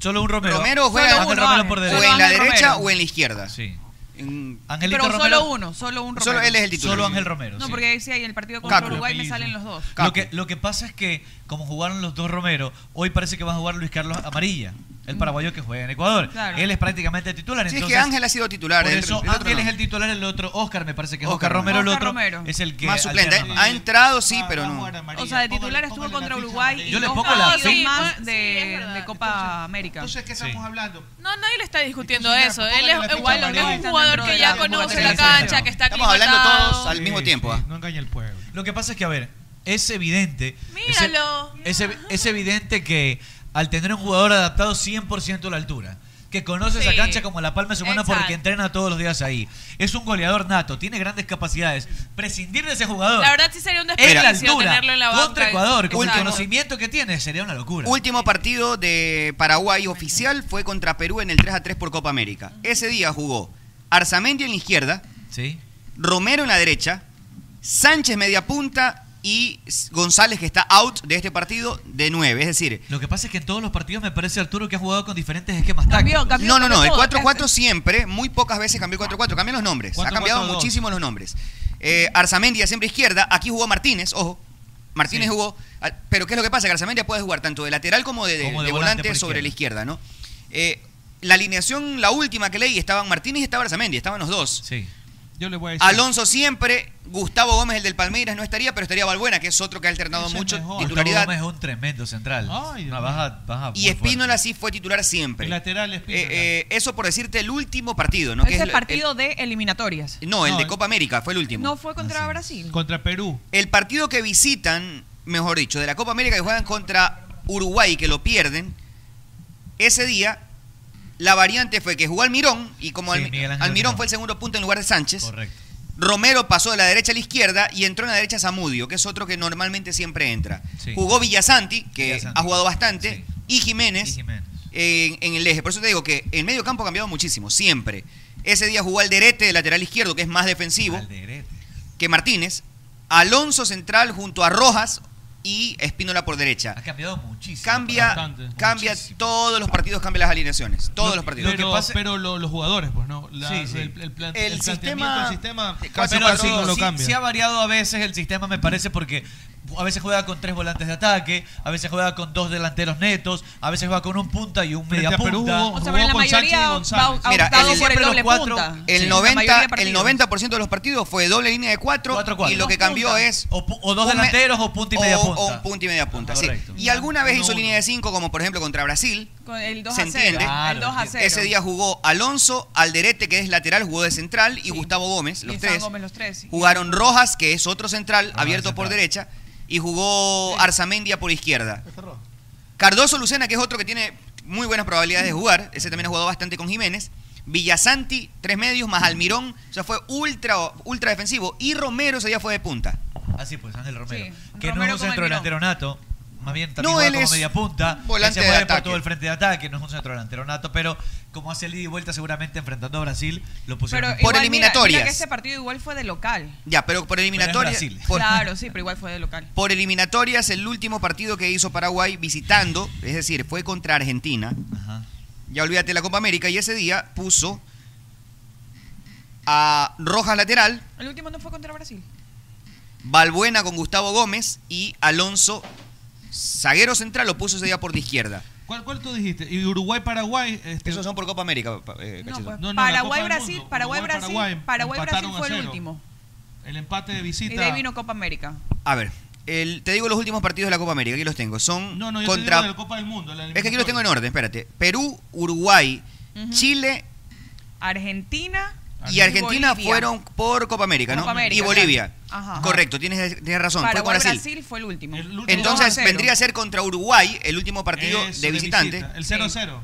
S7: Solo un Romero.
S6: Romero juega
S7: Ángel Romero por
S6: o
S7: derecha.
S6: en la
S7: Ángel
S6: derecha
S7: Romero.
S6: o en la izquierda.
S7: Sí.
S6: En-
S7: Angelito
S20: Pero
S7: Romero-
S20: solo uno, solo un Romero.
S7: Solo él es el titular. Solo Ángel Romero,
S20: No,
S7: sí.
S20: porque ahí sí, en el partido contra
S7: Caco.
S20: Uruguay me
S7: Apellido.
S20: salen los dos.
S7: Lo que, lo que pasa es que, como jugaron los dos Romero, hoy parece que va a jugar Luis Carlos Amarilla,
S20: Mm.
S7: el paraguayo que juega en Ecuador.
S6: Claro.
S7: Él es prácticamente titular.
S6: Sí, es
S7: entonces,
S6: que Ángel ha sido titular.
S7: Por
S6: el-
S7: eso,
S6: el otro
S7: Ángel
S6: no.
S7: es el titular, el otro Oscar, me parece que es
S6: Oscar
S7: Oscar, Romero, el
S6: Romero.
S7: otro
S6: Oscar Romero.
S7: es el que.
S6: Más suplente.
S7: alterna. Ah,
S6: Ha entrado, sí, pero no.
S20: O sea, de titular estuvo contra Uruguay y
S7: Yo le
S20: dos
S7: pongo la
S20: partidos
S7: fe.
S20: más de, de Copa América. Entonces,
S4: ¿qué estamos hablando?
S9: No, nadie le está discutiendo
S20: Entonces,
S9: eso.
S20: ya,
S9: Él
S20: póngale la
S9: es, igual,
S20: ficha
S9: es
S20: amarilla.
S9: un jugador que ya
S20: Dentro de la
S9: conoce la
S20: convocatoria.
S9: cancha, que está
S6: Estamos hablando
S9: aclimatado.
S6: todos al mismo tiempo. ah.
S4: No engaña el pueblo.
S7: Lo que pasa es que, a ver, es evidente. es e-
S9: Míralo.
S7: Es, ev- es evidente que al tener un jugador adaptado 100% a la altura, que conoce esa
S9: Sí.
S7: cancha como la palma de su mano
S9: Exacto.
S7: porque entrena todos los días ahí, es un goleador nato, tiene grandes capacidades. Prescindir de ese jugador.
S9: La verdad sí sería un
S7: en la
S9: desperdicio
S7: altura,
S9: tenerlo en la banca.
S7: contra Ecuador, con el
S6: Último.
S7: conocimiento que tiene, sería una locura.
S6: Último partido de Paraguay oficial fue contra Perú en el 3 a 3 por Copa América. Ese día jugó Arzamendi en la izquierda,
S7: Sí.
S6: Romero en la derecha, Sánchez media punta y González que está out de este partido de 9, es decir,
S7: Lo que pasa es que en todos los partidos me parece Arturo que ha jugado con diferentes esquemas tácticos.
S6: no, no, no, el 4-4 siempre, muy pocas veces cambió el 4-4, cambian los nombres, ha
S7: 4-4-2.
S6: cambiado muchísimo los nombres. Eh, Arzamendia siempre izquierda, aquí jugó Martínez, ojo, Martínez
S7: Sí.
S6: jugó, ah, pero ¿qué es lo que pasa? Que Arzamendia puede jugar tanto de lateral como de, de-
S7: Como de
S6: de
S7: volante
S6: volante,
S7: por
S6: sobre la izquierda, ¿no? Eh, la alineación, la última que leí, estaban Martínez y estaba Arzamendia, estaban los dos.
S7: Sí.
S4: Yo le voy a decir.
S6: Alonso siempre, Gustavo Gómez, el del Palmeiras, no estaría, pero estaría Balbuena, que es otro que ha alternado mucho
S7: Gustavo
S6: titularidad.
S7: Gómez es un tremendo central.
S4: Ah,
S7: Una baja, baja
S6: Y
S7: muy
S6: Espínola sí fue titular siempre.
S4: lateral
S6: Eh, eh, eso por decirte el último partido, ¿no? Que
S20: es
S6: es
S20: el
S6: lo-
S20: partido de eliminatorias.
S6: el- no, el de Copa América fue el último.
S20: No fue contra Brasil.
S4: Contra Perú.
S6: El partido que visitan, mejor dicho, de la Copa América que juegan contra Uruguay, que lo pierden, ese día la variante fue que jugó Almirón, y como
S7: Sí,
S6: Almi-
S7: Miguel Ángel
S6: Almirón
S7: Almirón.
S6: fue el segundo punto en lugar de Sánchez,
S7: Correcto.
S6: Romero pasó de la derecha a la izquierda y entró en la derecha Zamudio, que es otro que normalmente siempre entra.
S7: Sí.
S6: Jugó Villasanti, que
S7: Villasanti.
S6: ha jugado bastante, y Jiménez, En, en el eje. Por eso te digo que el medio campo ha cambiado muchísimo, siempre. Ese día jugó Alderete de lateral izquierdo, que es más defensivo que Martínez, Alonso central junto a Rojas y Espínola por derecha. Ha
S7: cambiado muchísimo.
S6: Cambia,
S4: Bastante.
S6: cambia todos los partidos, cambia las alineaciones. Todos los partidos.
S4: Pero, pero lo- los jugadores, pues, ¿no? La-
S7: Sí, sí.
S4: El, el plan-
S6: El
S4: el
S6: sistema-
S4: planteamiento, el sistema.
S6: Pero
S4: casi
S7: Pero
S4: casi
S7: sí,
S4: no lo
S7: sí-
S4: cambia.
S7: sí ha variado a veces el sistema, me parece, porque a veces juega con tres volantes de ataque, a veces juega con dos delanteros netos, a veces juega con un punta y un
S4: Frente
S7: media
S4: a Perú
S7: punta.
S4: jugó- O sea, pero jugó la con mayoría Sánchez y González. va- ha
S6: Mira,
S4: optado
S6: el-
S4: por el
S6: siempre
S4: doble
S6: los cuatro-
S4: punta.
S6: el
S4: Sí, la mayoría
S6: 90,
S4: de partidos.
S6: el 90% de los partidos fue doble línea de 4 y lo
S7: Dos
S6: que cambió
S7: puntas.
S6: es
S7: O, pu- o dos
S6: un me-
S7: delanteros o punta y media
S6: o-
S7: punta.
S6: o un punta y media punta, sí.
S7: Correcto.
S6: Y alguna vez hizo línea de 5 como por ejemplo contra Brasil.
S20: Con el 2
S6: ¿Se
S20: a 0.
S6: entiende?
S20: el 2 a 0.
S6: Ese día jugó Alonso, Alderete, que es lateral, jugó de central, y Gustavo Gómez,
S20: Y
S6: los
S20: estaban
S6: tres.
S20: Gómez los tres.
S6: Jugaron Rojas, que es otro central, abierto por
S20: central.
S6: derecha, y jugó Arzamendia por izquierda. Cardoso Lucena, que es otro que tiene muy buenas probabilidades de jugar, ese también ha jugado bastante con Jiménez. Villasanti, tres medios, más Almirón. O sea, fue ultra, ultra defensivo. Y Romero ese día fue de punta.
S7: Así pues, Ángel Romero.
S6: Sí,
S7: que no
S6: Romero
S7: es
S6: como
S7: un centro
S6: Almirón.
S7: delantero nato. Más bien también
S6: No,
S7: juega
S6: él
S7: como
S6: es
S7: media punta.
S6: volante
S7: que
S6: de
S7: se mueve por
S6: ataque.
S7: todo el frente de ataque. No es un centro delantero nato. Pero como hace el ida y vuelta, seguramente enfrentando a Brasil, lo pusieron.
S20: Pero
S7: en-
S20: igual, mira- Mira, que ese partido igual fue de local.
S6: Ya, pero por eliminatorias.
S7: Brasil.
S6: por-
S20: Claro, sí, pero igual fue de local.
S6: Por eliminatorias, el último partido que hizo Paraguay visitando, es decir, fue contra Argentina. Ya olvídate de la Copa América y ese día puso a Rojas lateral,
S20: El último no fue contra Brasil.
S6: Balbuena con Gustavo Gómez y Alonso zaguero central lo puso ese día por la izquierda.
S4: ¿Cuál, cuál tú dijiste? ¿Y Uruguay-Paraguay?
S6: Esos son por Copa América, pa- eh,
S20: No,
S6: Cachito.
S20: pues,
S4: No, no, la Copa del
S20: Paraguay-Brasil,
S4: Mundo.
S20: Paraguay-Brasil,
S4: Uruguay-Paraguay
S20: Paraguay-Brasil
S6: empataron a
S20: fue el
S6: cero.
S20: último.
S4: El empate de
S20: Y
S4: visita.
S20: de ahí vino Copa América.
S6: A ver, el- te digo los últimos partidos de la Copa América, aquí los tengo. Son
S4: No, no, yo te
S6: contra...
S4: digo de la Copa del Mundo. la
S6: Es que aquí los tengo en orden, espérate. Perú, Uruguay Chile.
S20: Argentina.
S4: Ah,
S6: y Argentina
S20: Bolivia.
S6: fueron por Copa América, ¿no?
S20: Copa América,
S6: y Bolivia.
S20: claro. Ajá.
S6: Correcto, tienes, tienes razón. fue con Brasil.
S20: Paraguay-Brasil fue el último.
S6: Entonces
S20: 2 a 0.
S6: vendría a ser contra Uruguay el último partido
S4: Eso,
S6: de
S4: de
S6: visitante.
S4: visita, el 0-0.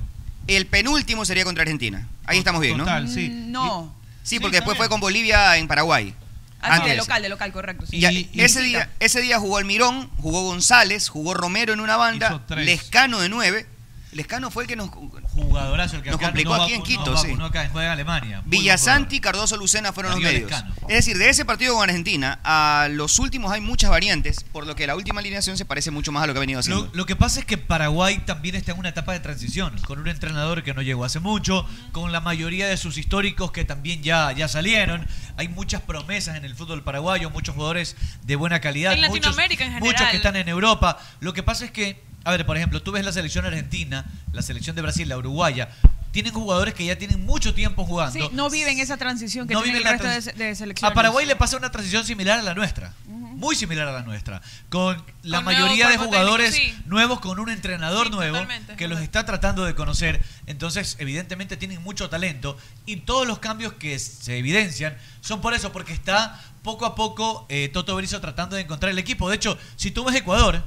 S6: El penúltimo sería contra Argentina. Ahí estamos bien, ¿no?
S4: Total, sí.
S20: No,
S6: Sí, porque después fue con Bolivia en Paraguay.
S20: ah, sí,
S6: Antes.
S20: de local, de local, correcto. sí.
S6: Ya,
S20: Y-
S6: ese,
S20: y-
S6: día, ese día jugó Almirón, jugó González, jugó Romero en una banda, Lescano de nueve. Lescano fue el que nos,
S7: Jugadorazo el que
S6: nos
S7: acá
S6: complicó
S7: no va-
S6: aquí en
S7: no
S6: Quito,
S7: va-
S6: sí.
S7: no acá, juega en Alemania. Muy
S6: Villasanti, Cardoso, Lucena fueron los
S7: Arriba
S6: medios.
S7: Lescano.
S6: Es decir, de ese partido con Argentina a los últimos hay muchas variantes, por lo que la última alineación se parece mucho más a lo que ha venido haciendo.
S7: Lo, lo que pasa es que Paraguay también está en una etapa de transición, con un entrenador que no llegó hace mucho, con la mayoría de sus históricos que también ya, ya salieron. Hay muchas promesas en el fútbol paraguayo, muchos jugadores de buena calidad.
S9: En
S7: muchos-
S9: Latinoamérica en
S7: Muchos
S9: general.
S7: que están en Europa. Lo que pasa es que, a ver, por ejemplo, tú ves la selección argentina, la selección de Brasil, la uruguaya, tienen jugadores que ya tienen mucho tiempo jugando.
S20: Sí, no viven esa transición que
S7: No
S20: tiene el
S7: viven
S20: resto
S7: la
S20: de,
S7: trans-
S20: se- de selecciones.
S7: A Paraguay le pasa una transición similar a la nuestra. Muy similar a la nuestra. Con la
S20: Con nuevo
S7: mayoría de
S20: cuerpo
S7: jugadores
S20: técnico,
S7: nuevos, con un entrenador nuevo que los está tratando de conocer. Entonces, evidentemente, tienen mucho talento. Y todos los cambios que se evidencian son por eso, porque está poco a poco eh, Toto Brizo tratando de encontrar el equipo. De hecho, si tú ves Ecuador.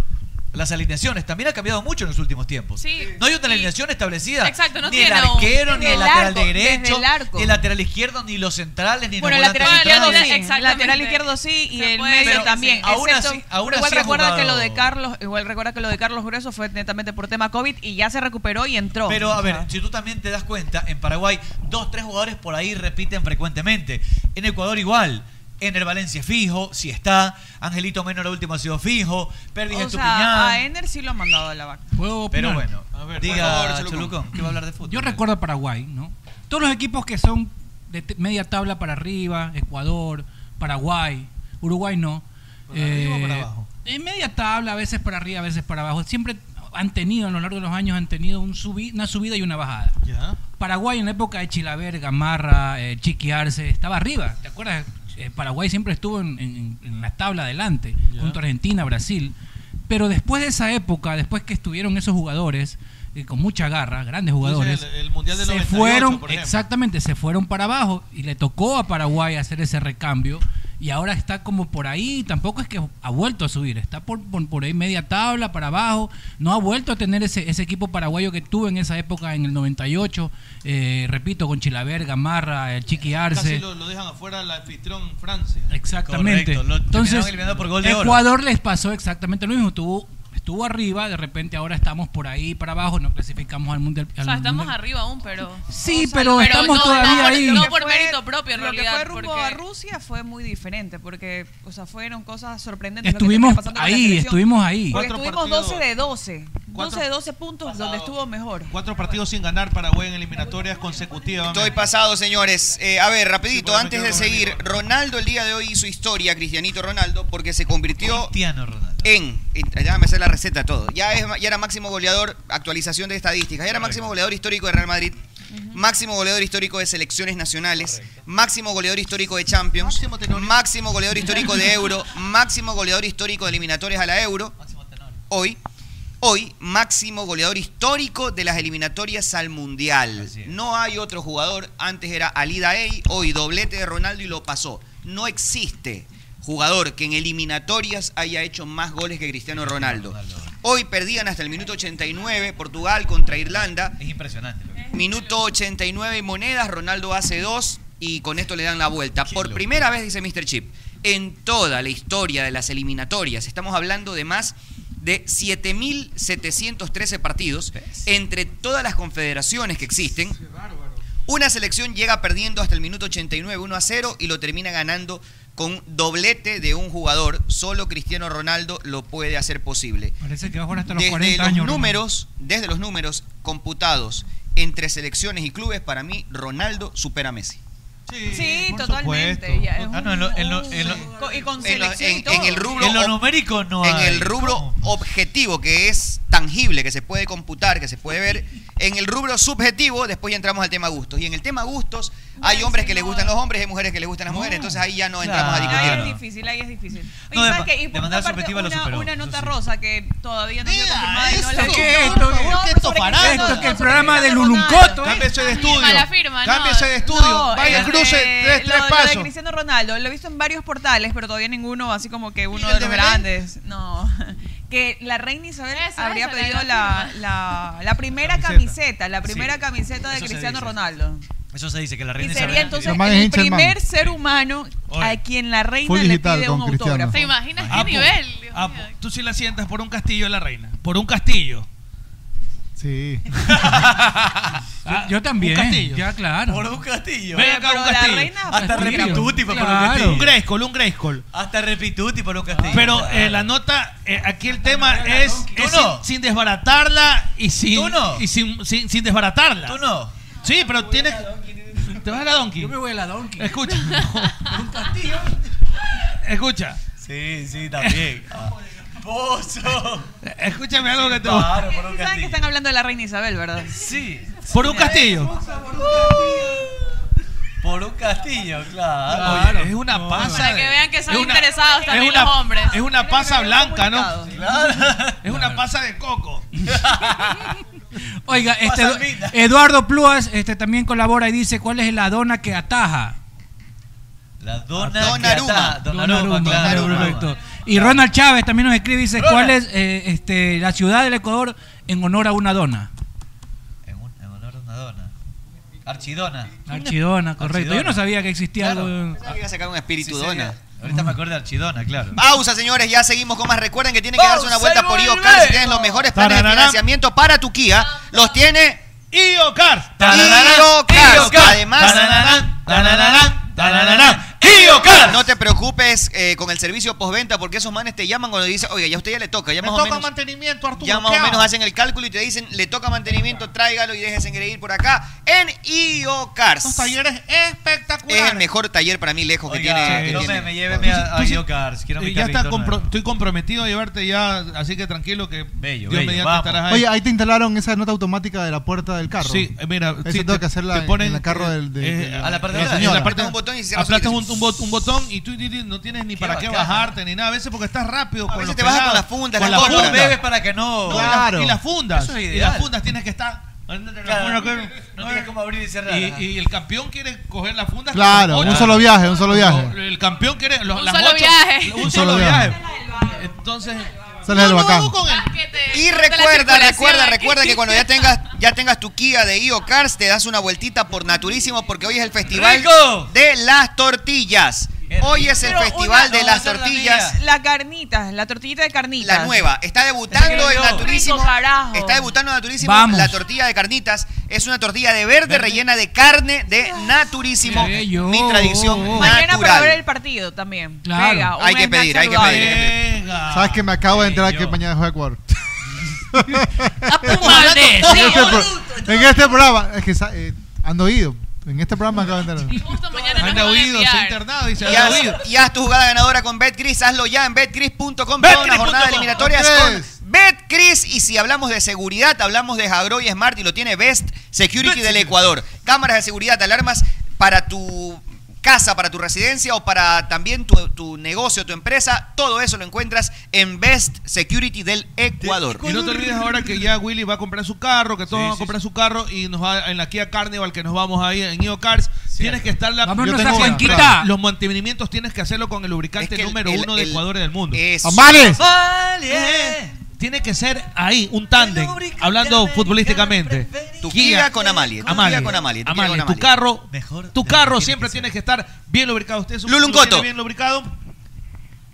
S7: Las alineaciones también ha cambiado mucho en los últimos tiempos.
S9: Sí.
S7: No hay una alineación establecida.
S9: Exacto, no
S7: ni
S9: tiene
S7: el
S9: aún.
S7: arquero, ni
S9: Desde
S7: el
S9: el
S7: lateral
S9: arco,
S7: derecho,
S9: desde el arco.
S7: ni el lateral izquierdo, ni los centrales, ni
S20: Bueno, el
S7: los volantes
S20: lateral izquierdo
S7: centrales.
S20: sí, el lateral izquierdo sí y el
S9: puede,
S20: medio
S9: pero
S20: también.
S7: sí. Aún
S20: excepto-
S7: así- aún
S20: pero igual
S7: así ha
S20: recuerda que
S7: jugado-
S20: lo de Carlos, igual recuerda que lo de Carlos Grueso fue netamente por tema COVID y ya se recuperó y entró.
S7: Pero a
S20: O
S7: ver,
S20: sea,
S7: si tú también te das cuenta, en Paraguay dos, tres jugadores por ahí repiten frecuentemente. En Ecuador igual. Ener Valencia es fijo, si está. Angelito Menor, lo último ha sido fijo. Perdis
S20: o
S7: en tu
S20: sea, a Ener sí lo han mandado a la vaca.
S7: Pero
S10: opinar?
S7: bueno,
S10: A ver, por
S7: diga
S10: favor, Cholucón.
S7: Cholucón, que va a hablar de fútbol.
S10: Yo recuerdo a Paraguay, ¿no? Todos los equipos que son de te- media tabla para arriba, Ecuador, Paraguay, Uruguay no. Eh,
S4: arriba o para abajo?
S10: En media tabla, a veces para arriba, a veces para abajo. Siempre han tenido, a lo largo de los años, han tenido un subi- una subida y una bajada. Paraguay en la época de Chilaver, Gamarra, eh, Chiqui Arce, estaba arriba. ¿Te acuerdas? Eh, Paraguay siempre estuvo en, en- en la tabla adelante, junto a Argentina, Brasil. Pero después de esa época, después que estuvieron esos jugadores eh, con mucha garra, grandes jugadores,
S4: El, el Mundial del
S10: se
S4: 98,
S10: fueron,
S4: por ejemplo.
S10: exactamente, se fueron para abajo y le tocó a Paraguay hacer ese recambio. Y ahora está como por ahí, tampoco es que ha vuelto a subir, está por, por, por ahí media tabla para abajo, no ha vuelto a tener ese, ese equipo paraguayo que tuvo en esa época, en el 98, eh, repito, con Chilaver, Gamarra, el Chiqui
S4: Casi
S10: Arce.
S4: lo, lo dejan afuera el anfitrión Francia.
S10: Exactamente. Entonces, Ecuador les pasó exactamente lo mismo. Estuvo, estuvo arriba, de repente ahora estamos por ahí para abajo, no clasificamos al mundial.
S9: O
S10: al
S9: sea, estamos
S10: Mundial.
S9: arriba aún, pero.
S10: Sí,
S9: o sea,
S10: pero estamos
S9: no,
S10: todavía
S9: no por-
S10: ahí.
S9: No por mérito propio, en
S20: lo que
S9: realidad.
S20: fue rumbo
S9: porque-
S20: a Rusia fue muy diferente porque, o sea, fueron cosas sorprendentes. lo que
S10: Estuvimos
S20: termina pasando con la
S10: ahí,
S20: selección.
S10: estuvimos ahí.
S20: Porque
S10: Cuatro
S20: estuvimos
S10: partidos.
S20: 12 de 12. 12
S4: Cuatro-
S20: de 12 puntos donde estuvo mejor.
S4: Cuatro partidos sin ganar Paraguay en eliminatorias consecutivas.
S6: Estoy pasado, señores. Eh, a ver, rapidito, antes de seguir, Ronaldo el día de hoy hizo historia, Cristianito Ronaldo, porque se convirtió
S7: Cristiano Ronaldo.
S6: en, en- ya me sé la receta todo, ya, es, ya era máximo goleador, actualización de estadísticas, ya era máximo goleador histórico de Real Madrid, máximo goleador histórico de selecciones nacionales, máximo goleador histórico de Champions, máximo, goleador histórico de Euro, máximo goleador histórico de eliminatorias a la Euro, hoy. Hoy, máximo goleador histórico de las eliminatorias al Mundial. No hay otro jugador. Antes era Alida Ey, hoy doblete de Ronaldo y lo pasó. No existe jugador que en eliminatorias haya hecho más goles que Cristiano Ronaldo. Hoy perdían hasta el minuto 89 Portugal contra Irlanda.
S7: Es impresionante.
S6: Minuto 89 y monedas, Ronaldo hace dos y con esto le dan la vuelta. Por primera vez, dice Mr. Chip, en toda la historia de las eliminatorias, estamos hablando de más de 7.713 partidos entre todas las confederaciones que existen. Una selección llega perdiendo hasta el minuto 89, 1 a 0, y lo termina ganando con doblete de un jugador. Solo Cristiano Ronaldo lo puede hacer posible
S10: Parece que va a jugar hasta los
S6: desde
S10: 40
S6: los
S10: años. Ronaldo.
S6: números, desde los números computados entre selecciones y clubes, para mí Ronaldo supera a Messi.
S9: Sí, totalmente. ya es
S7: Ah,
S9: un-
S7: no, en lo- en lo- en lo-
S9: co- y con
S6: En, lo-
S9: selección y
S6: en-
S9: todo.
S6: en el rubro
S7: En lo
S6: ob-
S7: numérico no
S6: en
S7: hay.
S6: el rubro objetivo que es tangible, que se puede computar, que se puede ver. En el rubro subjetivo, después ya entramos al tema gustos. Y en el tema gustos, hay hombres que les gustan los hombres y hay mujeres que les gustan las mujeres. Entonces ahí ya no entramos a
S9: Ahí es
S6: discutir.
S9: difícil, ahí es difícil. Oye,
S6: No, de
S9: ¿sabes
S6: ma-
S9: qué? Y
S6: de
S9: por
S6: manera
S9: otra parte,
S6: subjetiva lo
S9: una,
S6: superó.
S9: una nota
S6: Eso
S9: rosa que todavía no ha sido confirmada y no
S8: eso.
S9: la No,
S8: ¿Qué?
S9: no,
S8: ¿Qué?
S9: no,
S8: ¿Qué
S9: sobre
S8: esto, pará?
S9: Cristiano,
S8: Esto que el
S9: sobre
S8: programa de
S9: Cristiano
S8: Luluncoto,
S9: Ronaldo.
S8: ¿eh? Cámbiese de estudio.
S9: Mala firma, no.
S8: Cámbiese de estudio.
S9: No,
S8: Vaya,
S9: este,
S8: cruce, tres, tres
S9: lo- Lo
S8: pasos.
S9: de Cristiano Ronaldo, lo he visto en varios portales, pero todavía ninguno, así como que uno
S4: el
S9: de
S4: de
S9: los
S4: Belén?
S9: grandes. No. Que la reina Isabel
S4: Esa,
S9: habría
S4: esa, la
S9: pedido
S4: de la
S9: la, la, la primera
S7: Camiseta.
S9: camiseta, la primera
S7: Sí.
S9: camiseta de
S7: Eso se
S9: Cristiano
S7: dice.
S9: Ronaldo.
S7: Eso se dice que la
S9: Y
S7: reina
S9: sería
S7: Isabel-
S9: entonces
S7: Lo más
S9: el
S7: hincha el man.
S9: primer ser humano a quien la reina le pide un autógrafo.
S4: ¿Te imaginas qué
S8: Apu,
S4: nivel? Dios
S8: Apu,
S4: mío.
S8: ah, tú sí la sientas por un castillo a la reina. Por un castillo.
S13: Sí.
S8: Ah,
S10: Yo también.
S8: un castillo.
S10: Ya, claro.
S8: Por
S7: un castillo.
S8: Ven acá,
S7: Pero
S8: un
S7: la
S8: castillo.
S7: reina Hasta por un repituti castillo. por un castillo.
S8: Un Grayskull, un Grayskull.
S7: Hasta repituti
S9: Ah,
S7: por un castillo.
S8: Pero eh, la nota, eh, aquí el tema es, es sin- sin, desbaratarla y sin, y sin, sin, sin desbaratarla.
S7: Tú no.
S8: Sí, pero tienes... ¿Te vas a la Donkey? Yo me
S10: voy a la Donkey.
S8: Escucha. Escucha.
S7: Sí, sí, también. Ah. ¡Pozo!
S8: Escúchame algo que te
S7: Claro, por un
S9: Sí saben que
S7: castillo.
S9: están hablando de la reina Isabel, ¿verdad?
S7: Sí.
S8: Por un castillo.
S7: Por un castillo, claro.
S8: Claro. Oye, es una pasa
S4: Para que
S8: de-
S4: vean que son
S8: es una-
S4: interesados
S8: es
S4: también
S8: una-
S4: los hombres.
S8: Es una pasa blanca, ¿no?
S7: Claro.
S8: Es una pasa de coco.
S10: Oiga, este,
S8: Pasa
S10: Eduardo Plúas este, también colabora y dice, ¿cuál es la dona que ataja?
S7: La dona
S10: Donnarumma.
S7: Donnarumma. Donnarumma,
S10: Donnarumma,
S7: claro.
S10: Donnarumma, correcto. Y Ronald Chávez también nos escribe y dice, ¿cuál es eh, este, la ciudad del Ecuador en honor a una dona?
S7: En honor a una dona. Archidona.
S10: Archidona, correcto. Yo no sabía que existía
S7: Claro.
S10: algo...
S6: Pensaba que iba a sacar un espíritu
S7: Sí,
S6: dona.
S7: sabía. Ahorita me acuerdo de Archidona, claro.
S6: Pausa, señores, ya seguimos con más. Recuerden que tienen que
S7: Pausa
S6: darse una vuelta
S7: y
S6: por IOCAR.
S7: volvemos.
S6: Si tienes los mejores planes de
S7: Tararara.
S6: financiamiento para tu Kia, los tiene
S8: IOCAR.
S7: Tararara.
S6: IOCAR.
S7: IOCAR.
S6: Además,
S7: Tararara. Tararara. Tararara. IOCAR.
S6: No te preocupes eh, con el servicio postventa porque esos manes te llaman cuando dicen, oiga, ya a usted ya le toca, ya
S8: Me
S6: más o
S8: toca
S6: menos.
S8: mantenimiento, Arturo.
S6: Ya más
S8: ¿qué
S6: o menos
S8: hago?
S6: hacen el cálculo y te dicen, le toca mantenimiento, tráigalo y déjese engreír por acá en IOCARS.
S8: Los talleres
S6: Es el
S8: espectaculares.
S6: mejor taller para mí lejos
S7: Oiga,
S8: Ah,
S6: que tiene.
S7: sí,
S6: que
S7: no
S6: tiene.
S7: me- me lleve mi- a- a
S8: sí-
S7: IOCARS, quiero mi
S8: Eh, ya está
S7: carrito
S8: compro-
S7: nuevo.
S8: estoy comprometido a llevarte ya, así que tranquilo que bello,
S7: bello, vamos.
S8: estarás ahí.
S13: Oye, ahí te instalaron esa nota automática de la puerta del carro.
S8: Sí, eh, mira,
S13: Eso
S8: sí,
S13: tengo
S8: te-
S13: que hacerla
S8: te
S13: en-
S8: ponen,
S13: en el carro
S8: eh,
S13: del, de,
S8: eh,
S13: de-
S8: a la parte de atrás,
S13: señora.
S8: en la parte-
S6: un botón y cierra
S8: aplastas
S6: su
S8: un, un bot- un botón y tú, tú- tú no tienes ni para qué
S7: bacana.
S8: bajarte ni nada, a veces porque estás rápido con
S7: veces
S8: los
S7: te bajas con
S8: pelados,
S7: la funda,
S8: con
S7: la
S8: la
S7: funda.
S8: funda.
S7: Bebes para que no-
S8: y las-
S7: Claro.
S8: Y las fundas,
S7: Eso es
S8: y
S7: ideal.
S8: las fundas tienes que estar
S7: No tienes cómo abrir y cerrar.
S8: y,
S7: ajá.
S8: y el campeón quiere coger la funda.
S13: Claro,
S8: con
S13: un
S8: ocho.
S13: solo viaje, un solo viaje.
S8: El campeón quiere los,
S4: Un
S8: las
S4: solo
S8: ocho-
S4: viaje.
S8: Un solo viaje. Eh, Entonces,
S13: Sale del bacán.
S6: Y
S4: corta la
S6: recuerda,
S4: circulación
S6: recuerda,
S4: aquí.
S6: recuerda que cuando ya tengas, ya tengas tu Kia de IO Cars, te das una vueltita por Naturísimo porque hoy es el festival
S9: ¡Rico!
S6: de las tortillas. Hoy es el
S9: Pero
S6: festival
S9: una-
S6: de
S9: no,
S6: las
S9: esa es la
S6: tortillas.
S9: mía. La carnita, la tortillita de carnitas.
S6: La nueva, está debutando en
S9: Rico,
S6: Naturísimo.
S9: carajo.
S6: Está debutando en Naturísimo
S10: Vamos.
S6: la tortilla de carnitas. Es una tortilla de verde, rellena de carne de Naturísimo.
S10: Bello.
S6: Mi tradición
S9: Mañana para ver
S6: natural.
S9: el partido también.
S10: Claro.
S9: Pega, un em-
S6: Hay que
S9: snack
S6: pedir, hay que
S9: saludable.
S6: pedir.
S13: ¿Sabes que me acabo de enterar que mañana juega Ecuador?
S6: Maldés,
S13: en, este
S6: sí,
S13: pro- en este programa, es que sa- eh, ando oído. En este programa me acabo de enterar.
S8: anda oído, se ha internado y se
S6: Y
S8: ha
S6: haz,
S8: oído.
S6: y haz tu jugada ganadora con BetCris, hazlo ya en betcris.com. Todas las jornadas
S8: Betcris.com.
S6: eliminatorias con
S13: Betcris.
S6: BetCris. Y si hablamos de seguridad, hablamos de Jagro y Smart y lo tiene Best Security del Ecuador. Cámaras de seguridad, alarmas para tu casa, para tu residencia o para también tu, tu negocio, tu empresa. Todo eso lo encuentras en Best Security del Ecuador.
S8: Y no te olvides ahora que ya Willy va a comprar su carro, que todos van a comprar su carro y nos va en la Kia Carnival que nos vamos ahí en IO Cars. Tienes que estar la
S10: Vámonos
S8: tengo
S10: a
S8: una.
S10: Cuenquita.
S8: Los mantenimientos tienes que hacerlo con el lubricante número uno de Ecuador y del mundo.
S6: Eso.
S8: ¡Amales!
S6: Vale.
S8: Tiene que ser ahí, un tándem, hablando futbolísticamente.
S7: Tu Kia con Amalie, tu
S8: Amalie,
S7: Kia con Amalie, tu Kia
S8: Amalie,
S7: con
S8: tu
S7: Amalie.
S8: carro,
S7: Mejor
S8: tu carro siempre tiene que estar bien lubricado. Usted es un-
S7: Lulun
S8: lo tiene
S7: Coto.
S8: bien lubricado.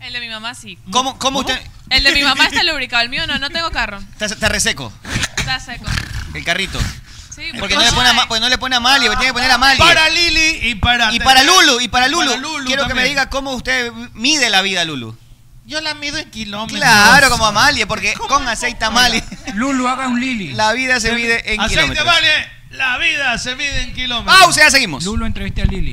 S9: El de mi mamá sí.
S7: ¿Cómo, cómo usted
S9: El de mi mamá está lubricado, el mío no, no tengo carro.
S7: está, está reseco?
S9: Está seco.
S7: El carrito.
S9: Sí,
S7: Porque no le pone, a, Ma- porque no le pone a Amalie, tiene que poner a Amalie.
S9: Para
S8: Lili y para
S7: Y para Lulu, y para Lulu.
S9: Para Lulu
S7: Quiero que
S9: también.
S7: me diga cómo usted mide la vida, Lulu.
S8: Yo la mido en kilómetros.
S7: Claro, como Amalie, porque con aceite Amalie.
S21: Lulu haga un Lili.
S7: La vida se mide en
S8: Aceite
S7: kilómetros.
S8: vale, la vida se mide en kilómetros.
S7: Pausa, ya seguimos.
S21: Lulo entrevista a Lili.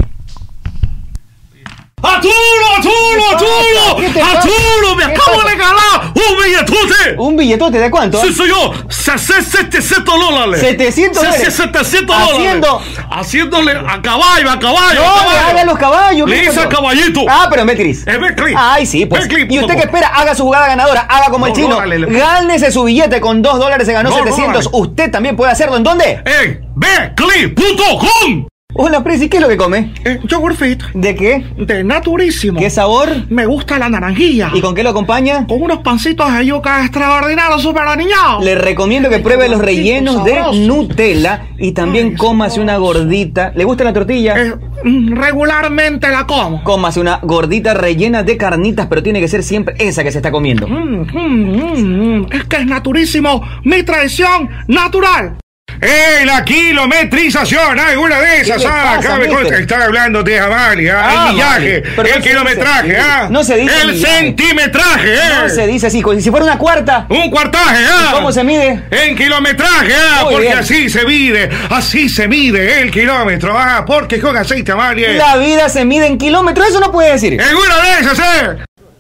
S22: ¡Arturo, Arturo, Arturo! ¡Arturo! ¡Me acabo de regalar un billetote!
S6: ¿Un billetote de cuánto?
S22: Sí, señor. Se- se- 700 dólares.
S6: 700
S22: Se- se-
S6: dólares.
S22: 700 dólares.
S6: Haciendo-
S22: Haciéndole a caballo, a caballo.
S6: No,
S22: a caballo.
S6: haga los caballos.
S22: Le
S6: mijo,
S22: hice a
S6: no.
S22: caballito.
S6: Ah, pero en Betcris.
S22: En Betcris.
S6: Ay, sí, pues.
S22: Betcris
S6: y
S22: punto
S6: usted
S22: com.
S6: que espera, haga su jugada ganadora, haga como el
S22: No,
S6: chino.
S22: no, dale, le-
S6: Gánese su billete con 2 dólares, se ganó
S22: No, no,
S6: 700. usted también puede hacerlo. ¿En dónde?
S22: En Betcris.com.
S6: Hola, Prezi, ¿qué es lo que come?
S23: Yogurt Eh, fit.
S6: ¿De qué?
S23: De naturísimo.
S6: ¿Qué sabor?
S23: Me gusta la naranjilla.
S6: ¿Y con qué lo acompaña?
S23: Con unos pancitos de yuca extraordinarios, super aniñados.
S6: Le recomiendo que pruebe los rellenos de Nutella y también cómase una gordita. ¿Le gusta la tortilla?
S23: Eh, mm, Regularmente la como.
S6: Cómase una gordita rellena de carnitas, pero tiene que ser siempre esa que se está comiendo.
S23: Mm, mm, mm, es que es naturísimo. Mi traición natural.
S24: ¡Eh, la kilometrización! ¡Hay una de esas!
S23: ¿Qué le
S24: ¡Ah!
S23: pasa,
S24: Acá me consta
S23: mister?
S24: que están hablando de Amalia,
S6: Ah,
S24: el millaje,
S6: vale. Pero
S24: el
S6: no se
S24: kilometraje,
S6: dice así.
S24: ¿ah?
S6: No se dice
S24: ¡El
S6: millaje.
S24: centimetraje, eh!
S6: No se dice así, co- si fuera una cuarta.
S24: ¡Un cuartaje, ah!
S6: ¿Y ¿Cómo se mide?
S24: En kilometraje, ah,
S6: Muy
S24: porque
S6: bien.
S24: así se mide, así se mide el kilómetro, ah, porque con aceite Amalia.
S6: La vida se mide en kilómetros, eso no puede decir.
S24: ¡En una de esas, eh!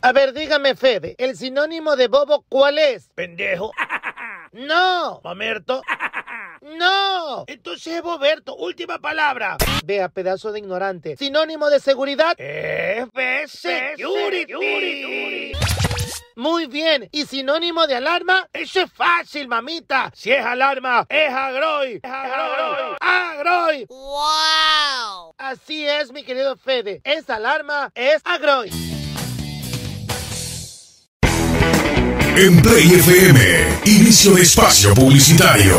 S4: A ver, dígame, Fede, ¿el sinónimo de bobo cuál es? Pendejo. No. Mamerto. No. Entonces es boberto. Última palabra. Vea, pedazo de ignorante. Sinónimo de seguridad. Eh. FS Security. Muy bien. ¿Y sinónimo de alarma? Eso es fácil, mamita. Si es alarma, es agroy. Es agroy. Agroy. ¡Wow! Así es, mi querido Fede. Es alarma, es agroy.
S18: En Play FM, inicio de espacio publicitario.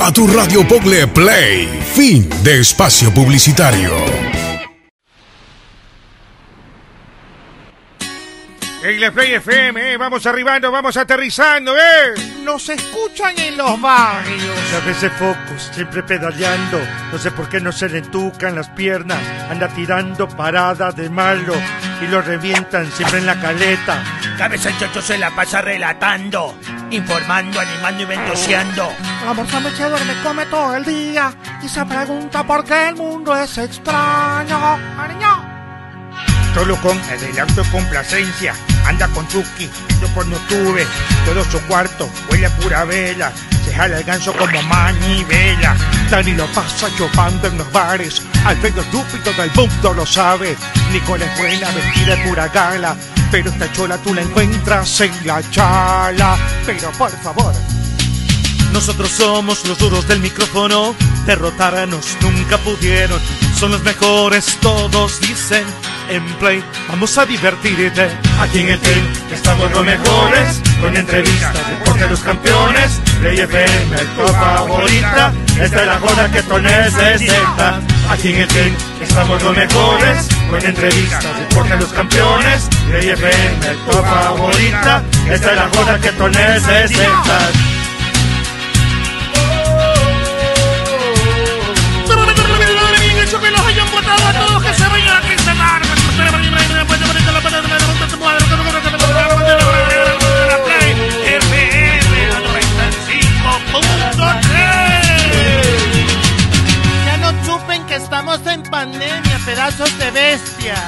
S18: A tu radio Pogle Play, fin de espacio publicitario.
S24: En la Play FM, eh, vamos arribando, vamos aterrizando, eh.
S23: Nos escuchan en los barrios.
S2: A veces focos, siempre pedaleando. No sé por qué no se le entucan las piernas. Anda tirando parada de malo y lo revientan siempre en la caleta.
S1: Cabeza el chocho se la pasa relatando, informando, animando y ventoseando.
S23: El amor sándwich se duerme, come todo el día y se pregunta por qué el mundo es extraño. Ariño.
S2: Solo con el auto complacencia. Anda con Chucky, yo por no tuve. Todo su cuarto huele a pura vela. Se jala el ganso como manivela. Dani lo pasa chupando en los bares. Al pedo estúpido del mundo lo sabe. Nicole es buena, vestida de pura gala. Pero esta chola tú la encuentras en la chala. Pero por favor,
S3: Nosotros somos los duros del micrófono, derrotarnos nunca pudieron. Son los mejores, todos dicen. En Play, vamos a divertirte. Aquí en el team estamos los mejores, con entrevistas, deporte los campeones.
S2: Play FM, tu favorita. Esta es la joda que tú necesitas.
S3: Aquí en el team estamos los mejores Con entrevistas, deporte a los campeones Ley FM, tu favorita Esta es la joda que tú necesitas
S4: Ya no chupen que estamos en pandemia, pedazos de bestias.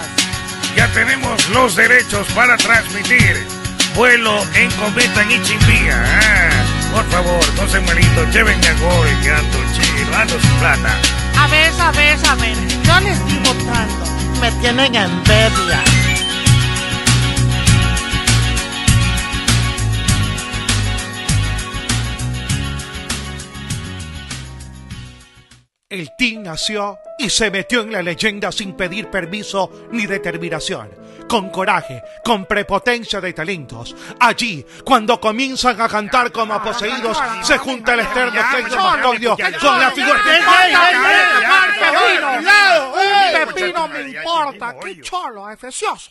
S2: Ya tenemos los derechos para transmitir vuelo en cometa en Ichimbía. Ah, por favor, no se malito, llévenme a gol, que ando chido, ando sin plata.
S4: A ver, a ver, a ver, yo les digo tanto, me tienen envidia.
S25: El team nació y se metió en la leyenda sin pedir permiso ni determinación. Con coraje, con prepotencia de talentos. Allí, cuando comienzan a cantar como poseídos, se junta el externo Flex Montorio con la figura
S26: ¡Ey, ey, ey, ey,
S25: de
S26: ey, lado! ey!
S25: Pepino
S26: me importa! ¡Qué cholo, es precioso!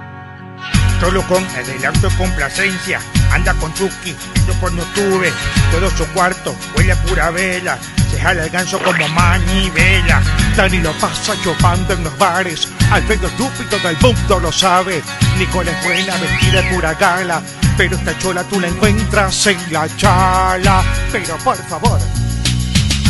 S2: Solo con adelanto y complacencia, anda con Chucky, yo por no tuve, todo su cuarto huele a pura vela, se jala el ganso como manivela.
S25: Dani lo pasa chupando en los bares, al medio estúpido del mundo lo sabe. Nicole es buena, vestida de pura gala, pero esta chola tú la encuentras en la chala. Pero por favor,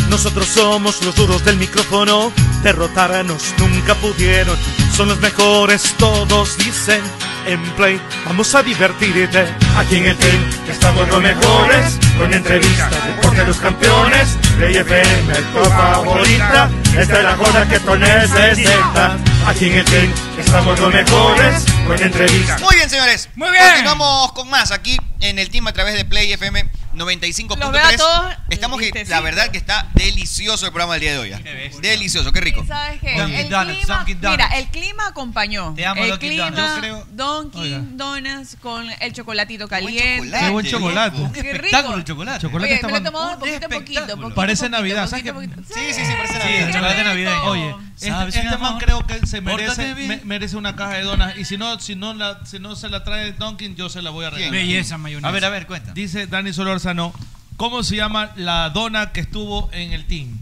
S3: Nosotros somos los duros del micrófono, derrotarnos nunca pudieron. Son los mejores, todos dicen. En Play, vamos a divertirte. Aquí en el team estamos los mejores, con entrevistas, deporte a los campeones. Play FM, tu favorita, esta es la joda que tú necesitas. Aquí en el team estamos los mejores, con entrevistas.
S6: Muy bien, señores. Muy
S3: bien.
S6: Continuamos con más aquí en el team a través de Play FM 95.3.
S9: Los veo a todos este,
S6: Estamos que, la
S9: listecitos.
S6: verdad que está delicioso el programa del día de hoy. ah. Delicioso, qué rico.
S9: ¿Sabes qué?
S6: Dunkin'
S9: El
S6: Donuts,
S9: clima-
S6: Dunkin' Donuts.
S9: mira, el clima acompañó.
S6: Te amo,
S9: el
S6: Dunkin'
S9: clima,
S6: Donuts. Yo creo-
S9: Dunkin' Donuts con el chocolatito caliente.
S8: Qué buen chocolate.
S9: Qué rico.
S8: chocolate.
S9: Oye,
S8: Chocolate está
S9: me lo he
S8: bueno.
S9: tomado poquito a poquito, poquito.
S8: Parece
S9: poquito,
S8: Navidad,
S9: poquito,
S8: ¿sabes
S9: poquito.
S6: Sí, sí, sí, parece
S8: Navidad.
S7: chocolate navideño.
S8: Oye, este,
S7: ¿Sabes,
S8: este
S7: mi
S8: man
S7: amor?
S8: creo que se
S7: Pórtate
S8: merece,
S7: bien.
S8: me- merece una caja de donas. Y si no, si no, la, si no se la trae Dunkin', yo se la voy a regalar.
S7: ¿Quién? Belleza, mayonesa. A ver, a ver, cuenta.
S8: Dice Dani Solórzano, ¿cómo se llama la dona que estuvo en el team?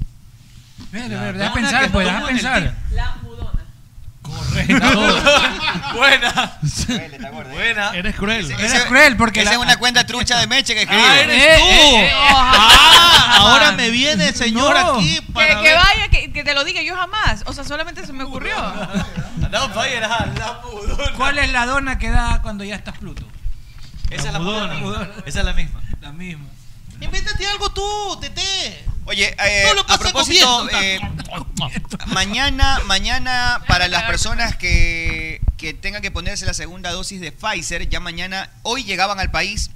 S10: verdad, deja pensar, pues, deja pensar.
S9: La mudona.
S7: Buena.
S6: Buena.
S8: Eres cruel.
S6: Ese-
S8: Eres
S6: ese-
S8: cruel porque
S6: Esa
S8: la-
S6: es una cuenta trucha de Meche que escribe.
S8: Ah,
S9: Eh,
S8: eres tú. Ah, ahora me viene el señor
S9: No.
S8: aquí
S9: Que,
S8: para
S9: que
S8: ver.
S9: vaya, que, que te lo diga yo jamás. O sea, solamente se me ocurrió.
S10: ¿Cuál es la dona que da cuando ya estás Pluto?
S7: Esa es la
S10: mudona.
S7: mudona. Esa es la misma.
S10: La misma.
S4: Invéntate algo tú, Tete.
S6: Oye, eh, a propósito, eh, mañana, mañana para las personas que, que tengan que ponerse la segunda dosis de Pfizer, ya mañana, hoy llegaban al país,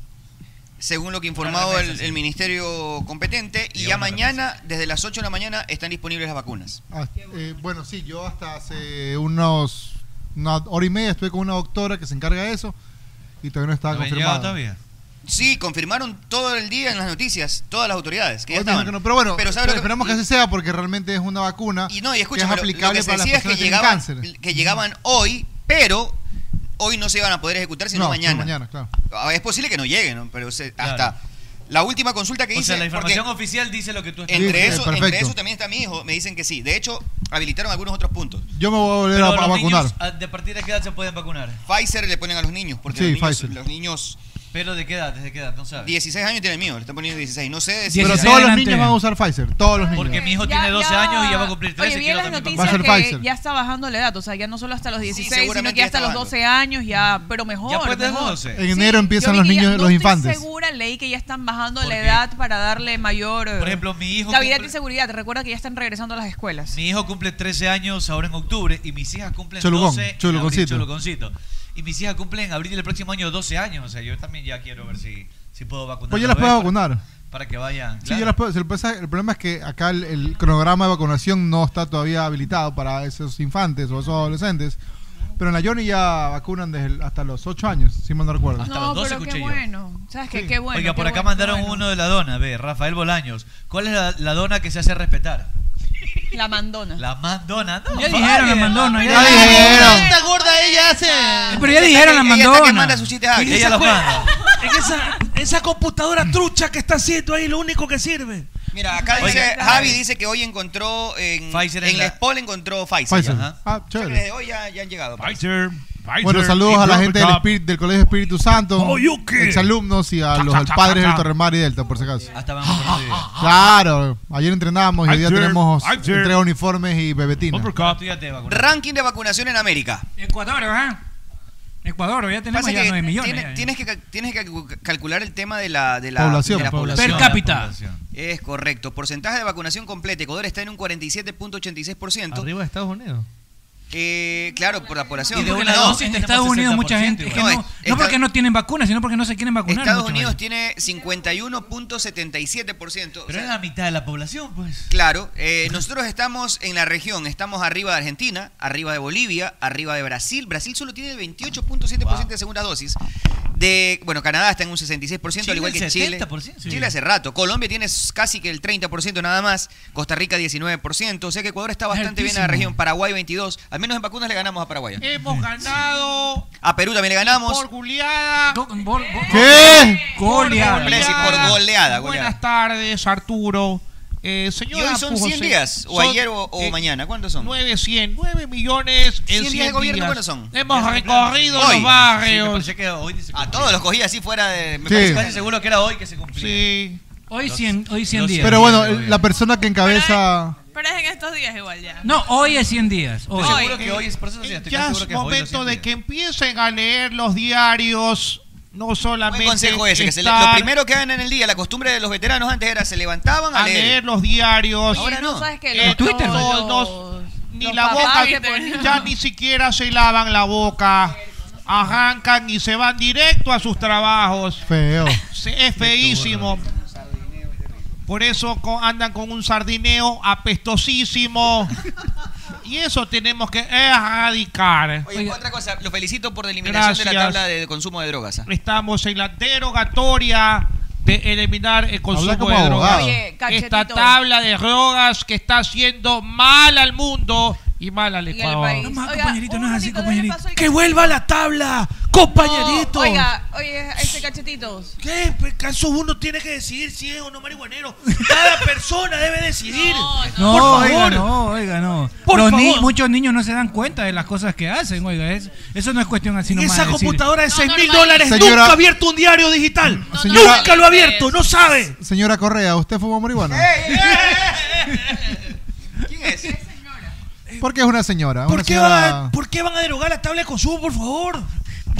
S6: según lo que informado el, el ministerio competente, y ya mañana, desde las 8 de la mañana, están disponibles las vacunas.
S13: Ah, eh, bueno, sí, yo hasta hace unos, una hora y media estuve con una doctora que se encarga de eso y todavía no estaba
S6: ¿No habían
S13: confirmado.
S6: llegado todavía? Sí, confirmaron todo el día en las noticias, todas las autoridades, que ya
S13: Hoy me dijeron
S6: estaban.
S13: que no, pero bueno,
S6: ¿sabes lo que-
S13: esperamos que, así sea porque realmente es una vacuna
S6: Y no, y
S13: que es
S6: escúchame, lo- lo
S13: aplicable
S6: que se
S13: para las
S6: decía es
S13: personas
S6: que
S13: que, tienen cáncer.
S6: llegaban, que llegaban hoy, pero hoy no se iban a poder ejecutar sino
S13: no,
S6: mañana.
S13: mañana, claro.
S6: Ah, Es posible que no lleguen, ¿no? pero se- hasta la última consulta que
S7: O
S6: hice.
S7: sea, la información
S6: porque
S7: oficial dice lo que tú estás
S6: entre,
S7: diciendo.
S6: eso, entre eso también está mi hijo, me dicen que sí. De hecho, habilitaron algunos otros puntos.
S13: Yo me voy a volver
S7: Pero
S13: a, a
S7: los ah,
S13: vacunar.
S7: niños, ¿a- ¿De partir de qué edad se pueden vacunar?
S6: Pfizer le ponen a los niños, porque
S13: Sí,
S6: los, niños,
S13: Pfizer.
S6: los niños
S7: ¿Pero de qué edad? ¿Desde qué edad? No sabes.
S6: 16 años tiene el mío, le están poniendo 16. No sé de si-
S13: Pero todos los niños van a usar Pfizer, todos los niños.
S7: Porque mi hijo tiene 12 años y ya va a cumplir 13.
S9: Oye, vi en
S7: quiero
S9: las
S7: también
S9: noticias
S7: papá.
S9: que ya está bajando la edad, o sea, ya no solo hasta los 16, sino
S7: seguramente
S9: que
S7: ya
S9: ya hasta
S7: está
S9: los 12 años, ya, pero mejor.
S7: Ya
S13: pues,
S7: puedes
S9: mejor.
S7: 12.
S13: En enero empiezan
S9: yo
S13: los
S9: vi que
S13: niños-
S9: ya-
S13: los
S9: No
S13: infantes.
S9: estoy segura, leí que ya están bajando la edad para darle mayor. eh,
S7: Por ejemplo, mi hijo
S9: Cavidad
S7: cumple-
S9: y seguridad. Recuerda que ya están regresando a las escuelas.
S7: Mi hijo cumple 13 años ahora en octubre y mis hijas cumplen
S13: Cholucón,
S7: 12 en
S13: choluconcito.
S7: abril, choluconcito. Y mis hijas cumplen en abril del próximo año 12 años. O sea, yo también ya quiero ver si, si puedo vacunar.
S13: Pues
S7: a
S13: yo las
S7: ver,
S13: puedo
S7: para-
S13: vacunar.
S7: Para que vayan.
S13: Sí,
S7: claro.
S13: yo las puedo- se lo pasa- el problema es que acá el, el cronograma de vacunación no está todavía habilitado para esos infantes o esos adolescentes. Pero en la Johnny ya vacunan desde el- hasta los 8 años, si mal no recuerdo.
S9: no, pero qué
S7: escuché yo.
S9: bueno. ¿Sabes qué? Qué bueno.
S7: Oiga, por
S9: qué
S7: acá
S9: bueno,
S7: mandaron
S9: qué bueno.
S7: uno de la dona, ve, Rafael Bolaños. ¿Cuál es la, la dona que se hace respetar?
S9: La mandona.
S7: La mandona, no.
S10: Ya
S7: vale.
S10: dijeron la mandona, ya
S7: La
S10: dijeron.
S7: mandona.
S10: Esta
S6: gorda ella
S8: Ah,
S6: hace.
S10: Pero ya dijeron la
S7: Ella los manda.
S10: mandona.
S8: Es que esa, esa computadora trucha que está haciendo ahí lo único que sirve.
S6: Mira, acá
S8: Oiga,
S6: dice,
S8: está
S6: Javi
S8: bien.
S6: dice que hoy encontró en,
S7: Pfizer
S6: en
S7: en
S6: la
S7: la-
S6: Espol encontró Pfizer.
S13: Pfizer.
S6: Ajá.
S13: Ah, chévere.
S6: Desde hoy ya, ya han llegado. pues. parece.
S13: Bueno, saludos a la gente del, Espíritu- del Colegio Espíritu Santo,
S8: Oh,
S6: Oyuki.
S13: exalumnos y a los al padres del Torremar y Delta, por si acaso.
S7: Hasta vamos por ahí.
S13: Claro, ayer entrenábamos y hoy día
S7: Ayer,
S13: tenemos
S7: ayer.
S13: entrega de uniformes y bebetinas.
S7: Tú ya te vacunaste.
S6: Ranking de vacunación en América.
S10: Ecuador, ¿verdad? Ecuador, ya tenemos
S6: Pasa
S10: ya
S6: que
S10: 9 millones.
S6: tiene-
S10: ya, ya.
S6: Tienes, que, cal- tienes que cal- calcular el tema de la, de la
S10: Población,
S6: de la
S10: población.
S6: población.
S10: Per cápita.
S6: Es correcto. Porcentaje de vacunación completa. Ecuador está en un 47.86%.
S13: Arriba de Estados Unidos.
S6: Eh, claro, por la población.
S10: Porque en la- en Estados Unidos
S8: Este
S10: mucha gente. que no,
S6: No,
S10: no porque no tienen vacunas, sino porque no se quieren vacunar.
S6: Estados
S10: mucho,
S6: Unidos
S10: vaya.
S6: tiene 51.77%.
S7: Pero es la mitad de la población, pues.
S6: Claro, eh, nosotros estamos en la región, estamos arriba de Argentina, arriba de Bolivia, arriba de Brasil. Brasil solo tiene el 28.7% de segunda dosis. De, bueno, Canadá está en un 66%, al
S7: Chile
S6: igual
S7: el
S6: que Chile.
S7: 70%, sí.
S6: Chile hace rato. Colombia tiene s- casi que el 30% nada más. Costa Rica 19%. O sea que Ecuador está bastante bien en
S7: Altísimo.
S6: la
S7: Eh,
S6: región. Paraguay 22%. Al menos en vacunas le ganamos a Paraguay.
S4: Hemos ganado
S6: A Perú también le ganamos.
S4: por goleada.
S6: ¿Qué?
S4: Goleada.
S6: Por Blessing, por goleada, goleada.
S4: Buenas tardes, Arturo. Eh,
S6: Y
S4: señora
S6: hoy son
S4: José,
S6: 100 días, o
S4: son,
S6: ayer o, o
S4: eh,
S6: mañana. ¿Cuántos son?
S4: 9, 100, 9 millones en 100,
S6: 100 días de gobierno, ¿cuáles son?
S4: Hemos
S6: Ya se
S4: recorrido
S6: cumplieron.
S4: los
S6: Hoy.
S4: barrios.
S6: Sí, me
S7: parece que hoy se
S6: A todos los cogí así fuera de... Me
S13: Sí.
S6: parece
S7: Casi seguro que era hoy que se cumplía.
S4: Sí.
S10: Hoy 100, hoy 100 días.
S13: Pero bueno, el- la persona que encabeza...
S8: eh,
S27: Pero es en estos días igual ya.
S10: No, hoy es 100 días. Hoy.
S27: Estoy seguro que hoy
S7: es- por eso sí, estoy
S4: eh, Ya
S7: seguro
S4: es
S7: que hoy lo
S4: momento de
S7: sienten.
S4: que empiecen a leer los diarios, no solamente
S6: Buen consejo ese, que se le- lo
S4: estar
S6: primero que hagan en el día, la costumbre de los veteranos antes era se levantaban a,
S4: a leer los diarios. Eh,
S6: Ahora no.
S4: ¿Sabes qué?
S6: En Twitter, ¿no?
S4: ni
S6: los
S4: la
S6: papás
S4: boca,
S6: que
S4: ya ni siquiera se lavan la boca. Arrancan y se van directo a sus trabajos.
S13: Feo.
S4: Se- Es feísimo. Por eso co- andan con un sardineo apestosísimo. Y eso tenemos que erradicar.
S6: Oye, otra cosa, lo felicito por la eliminación de la
S4: Gracias.
S6: tabla de consumo de drogas. ah.
S4: Estamos en la derogatoria de eliminar el consumo
S6: como
S4: de drogas.
S6: abogado. Oye,
S4: Esta
S6: Cachetito.
S4: tabla de drogas que está haciendo mal al mundo y mal al
S9: al
S4: Ecuador.
S9: país. No más, Oiga, compañerito,
S4: no es así, compañerito.
S8: ¡Que vuelva a la tabla! ¡Compañerito!
S9: No, Oh, oiga, oye, ese cachetitos.
S8: ¿Qué? Pues, Caso uno tiene que decidir si es o no marihuanero. Cada persona debe decidir.
S10: No,
S8: Por favor.
S10: oiga, no, oiga, no.
S8: Por
S10: Los ni-
S8: favor.
S10: muchos niños no se dan cuenta de las cosas que hacen, oiga. es- eso no es cuestión así nomás.
S8: Esa
S10: de decir-
S8: computadora de 6 mil dólares
S10: Señora-
S8: nunca ha abierto un diario digital.
S13: señora-
S8: nunca lo ha abierto, no sabe. Eh,
S13: Señora Correa, ¿usted fumó marihuana?
S6: ¿Quién es?
S13: Porque es una señora.
S8: ¿Por
S13: una
S8: qué,
S13: señora-
S8: van, por qué van a derogar la tabla de consumo, por favor?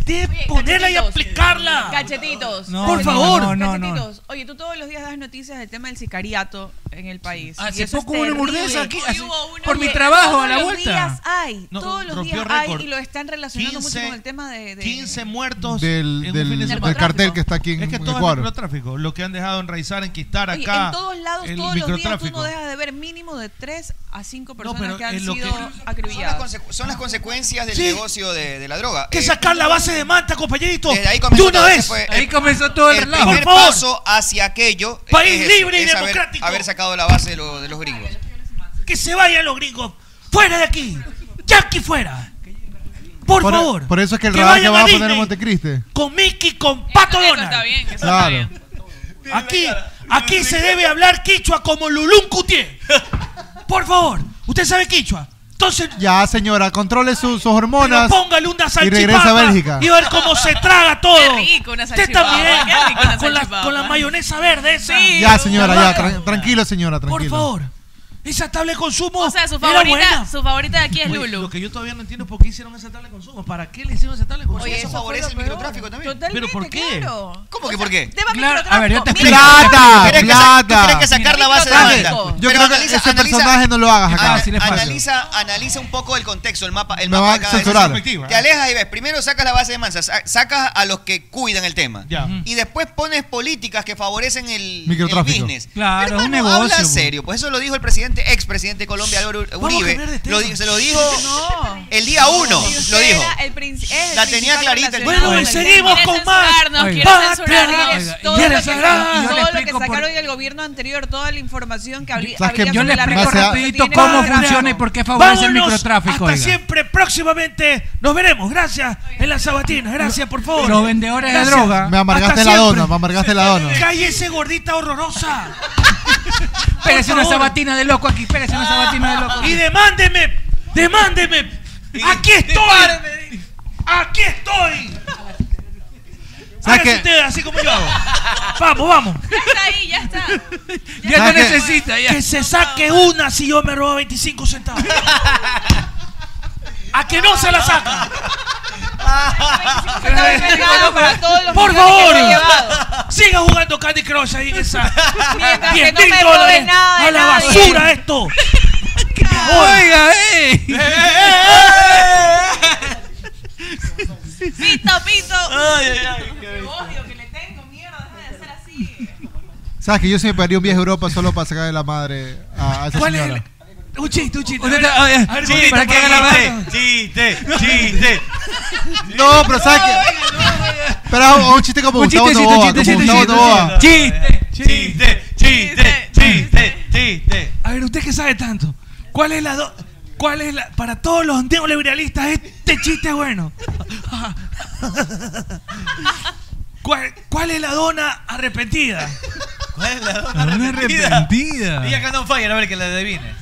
S8: De ponerla y aplicarla.
S9: Cachetitos.
S8: No, Por no, favor. no, no, no.
S9: Cachetitos. Oye, tú todos los días das noticias del tema del sicariato en el país.
S10: Hace
S9: Y eso es
S10: poco hubo una
S9: terrible.
S10: hamburguesa aquí,
S9: Hoy
S10: hace-
S9: hubo uno
S10: por mi
S9: que
S10: trabajo, a la
S9: todos
S10: vuelta.
S9: los días hay.
S4: No,
S9: todos los
S4: rompió
S9: días
S4: récord.
S9: hay y lo están relacionando
S4: 15
S9: mucho con el tema de... de-
S4: 15 muertos
S13: Del,
S4: en un
S13: del-
S4: fin de
S13: del
S4: semana.
S13: cartel que está aquí en
S4: Es que todo es
S13: Ecuador.
S4: microtráfico, lo que han dejado enraizar, enquistar
S9: Oye,
S4: acá.
S9: en todos lados,
S4: el
S9: todos los días tú
S4: microtráfico.
S9: no dejas de ver mínimo de 3 a 5 personas
S4: pero
S9: que han
S4: es lo que-
S9: sido
S6: Son
S9: acribilladas.
S6: Son las, consecuencias del
S9: Sí.
S6: negocio de, de la droga.
S8: Que
S6: Eh,
S8: sacar la base de manta, compañerito.
S6: Desde ahí comenzó
S8: de una
S6: todo,
S8: vez.
S6: se fue-
S8: Ahí comenzó todo el relajo.
S6: primer
S8: Por favor.
S6: paso hacia aquello eh,
S8: País
S6: es eso,
S8: libre y
S6: es haber-
S8: democrático.
S6: Haber, sacado la base de, lo- de los gringos.
S8: Que se vayan los gringos. Fuera de aquí. Jackie fuera. Por, favor.
S13: Por eso es que el
S8: Que
S13: radar que
S8: vayan
S13: va a
S8: a
S13: poner en
S8: Disney.
S13: Montecristi.
S8: Con Mickey, con Pato Donald.
S13: Claro.
S8: Aquí, aquí se debe hablar quichua como Lulún Cutié. Por favor, usted sabe quichua. Entonces,
S13: Ya, señora, controle su- sus
S8: pero
S13: hormonas.
S8: póngale una
S13: Y
S8: salchipapa.
S13: regresa a Bélgica.
S8: Y a ver cómo se traga todo.
S28: Qué rico una
S8: Usted
S28: salchipapa,
S8: también.
S28: qué rico una
S8: con, la,
S28: salchipapa.
S8: con la mayonesa verde esa.
S13: Ya, señora, ya,
S8: Claro.
S13: tran- tranquilo, señora, tranquilo.
S8: Por favor. Esa tabla de consumo.
S28: O sea, su
S8: era
S28: favorita,
S8: buena.
S28: su favorita de aquí es
S8: Oye,
S28: Lulu.
S8: Lo que yo todavía no entiendo es por qué hicieron esa tabla de consumo. ¿Para qué le hicieron esa tabla de consumo?
S6: Oye, eso favorece el microtráfico también.
S8: ¿Pero por qué?
S6: ¿Cómo que por qué?
S8: a ver, yo te
S6: Mira, ¿tú
S8: explico.
S6: crees que sa- ¿Tú crees que sacar la base de banda?
S13: Yo
S6: Pero
S13: creo que
S6: analiza-
S13: ese
S6: analiza-
S13: personaje no lo hagas acá.
S6: ana-
S13: Ah, sí les fallo.
S6: analiza, analiza un poco el contexto, el mapa, el
S13: Me
S6: mapa
S13: va
S6: de
S13: a
S6: cada vez.
S13: censurar.
S6: Te alejas y ves. Primero sacas la base de mansa, sa- sacas a los que cuidan el tema. Y después pones políticas que favorecen el, el
S13: Microtráfico.
S6: business.
S13: Claro,
S6: Pero,
S13: es un
S6: hermano,
S13: negocio,
S6: Habla
S13: pues.
S6: serio. Pues eso lo dijo el presidente, ex presidente de Colombia, Álvaro
S9: a
S6: Uribe.
S9: cambiar de
S6: Lo
S9: tema.
S6: di- se lo dijo
S9: No.
S6: el día uno.
S9: Y usted
S6: Lo dijo.
S9: era el princi- es el
S6: La tenía
S9: principal
S6: clarita. el
S9: relacionado
S6: tipo.
S9: con el tema.
S28: Quiere censurarnos, quiere
S9: Patria,
S28: censurarnos.
S9: Oiga,
S28: Todo
S9: y
S28: lo
S9: yo
S28: que-
S9: le sacaron-
S28: yo le
S9: todo lo que
S28: explico por-
S9: sacaron del gobierno anterior, toda la información que había.
S10: ¿Sabes qué?
S9: había
S10: Yo
S9: sobre
S10: le
S9: la
S10: explico
S9: reforma que
S10: rapidito
S9: tiene
S10: cómo
S9: Colombia.
S10: funciona y por qué favorece el
S8: Vámonos,
S10: microtráfico.
S8: Hasta
S10: oiga.
S8: siempre, próximamente nos veremos. Gracias en la sabatina, gracias, por favor.
S10: Los vendedores de
S8: Gracias.
S10: droga.
S13: Me amargaste
S8: Hasta
S13: la
S8: siempre.
S13: dona, me amargaste la dona.
S8: Cállese, gordita horrorosa.
S10: Pérez
S8: Por
S10: una
S8: favor.
S10: sabatina de loco aquí, pérez una sabatina de loco.
S8: Y demándeme, demándeme. Aquí estoy. Aquí estoy.
S13: ¿Sabes
S8: Hágase
S13: qué?
S8: usted así como yo hago. Vamos, vamos.
S28: Ya está ahí, ya está.
S10: Ya no necesita, ya.
S8: Que se saque una si yo me robo 25 centavos. A que no se la saca.
S9: centavos es regalo para todos los
S8: Por
S9: millones que
S8: favor,
S9: se ha llevado.
S8: siga jugando Candy Crush ahí. Esa.
S9: Mientras que
S8: 10
S9: no me
S8: mil
S9: robe
S8: dólares.
S9: nada de
S8: A la
S9: nadie.
S8: basura esto.
S10: Oiga, eh.
S28: Pito, pito.
S8: Ay, ay, ay,
S28: Odio que le tengo, mierda, deja de hacer así.
S13: ¿Sabes que yo sí me perdí un viaje a Europa solo para sacarle la madre a, a esa
S8: ¿Cuál es
S13: señora?
S8: Un chiste, un chiste. A
S10: Usted
S8: ver,
S10: está- oye,
S8: a ver,
S10: chiste,
S8: para que haga la
S10: chiste,
S8: Chiste, chiste.
S13: No, pero ¿sabes qué? Pero un, un chiste como
S10: Un
S13: Gustavo
S10: chiste, chiste,
S13: Novoa,
S10: chiste,
S13: como
S10: chiste,
S13: Gustavo Novoa.
S10: chiste,
S8: chiste, chiste, chiste, chiste. A ver, usted que sabe tanto. ¿Cuál es la do- ¿Cuál es la para todos los neoliberalistas este chiste es bueno? ¿Cuál, cuál es la dona arrepentida?
S7: ¿Cuál es la dona
S8: Dona
S7: arrepentida?
S8: arrepentida.
S7: Y acá no falla, a ver que la adivine.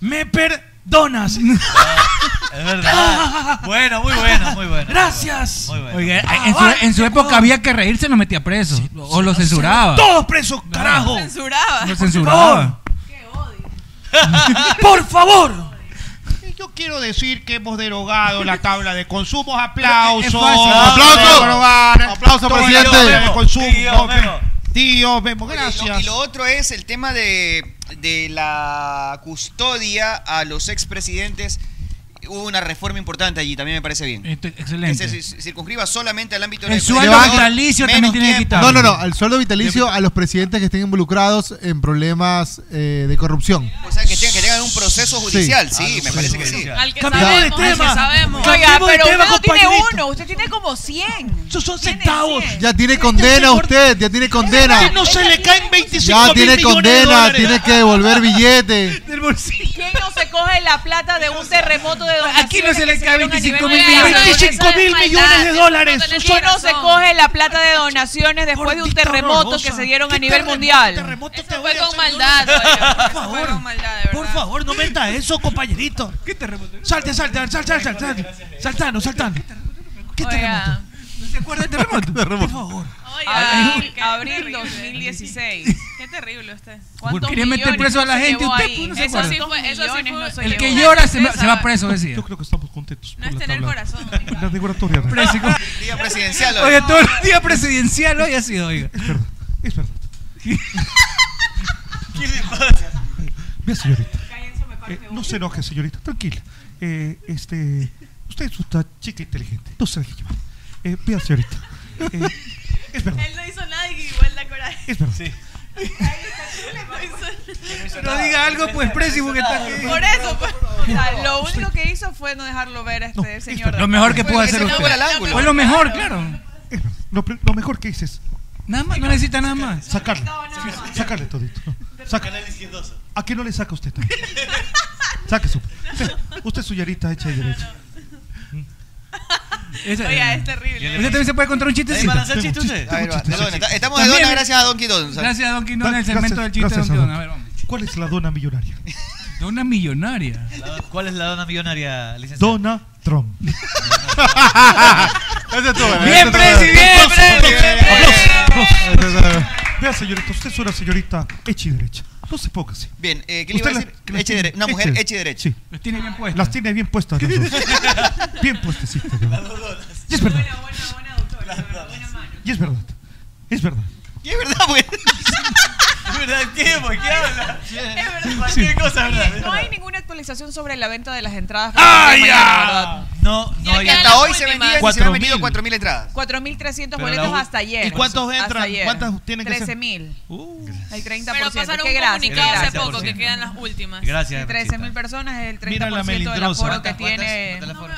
S8: Me perdonas.
S7: Es verdad. Bueno, muy bueno, muy bueno.
S8: Gracias.
S7: Muy bueno.
S10: Oiga, en su, en su época había que reírse, no metía preso. O lo censuraba.
S8: Todos presos, carajo.
S28: Censuraba.
S10: Lo censuraba.
S8: Por favor.
S4: Yo quiero decir que hemos derogado la tabla de consumos. Aplausos.
S8: Es fácil.
S4: Aplausos. Derogar.
S13: Aplauso,
S4: Todo
S13: presidente.
S4: la tabla de consumo.
S7: Tío Memo.
S4: Tío Memo,
S6: Y lo, y
S4: gracias.
S6: lo otro es el tema de, de la custodia a los expresidentes. Hubo una reforma importante allí, también me parece bien.
S10: Esto es
S6: Que
S10: Este, excelente.
S6: se se circunscriba solamente al ámbito
S10: El
S6: del
S10: sueldo
S6: legislador,
S10: vitalicio también
S6: menos
S10: tiene que
S6: tiempo.
S10: quitar.
S13: No, no, no, el sueldo vitalicio a los presidentes que estén involucrados en problemas eh, de corrupción. Ah,
S6: O sea, que tengan, que tengan un proceso judicial, sí, me parece que sí.
S28: Al que
S13: Cambiamos
S28: sabemos,
S13: de
S28: al
S13: tema.
S28: que sabemos.
S9: Oiga,
S13: Cambiemos de
S9: pero
S13: tema,
S9: usted no tiene
S13: compañerito.
S9: uno, usted tiene como 100.
S8: Esos son centavos.
S13: Ya tiene condena usted, ya tiene condena.
S8: Que no se le caen 25
S13: Ya
S8: mil
S13: tiene
S8: millones de
S13: condena,
S8: dólares.
S13: tiene que devolver billete.
S8: del bolsillo.
S9: ¿Quién no se coge la plata de un terremoto de donaciones?
S10: Aquí no se le
S9: que
S10: cae
S9: dieron a
S10: 25
S9: nivel
S10: mil
S9: mundial?
S10: millones.
S8: 25 mil millones de dólares.
S28: Eso no
S9: ¿Quién no se
S28: Razón.
S9: coge la plata de donaciones después de un
S8: Gordita
S9: terremoto
S8: horrorosa.
S9: que se dieron a
S8: ¿Qué
S9: nivel
S8: terremoto,
S9: mundial?
S8: terremoto te
S28: Eso
S8: voy
S28: fue
S8: a
S28: con
S8: hacer,
S28: maldad,
S8: Lula?
S28: oiga.
S8: Por
S28: Eso fue
S8: favor.
S28: con maldad, de
S8: Por
S28: verdad.
S8: favor, no meta eso, compañerito. ¿Qué terremoto? Salte, salte, a ver, salte, salte, salte. Saltando, saltando. ¿Qué terremoto?
S28: Oiga,
S10: ¿Se acuerda del terremoto?
S13: Terremoto.
S8: Por favor.
S28: oiga,
S9: Abril,
S28: qué
S9: abril
S28: terrible.
S9: 2016.
S28: Qué terrible usted. ¿Cuántos
S10: Quería meter
S28: millones
S10: preso a
S28: no
S10: la
S28: se
S10: gente,
S28: llevó
S10: usted,
S28: ahí?
S10: pues, no se
S28: Eso sí
S10: acuerda.
S28: fue, eso sí
S9: Millones
S28: fue-
S9: no se
S10: El que
S28: llevó.
S10: llora se va,
S28: Usted
S10: se va
S28: sabe.
S10: preso, decía.
S8: creo que estamos contentos.
S28: No es tener corazón.
S8: La decoratoria.
S10: Preso.
S6: Día presidencial.
S10: Oiga, todo el día presidencial hoy ha sido, oiga.
S8: Es verdad.
S7: ¿Qué le pasa?
S8: Vea, señorita. eh, no se enoje, señorita. Tranquila. Eh, este, usted es una chica inteligente. No se deje llevar. Eh, vea, señorita. Eh, es verdad.
S28: Él no hizo nada y igual la coraje.
S8: Es verdad.
S28: No hizo nada.
S10: No diga algo, pues preso porque está aquí.
S28: Por eso, pues.
S9: O sea, lo único que hizo fue no dejarlo ver a este señor.
S10: Lo mejor que
S6: Fue-
S10: pudo
S6: ese
S10: hacer
S6: no fue el
S10: usted.
S6: ángulo.
S10: Fue lo mejor, claro.
S8: Es verdad. Eh, Lo, pre- lo mejor que hice es
S10: Nada más, no necesita nada más.
S8: sacarle. Ah, Sacarle todito. no. Saca- ¿A qué no le saca usted? también? Saque su. Usted, usted es señorita hecha y derecha.
S10: Ese-
S28: Oiga, es terrible.
S10: Usted también se puede contar un
S7: ¿Ahí
S10: chistecito.
S7: van a hacer chiste usted?
S6: A ver, va, de dona. Estamos de
S10: También-
S6: dona gracias a Don Quidón.
S10: Gracias a Don Quindón, el
S8: Gracias,
S10: segmento del chiste de
S8: gracias
S10: Don
S8: a
S10: Quindón.
S8: Don.
S10: A ver, vamos.
S2: ¿Cuál es la dona millonaria?
S10: Dona millonaria.
S7: ¿Cuál es la dona millonaria, licenciado?
S2: Dona Trump.
S7: Bien, Presi, bien, Presi,
S2: Vea, señorita, usted es una señorita hecha y derecha. No se ponga así.
S6: Bien, eh, ¿qué le iba a
S2: Usted
S6: decir?
S2: las- que las
S6: Hecha y
S2: tiene-
S6: dere- Una mujer hecha y derecha.
S2: Sí.
S10: Las tiene bien puestas.
S2: Las tiene bien puestas. las dos. bien puestecitas. ¿no? Y es verdad. Y es verdad. Es verdad.
S6: Y es verdad, güey.
S7: ¿Es verdad qué? ¿Por qué habla? Es verdad,
S9: Sí.
S7: cualquier cosa,
S9: Oye,
S7: ¿verdad?
S9: no hay ninguna actualización sobre la venta de las entradas.
S7: ¡Ah,
S9: Mañana, ¿verdad?
S7: ya! No, no
S9: Ya
S7: hay.
S9: quedan
S6: Hasta
S9: las
S6: hoy se
S9: últimas.
S6: vendían y se han vendido 4.000 entradas.
S9: 4.300
S6: Pero
S9: boletos
S6: la-
S9: hasta ayer.
S6: ¿Y cuántos entran?
S2: ¿Cuántas tienen que ser?
S9: 13.000. El 30%.
S4: Pero pasaron
S9: Qué
S4: un
S9: gracia.
S4: comunicado
S9: Qué
S4: hace
S9: gracia.
S4: poco que quedan las últimas.
S7: Gracias,
S9: Y 13.000 personas es el
S7: Mira la
S9: 30% del
S7: melindrosa.
S9: aforo que
S7: ¿Cuántas- cuántas-
S9: tiene.
S7: cuántas la aforo?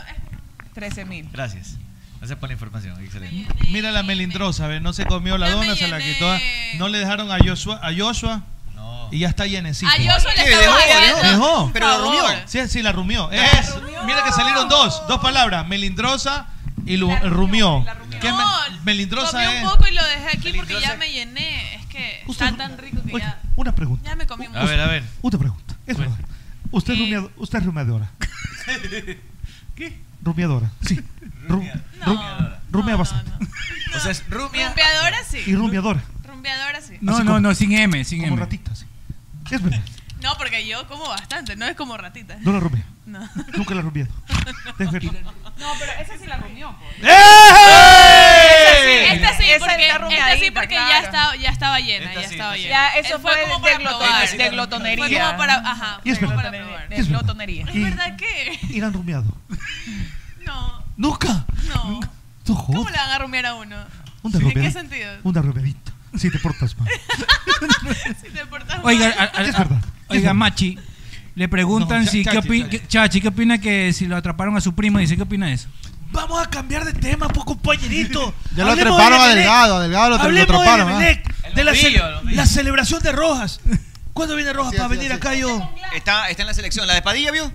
S9: 13.000.
S7: Gracias. Gracias por la información, excelente.
S2: Mira la melindrosa, ve, no se comió la dona, se la quitó. ah. No le dejaron a Joshua, a Joshua y ya está llenecito.
S4: A Joshua le
S2: Sí,
S4: estaba
S2: dejó,
S4: dando,
S2: dejó.
S4: por Pero lo rumió. favor.
S2: Sí, sí, la rumió. Es- Mira que salieron dos, dos palabras, melindrosa y lu- rumió. ¿Qué es me- melindrosa
S4: Comí
S2: es?
S4: un poco y lo dejé aquí porque
S2: Melindrosa.
S4: ya me llené. Es que está tan rico que ya.
S2: Una pregunta.
S4: Ya me comí mucho.
S2: Una pregunta. Es verdad. Usted, es rumiado- usted es rumiadora.
S7: ¿Qué?
S2: Rumiadora. Sí. Ru- ru- rumea bastante.
S7: O sea, es rumia.
S4: Rumbeadora sí.
S2: Y rumiadora.
S4: Rumbeadora sí.
S10: No,
S2: Así
S10: no,
S2: como-
S10: no, sin M, sin
S2: como
S10: M.
S2: ratita, sí. Es verdad.
S4: No, porque yo como bastante, no es como ratita.
S2: No la rumea.
S4: No.
S2: Nunca la rumiado. Es verdad.
S9: No, pero esa sí la reunión.
S4: ¡Eh! Esta sí,
S9: Esa
S4: porque,
S9: está
S4: esta sí
S9: rumiadita,
S4: porque ya,
S9: claro.
S4: estaba, ya estaba llena, ya estaba llena.
S9: Ya, eso
S4: Eh,
S9: fue de
S4: para
S9: gloton-
S4: probar.
S9: de glotonería.
S4: Fue como para, ajá,
S2: Y es
S4: fue como
S2: verdad.
S4: para probar.
S2: Y es verdad.
S9: glotonería.
S4: ¿Es
S2: Y-
S4: verdad que?
S2: ¿Y la han rumiado?
S4: No,
S2: Nunca.
S4: no.
S2: No
S4: ¿Cómo
S2: jodas.
S4: le van a rumiar a uno?
S2: Una
S4: ¿En qué
S2: rumiadita.
S4: sentido?
S2: Una rumiadita. Si te portas mal.
S4: Si te portas
S10: Oiga,
S4: mal.
S10: a- a- oiga, Machi, le preguntan
S2: No, Cha-
S10: si qué
S2: Chachi,
S10: opina, Chachi, ¿qué opina que si lo atraparon a su primo? Dice, ¿qué opina de eso?
S8: Vamos a cambiar de tema, pues, compañerito.
S10: Ya lo
S8: Hablemos
S10: atraparon
S8: del
S10: a
S8: Emelec.
S10: Delgado, a Delgado lo tra- lo
S8: Hablemos
S10: atraparon,
S8: del
S10: ¿ah?
S8: Emelec,
S10: El
S8: de la, ce-
S10: bombillo, el bombillo.
S8: la celebración de Rojas. ¿Cuándo viene Rojas para venir acá yo?
S6: Está, está en la selección. ¿La de Padilla, vio?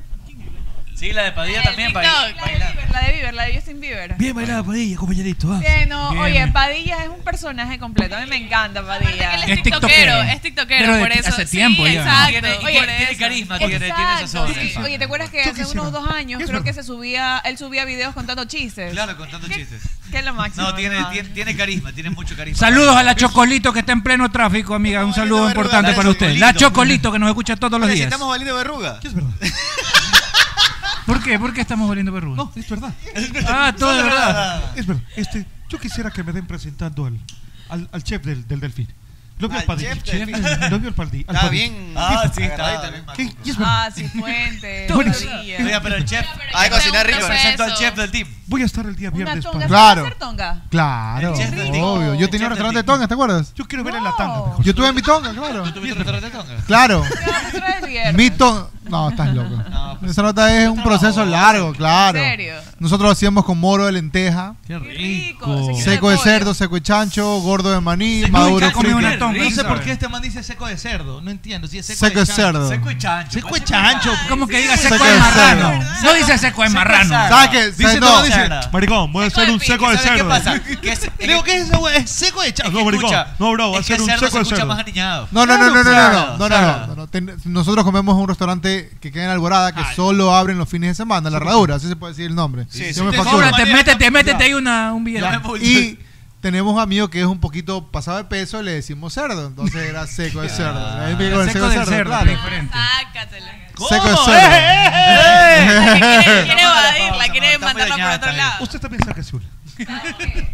S7: Sí, la de Padilla también.
S9: No, la de Bieber, la de Bieber, la de Justin Bieber.
S8: Bien bailada Padilla, compañerito. ah.
S9: Sí, no,
S8: Bien.
S9: oye, Padilla es un personaje completo. A mí me encanta Padilla.
S4: él es Es tiktokero, tiktokero. es tiktokero, Pero de- por eso. hace Sí, tiempo ya. exacto,
S7: Tiene, y
S4: por
S7: tiene- tiene
S4: eso.
S7: carisma, tiene, tiene esa
S9: Exacto,
S7: zona.
S9: sí. Oye, ¿te acuerdas que hace unos dos años creo que se subía, él subía videos contando chistes?
S7: Claro, contando chistes.
S9: Que es lo máximo. Ah.
S7: No, tiene,
S9: ¿verdad?
S7: tiene, tiene carisma, tiene mucho carisma.
S10: Saludos a la Chocolito que está en pleno tráfico, amiga. Un saludo importante para usted. La Chocolito que nos escucha todos los días.
S6: Estamos valiendo verruga. ¿Qué
S2: es verdad?
S10: ¿Por qué? ¿Por qué estamos volviendo verrugas? No,
S2: es verdad.
S10: Ah, todo es verdad.
S2: Es verdad. Este, yo quisiera que me den presentando al, al, al chef del, del delfín. Lo vio
S6: Al
S2: el Padilla.
S6: chef del delfín.
S2: Lo vio el Padilla.
S6: Está bien. Ah, sí, está bien.
S2: ¿Qué? Y es verdad.
S9: Ah, sí, Fuentes.
S2: Buenísimo.
S9: Padilla.
S7: Oiga, pero el chef.
S6: Hay que cocinar rico.
S7: Presento al chef del team.
S2: Voy a estar el día
S9: Una
S2: viernes.
S9: tonga.
S2: para-
S9: ¿Sabes
S13: Claro.
S9: hacer tonga?
S13: Claro,
S2: El chef del Tonga.
S13: obvio. Yo tenía un restaurante de tonga, ¿te acuerdas?
S2: Yo quiero ver en la tanda mejor.
S13: Yo estuve en mi tonga, claro.
S7: ¿Tuviste un restaurante de tonga?
S13: Claro.
S9: Eso es viernes.
S13: Mi tonga. No, estás loco. Esa nota es un proceso largo, claro.
S9: ¿En serio?
S13: Nosotros lo hacíamos con moro de lenteja,
S2: Qué
S9: rico.
S13: seco de cerdo, seco de chancho, gordo de maní,
S2: Nunca
S13: maduro
S2: comí
S13: frito.
S2: una tonga. No sé por qué este man dice seco de cerdo. No entiendo. Si es seco,
S13: Seco
S2: de
S13: de
S2: chancho.
S13: cerdo.
S2: Seco de chancho. Seco de chancho.
S10: Como que diga seco
S13: Seco
S10: de
S13: de
S10: marrano.
S13: cerdo.
S10: No dice seco de marrano.
S13: ¿Sabes qué?
S2: Dice
S13: ¿Sabes
S2: no,
S13: no?
S2: dice.
S13: Cerdo.
S2: Maricón, voy a hacer un seco de cerdo.
S7: Le
S2: digo, ¿qué es esa hueá? Es seco de chancho. No, maricón.
S7: escucha,
S2: No, bro, va a
S7: es que
S2: ser un
S7: cerdo se
S2: seco de
S7: escucha
S2: cerdo.
S7: más aniñado.
S13: No, no, no, no, no, no, no, no, no,
S7: Claro.
S13: no, no. Ten- Nosotros comemos en un restaurante que queda en Alborada que solo abren los fines de semana, la herradura, así se puede decir el nombre.
S10: Sí,
S13: Yo
S10: sí.
S13: me
S10: Te
S13: facturo.
S10: cobran, te métete, métete ahí una, un billete.
S13: Y tenemos un amigo que es un poquito pasado de peso y le decimos cerdo, entonces era seco de cerdo. Ahí me digo,
S10: Seco del cerdo,
S13: claro.
S10: diferente. ¡Eh,
S13: Seco de cerdo.
S6: Eh,
S4: Quiere evadir, la quiere mandarla por otro lado.
S2: Usted también saca azul.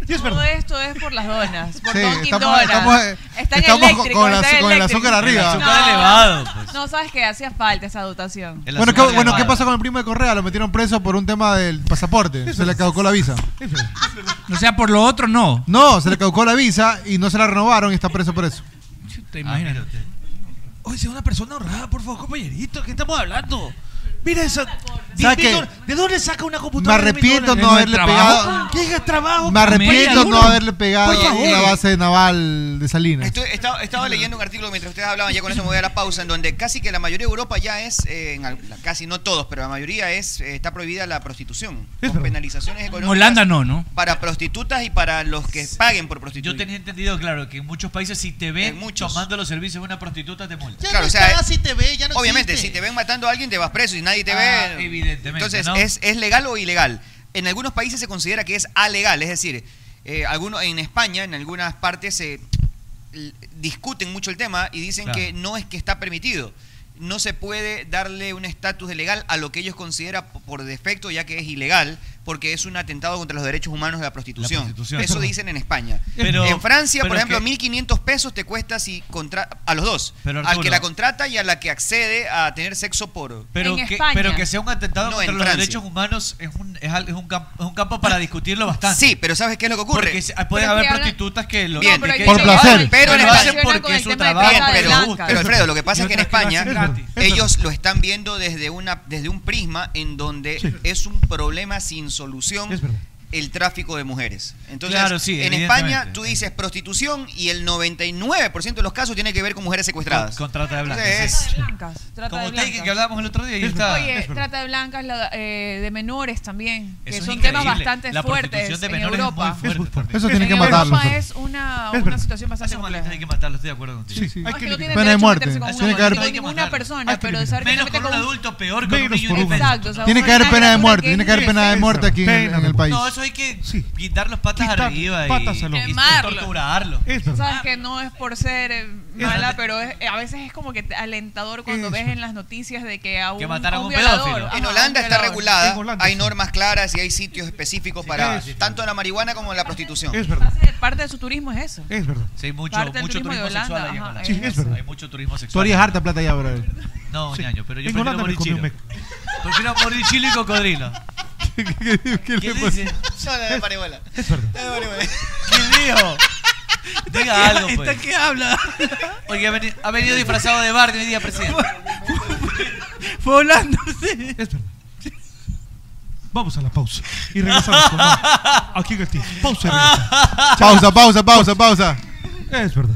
S2: Y es
S9: Todo esto es por las donas, por
S13: Sí,
S9: Dunkin'
S13: estamos-
S9: Donuts.
S13: estamos, eh,
S9: Está en
S13: estamos con-
S9: eléctrico,
S13: con la-
S9: está en
S13: con el
S9: eléctrico.
S13: azúcar arriba. El azúcar
S9: No,
S13: elevado, pues.
S9: No, sabes que hacía falta esa dotación.
S13: Bueno, ¿qué, bueno, ¿qué pasa con el primo de Correa? Lo metieron preso por un tema del pasaporte. Se le caducó la visa.
S10: O sea, por lo otro no.
S13: No, se le caducó la visa y no se la renovaron y está preso por eso.
S10: Te imaginas.
S2: Ah,
S8: Oye, sea una persona honrada, por favor, compañerito. ¿Qué estamos hablando? Mira eso.
S29: ¿Sabe qué?
S8: Víctor, ¿De dónde saca una computadora?
S13: Me
S8: de mil
S13: arrepiento
S8: dólares?
S13: no haberle
S30: Ah,
S13: pegado.
S8: ¿Qué es trabajo?
S13: Me arrepiento no haberle pegado
S6: Por favor.
S13: la base naval de Salinas.
S6: Estoy- estaba, estaba leyendo un artículo mientras ustedes hablaban, ya con eso me voy a la pausa, en donde casi que la mayoría de Europa ya es, eh, en al- la- casi no todos, pero la mayoría es eh, está prohibida la prostitución, con penalizaciones
S31: En
S6: económicas.
S31: Holanda no, ¿no?
S6: Para prostitutas y para los que paguen por
S7: Yo
S6: prostitución.
S7: tenía entendido, claro, que en muchos países si te ven tomando los servicios de una prostituta te multan.
S6: Claro, o sea, eh,
S8: te ve, ya
S6: obviamente, si te ven matando a alguien te vas preso, si nadie te
S7: Ah,
S6: ve.
S7: evidentemente,
S6: Entonces,
S7: ¿no?
S6: ¿es, ¿es legal o ilegal? En algunos países se considera que es alegal, es decir, eh, alguno- en España, en algunas partes se l- discuten mucho el tema y dicen
S7: Claro.
S6: que no es que está permitido. No se puede darle un estatus de legal a lo que ellos consideran p- por defecto, ya que es ilegal, porque es un atentado contra los derechos humanos de la prostitución.
S7: prostitución.
S6: Eso dicen en España.
S7: Pero-
S6: en Francia,
S7: pero
S6: por
S7: es
S6: ejemplo,
S7: que-
S6: 1.500 pesos te cuesta si contra a los dos,
S7: Pero,
S6: al que
S7: Arturo,
S6: la contrata y a la que accede a tener sexo por.
S7: Pero, que, pero que sea un atentado
S6: No,
S7: contra
S6: en
S7: los
S6: Francia.
S7: derechos humanos es un, es, al- es un, camp- es un campo para discutirlo bastante.
S6: Sí, pero ¿sabes qué es lo que ocurre?
S7: Porque se- pueden
S6: Pero
S7: haber
S6: que hablan-
S7: prostitutas que lo
S6: Bien,
S7: que-
S6: por
S7: que-
S6: placer.
S7: Pero lo hacen
S6: relaciona
S7: porque
S6: con
S7: es
S6: el
S7: su
S6: tema de
S7: trabajo.
S6: trata de
S7: porque les
S6: blancas.
S7: gusta.
S6: Pero Alfredo, lo que pasa es que en
S7: Y otras lo
S6: España
S7: hacen gratis.
S6: ellos lo están viendo desde una desde un prisma en donde es un problema sin solución. el tráfico de mujeres. Entonces,
S7: Claro, sí,
S6: en
S7: evidentemente.
S6: España tú dices prostitución y el 99% de los casos tiene que ver con mujeres secuestradas.
S7: Con- con trata de blancas,
S6: Entonces,
S7: sí.
S9: Blancas, trata
S7: Como
S9: de
S7: usted
S9: blancas.
S7: que hablábamos el otro día y está.
S9: Oye, trata de blancas, la- eh, de menores también, que
S7: Eso es
S9: son
S7: increíble.
S9: temas bastante
S7: La
S9: fuertes
S7: prostitución de
S9: en
S7: menores es muy
S9: Europa.
S7: fuerte también.
S13: Eso tiene
S9: en
S13: que
S9: Europa
S13: matarlos.
S9: es una,
S13: Es
S9: una
S13: verdad.
S9: situación bastante compleja.
S7: Hay que matarlo, estoy de acuerdo contigo.
S13: sí.
S9: No, es que no tienen
S13: Pena de
S9: derecho a
S13: muerte.
S9: meterse con una
S13: Tiene que haber-
S9: con
S13: Hay que
S9: ninguna persona, pero saber que se
S7: Menos
S9: mete
S7: con
S9: con
S7: un adulto, peor con un niño.
S9: Exacto. o sea,
S13: Tiene
S9: un
S13: que haber
S9: niño
S13: pena de
S9: que-
S13: muerte, tiene que haber pena de
S7: Pena
S13: muerte aquí en,
S7: de
S13: en el
S7: muerte.
S13: país.
S7: No, eso hay que quitar los patas
S13: Quitar
S7: arriba y,
S13: patas a los-
S7: y
S9: Quemarlo.
S7: torturarlo.
S9: Sabes que no es por ser eh, mala, pero es- eh, a veces es como que te- alentador cuando ves en las noticias de que a un,
S6: Que mataron a un
S9: violador,
S6: pedófilo.
S9: ajá,
S6: En
S9: a un
S6: Holanda está
S9: violador.
S6: regulada, hay normas claras y hay sitios específicos para tanto la marihuana como la prostitución.
S9: Parte- Parte de su turismo es eso.
S13: Es verdad.
S7: Sí, mucho,
S9: Parte del
S7: mucho turismo,
S9: turismo de
S7: sexual
S9: Holanda,
S7: hay en
S9: ajá,
S7: Holanda.
S13: es verdad.
S7: Hay mucho turismo sexual.
S13: Tú harías harta plata ya, brother.
S7: No,
S13: Sí.
S7: ñaño, pero yo
S13: En
S7: prefiero
S13: Holanda me
S7: morir
S13: comí
S7: chino.
S13: un
S7: Prefiero morir chino y cocodrilo.
S13: ¿Qué le pasa?
S7: dice? ¿Quién dijo? Diga algo, pues.
S8: ¿Esta qué habla?
S7: Oye, ha veni- ha venido disfrazado de Barney hoy día, presidente.
S8: Fue Holanda, sí.
S2: Vamos a la pausa y regresamos con más. Aquí en el team. Pausa y regresamos.
S13: Pausa, pausa, pausa, pausa.
S2: Es verdad.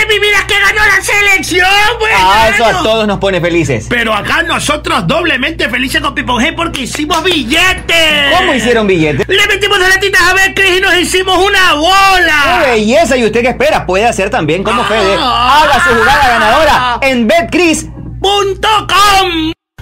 S30: de mi vida que ganó la selección, güey!
S1: Ah, eso
S30: ñaño!
S1: a todos nos pone felices.
S30: Pero acá nosotros doblemente felices con Pipo G porque hicimos billetes.
S1: ¿Cómo hicieron billetes?
S30: Le metimos de latitas a ver, Cris, y nos hicimos una bola.
S1: ¡Qué belleza! ¿Y usted qué espera? Puede hacer también como
S30: Ah.
S1: Fede. Haga su jugada ganadora en BetCris.com.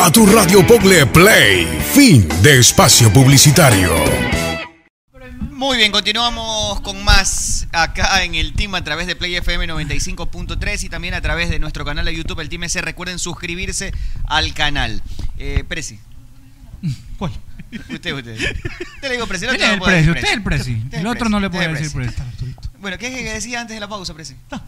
S18: A tu radio Pogle Play, fin de espacio publicitario.
S6: Muy bien, continuamos con más acá en el Team a través de Play FM 95.3 y también a través de nuestro canal de YouTube, el Team S. Recuerden suscribirse al canal. Eh, Prezi.
S4: ¿Cuál?
S6: Usted, usted. Te le digo Prezi.
S4: Él es el Prezi, usted es el Prezi. El otro no le puede decir Prezi.
S6: Bueno, ¿qué es que decía antes de la pausa, Prezi?
S13: Ah,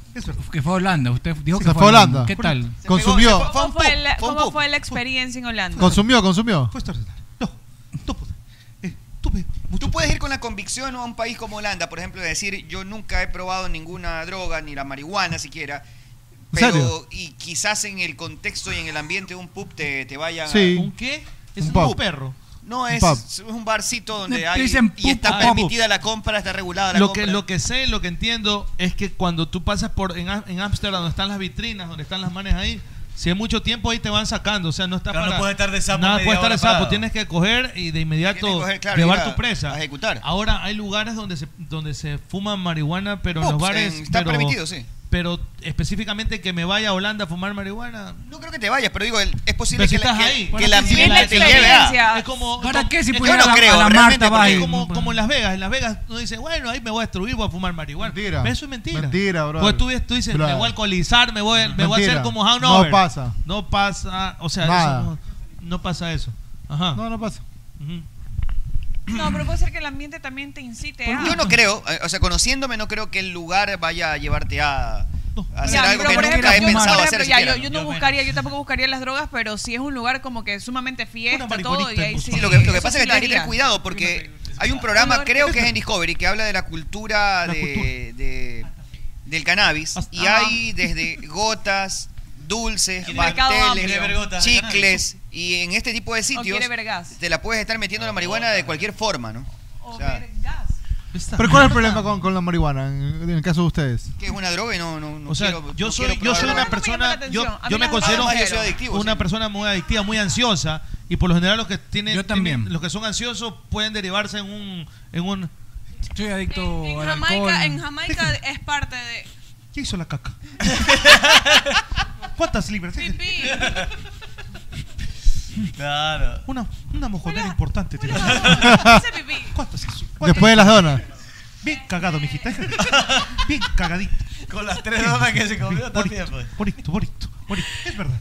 S4: Que fue a Holanda, usted dijo
S13: Se
S4: que
S13: fue a Holanda.
S4: ¿Qué tal?
S13: Se Consumió. pegó,
S9: ¿Cómo fue, la, cómo fue la experiencia en Holanda?
S13: Consumió, consumió.
S6: Tú puedes ir con la convicción a un país como Holanda, por ejemplo, de decir yo nunca he probado ninguna droga, ni la marihuana siquiera.
S13: ¿En
S6: Pero,
S13: serio?
S6: y quizás en el contexto y en el ambiente de un pub te, te vayan
S13: Sí.
S6: a.
S13: ¿Un qué?
S6: Es
S13: Un
S6: un,
S13: pub.
S6: perro. No,
S13: Un
S6: es,
S13: pub.
S6: es un barcito donde
S13: Te
S6: hay.
S13: dicen
S6: Y está
S8: pub.
S6: permitida la compra, está regulada la
S8: lo
S6: compra.
S8: que lo que sé lo que entiendo es que cuando tú pasas por en Am- en Ámsterdam donde están las vitrinas donde están las manes ahí si hay mucho tiempo ahí te van sacando o sea no está
S7: Claro, no
S8: para-
S7: puedes estar de sapo
S8: nada
S7: media
S8: puede estar
S7: hora
S8: de sapo
S7: parado.
S8: tienes que coger y de inmediato
S7: Tienes que coger, claro,
S8: llevar
S7: ir a-
S8: tu presa
S6: a ejecutar
S8: ahora hay lugares donde se donde se fuma marihuana pero en
S6: Pubs,
S8: los bares
S6: en- está
S8: pero-
S6: permitido, sí.
S8: pero específicamente que me vaya a Holanda a fumar marihuana
S6: No creo que te vayas, pero digo, el- es posible que,
S8: Pero si
S6: la,
S8: estás
S6: que-
S8: ahí.
S6: que
S8: Bueno,
S6: el
S8: sí, sí,
S6: ambiente
S8: es
S6: te
S8: la
S6: lleve a.
S8: Es como,
S4: ¿Para qué si
S8: es
S4: pudiera
S8: como-
S4: la- a la Marta va
S8: es
S4: y-
S8: como, como en Las Vegas. En Las Vegas tú dices, bueno, ahí me voy a destruir, voy a fumar marihuana.
S13: Mentira.
S8: Eso es mentira.
S13: Mentira, brother.
S8: Pues tú, tú dices,
S13: Brother.
S8: me voy a alcoholizar, me voy, a- me voy a
S13: Mentira.
S8: hacer como Hanover.
S13: No pasa.
S8: No pasa, o sea, eso
S13: Nada.
S8: no, no pasa eso. Ajá. No,
S13: no pasa.
S9: No, pero puede ser que el ambiente también te incite a...
S6: Yo no creo, eh, o sea, conociéndome, no creo que el lugar vaya a llevarte a, a hacer
S9: Ya,
S6: algo
S9: pero
S6: que
S9: por
S6: nunca
S9: ejemplo,
S6: he
S9: yo,
S6: pensado
S9: por
S6: hacer.
S9: ejemplo, ya,
S6: siquiera.
S9: yo, yo no buscaría, yo tampoco buscaría las drogas, pero si es un lugar como que sumamente fiesta, todo, y ahí sí.
S6: Sí, lo que, lo que
S9: eso
S6: pasa es
S9: sí
S6: que
S9: lo
S6: tienes que tener
S9: haría.
S6: cuidado pues. porque hay un programa, creo que es en Discovery, que habla de la cultura de, de- del cannabis y
S7: Ajá.
S6: hay desde gotas, dulces,
S7: Quiere mercado
S6: pasteles,
S7: amplio. Quiere ver gotas de
S6: chicles y en este tipo de
S9: O
S6: sitios
S9: quiere ver gas.
S6: te la puedes estar metiendo la marihuana de cualquier forma, ¿no? O sea,
S13: Pero ¿cuál es el problema con, con la marihuana en, en el caso de ustedes?
S6: que es una droga y no, no, no
S8: O sea,
S6: quiero-
S8: yo
S6: no
S8: soy,
S6: quiero
S8: yo soy
S6: probarlo.
S8: una persona, yo,
S6: atención. A
S8: yo
S6: mí
S8: me
S6: las
S8: considero
S6: drogas yo soy adictivo,
S8: una
S6: sí.
S8: persona muy adictiva, muy ansiosa, y por lo general los que tienen, tienen- los que son ansiosos pueden derivarse en un, en un
S4: Soy adicto
S9: En Jamaica, en Jamaica es parte de...
S8: ¿Qué hizo la caca? ¿Cuántas libras?
S9: Pipí.
S7: Claro.
S8: Una, una mojonera importante. te
S9: hola. Ese pipí.
S8: ¿Cuántas hizo? ¿Cuántas
S13: Después de
S8: hizo?
S13: las donas.
S8: Bien cagado, mijita. Bien cagadito.
S7: Con las tres donas que se comió también, pues.
S8: Bonito, bonito, bonito. Es verdad.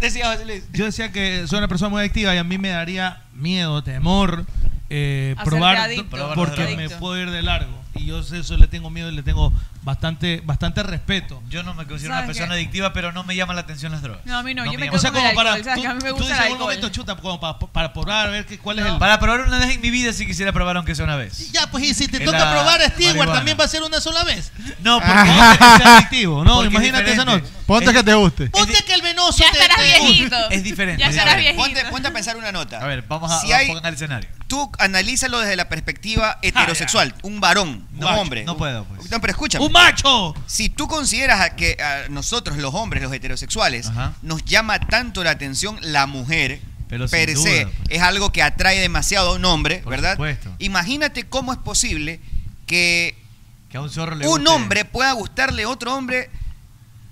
S6: Decía José Luis.
S8: Yo decía que soy una persona muy adictiva y a mí me daría miedo, temor eh,
S6: Hacerte
S8: probar
S6: adicto,
S8: probar
S6: hacerte
S8: porque me
S6: adicto.
S8: puedo ir de largo. Y yo sé eso le tengo miedo y le tengo bastante bastante respeto.
S7: Yo no me considero una
S8: ¿Sabes
S7: persona
S8: qué?
S7: adictiva, pero no me llaman la atención las drogas.
S9: No, a mí no, yo me
S7: llaman.
S9: quedo
S7: O sea,
S9: con el
S7: como para.
S9: alcohol, ¿sabes?
S7: tú-
S9: que a mí me
S8: Tú
S9: gusta
S8: dices
S9: el
S8: en algún
S9: alcohol.
S8: momento chuta como para, para probar, a ver qué, cuál es el.
S7: Para probar una vez en mi vida sí quisiera probar, aunque sea una vez.
S8: Ya, pues y si te
S7: Es
S8: toca
S7: la
S8: probar Stewart,
S7: marihuana.
S8: también va a ser una sola vez.
S7: No, porque
S13: Ah.
S7: no que sea adictivo, ¿no?
S13: Porque es
S7: Imagínate esa
S13: diferente.
S7: noche.
S13: Ponte que te guste.
S8: Ponte que el venoso
S9: Ya estarás viejito.
S7: Es diferente.
S6: Ya
S7: es
S6: estarás
S7: diferente.
S6: Ponte, ponte a pensar una nota.
S7: A ver, vamos a
S6: Si
S7: vamos a
S6: hay-
S7: poner el escenario.
S6: Tú analízalo desde la perspectiva heterosexual, un varón,
S7: No,
S6: un hombre.
S7: no puedo, pues.
S6: No, pero escúchame.
S7: ¡Un macho!
S6: Si tú consideras a que a nosotros los hombres, los heterosexuales, nos llama tanto la atención la mujer,
S7: Pero sin
S6: per se,
S7: duda. pues.
S6: es algo que atrae demasiado a un hombre,
S7: Por
S6: ¿verdad?
S7: supuesto.
S6: Imagínate cómo es posible que
S7: Que a un zorro le
S6: un
S7: guste.
S6: hombre pueda gustarle a otro hombre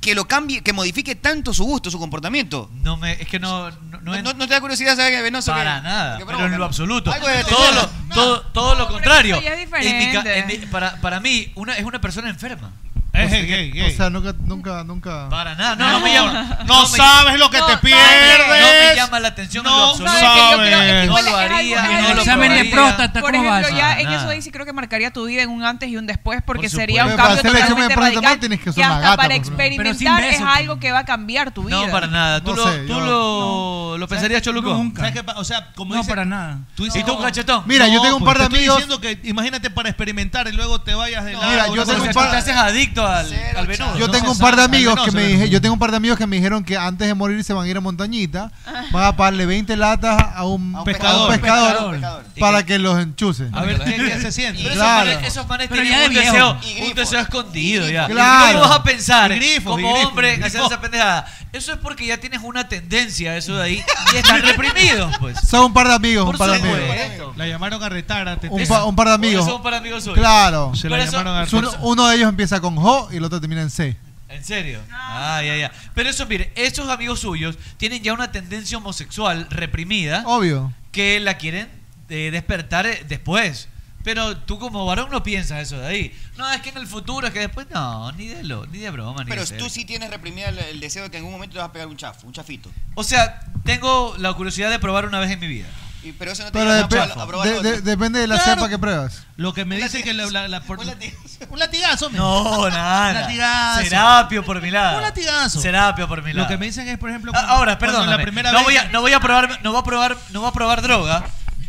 S6: que lo cambie, que modifique tanto su gusto, su comportamiento.
S7: No me, es que no, no,
S6: No, no- no te da curiosidad saber que es venoso.
S7: Para
S6: que-
S7: nada,
S6: que
S7: pero
S6: provoca?
S7: en lo absoluto.
S6: Algo de
S7: todo, lo,
S6: detenerlo.
S7: todo, todo lo contrario.
S6: ya es
S7: En mi ca-
S6: diferente.
S7: en mi- para, para mí, una, es una persona enferma.
S13: ¿Eh?
S8: Es
S13: O sea, nunca, nunca, nunca.
S7: Para nada, no, no me llama.
S13: No
S7: me-
S13: sabes lo que te
S7: no,
S13: pierdes.
S7: No me llama la atención en lo
S13: No
S7: absoluto.
S13: sabes que yo creo- es que
S7: No
S13: igual
S7: lo
S13: es algo-
S7: haría,
S13: es algo
S7: no lo
S4: Examen de
S7: probaría.
S4: próstata,
S9: Por
S4: ¿cómo
S9: ejemplo,
S4: vas?
S9: ya
S7: Ah,
S9: en
S7: nada.
S9: eso ahí sí creo que marcaría tu vida en un antes y un después porque
S4: Por
S9: sería un
S4: supuesto. Para
S9: cambio
S4: hacer el examen
S9: totalmente
S4: de próstata
S9: radical
S4: tienes que usar
S9: que
S4: una
S9: hasta
S4: gata,
S9: para
S4: por favor. Pero sin
S9: experimentar es
S4: beso,
S9: algo que va a cambiar tu vida.
S7: No, para nada. ¿Tú
S4: No
S7: lo,
S4: sé,
S7: tú
S4: yo-
S7: lo, lo pensarías, Choluco?
S8: ¿Sabes qué pa- O sea, como
S4: No,
S8: dice-
S4: para nada.
S8: Tú
S7: ¿Y tú, cachetón?
S13: Mira, yo tengo un par de
S8: te estoy
S13: amigos-
S8: diciendo que imagínate para experimentar y luego te vayas de lado.
S13: mira, yo tengo un par-
S7: Te haces adicto al, al veneno.
S13: Yo
S8: No
S13: tengo
S8: se
S13: un par de
S8: sabe,
S13: amigos
S8: al
S13: que
S8: menos,
S13: me
S8: al
S13: dije,
S8: menos.
S13: yo tengo un par de amigos que me dijeron que antes de morir se van a ir a montañita, van a pagarle 20 latas a un, a un
S8: pescador.
S13: pescador
S8: Pescador. Pescador.
S13: para que los enchufe.
S8: A ver qué, qué se siente.
S7: Pero
S13: Claro.
S7: esos manes, esos manes
S8: Pero
S7: tienen
S8: ya
S7: un
S8: de viejo.
S7: deseo,
S8: Y
S7: un deseo escondido ya.
S13: Claro.
S7: ¿Cómo vas a pensar
S8: Y grifos, y
S7: como
S8: grifos,
S7: hombre
S8: y
S7: en hacer
S8: grifos.
S7: esa pendejada? Eso es porque ya tienes una tendencia, eso de ahí, y pues. están reprimidos.
S13: Son un par de amigos, un par de amigos.
S7: amigos. La llamaron a retar a
S13: Un, pa- un par de amigos.
S7: Son un par de amigos suyos.
S13: Claro.
S7: Se la llamaron a
S13: Es uno, uno de ellos empieza con Jo y el otro termina en C.
S7: ¿En serio? Ah, ya, ya. Pero eso, mire, estos amigos suyos tienen ya una tendencia homosexual reprimida.
S13: Obvio.
S7: Que la quieren eh, despertar eh, después. Pero tú como varón no piensas eso de ahí. No, es que en el futuro, es que después... No, ni de, lo, ni de broma, ni
S6: Pero
S7: de
S6: tú
S7: serio.
S6: sí tienes reprimido el, el deseo de que en algún momento te vas a pegar un chafo, un chafito.
S7: O sea, tengo la curiosidad de probar una vez en mi vida.
S6: Y- pero eso no te
S13: Pero
S6: lleva a
S13: depe-
S6: probar- a probar
S13: de-
S6: otro.
S13: de- depende de la
S6: Claro.
S13: cepa que pruebas.
S4: Lo que me dice que la, la, la por- Un latigazo, men.
S7: No, nada.
S4: Un latigazo.
S7: Serapio por mi lado.
S4: Un latigazo.
S7: Serapio por mi lado.
S4: Lo que me dicen es, por ejemplo,
S7: Ah, Ahora,
S4: cuando
S7: perdón.
S4: la primera
S7: no,
S4: vez-
S7: voy a, no voy a probar, no voy a probar, no voy a probar droga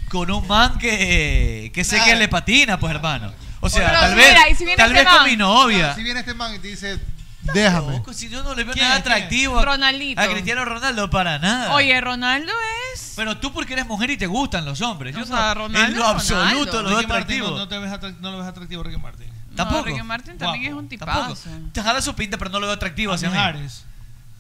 S7: con un man que, que sé que le patina, pues hermano. O sea,
S13: Pero
S7: tal
S13: mira,
S7: vez,
S13: ¿y si viene
S7: tal
S13: este
S7: vez con
S13: man?
S7: mi novia.
S13: Si viene este man y te dice,
S20: este
S13: déjame.
S7: Si yo no le veo nada atractivo a,
S20: Ronaldito.
S7: a Cristiano Ronaldo para nada.
S20: Oye, Ronaldo es.
S7: Pero tú porque eres mujer y te gustan los hombres. Yo
S20: O sea,
S7: no,
S20: Ronaldo
S7: en lo
S20: es
S7: absoluto
S20: Ronaldo.
S7: lo veo
S20: Ricky Martin,
S7: atractivo.
S20: no- no
S4: te ves atrac- no lo ves atractivo, Ricky Martin.
S7: Tampoco.
S20: Ricky Martin también es un tipazo.
S7: Tampoco. Te jala su pinta, pero no lo veo atractivo hacia
S4: Mijares.
S7: mí.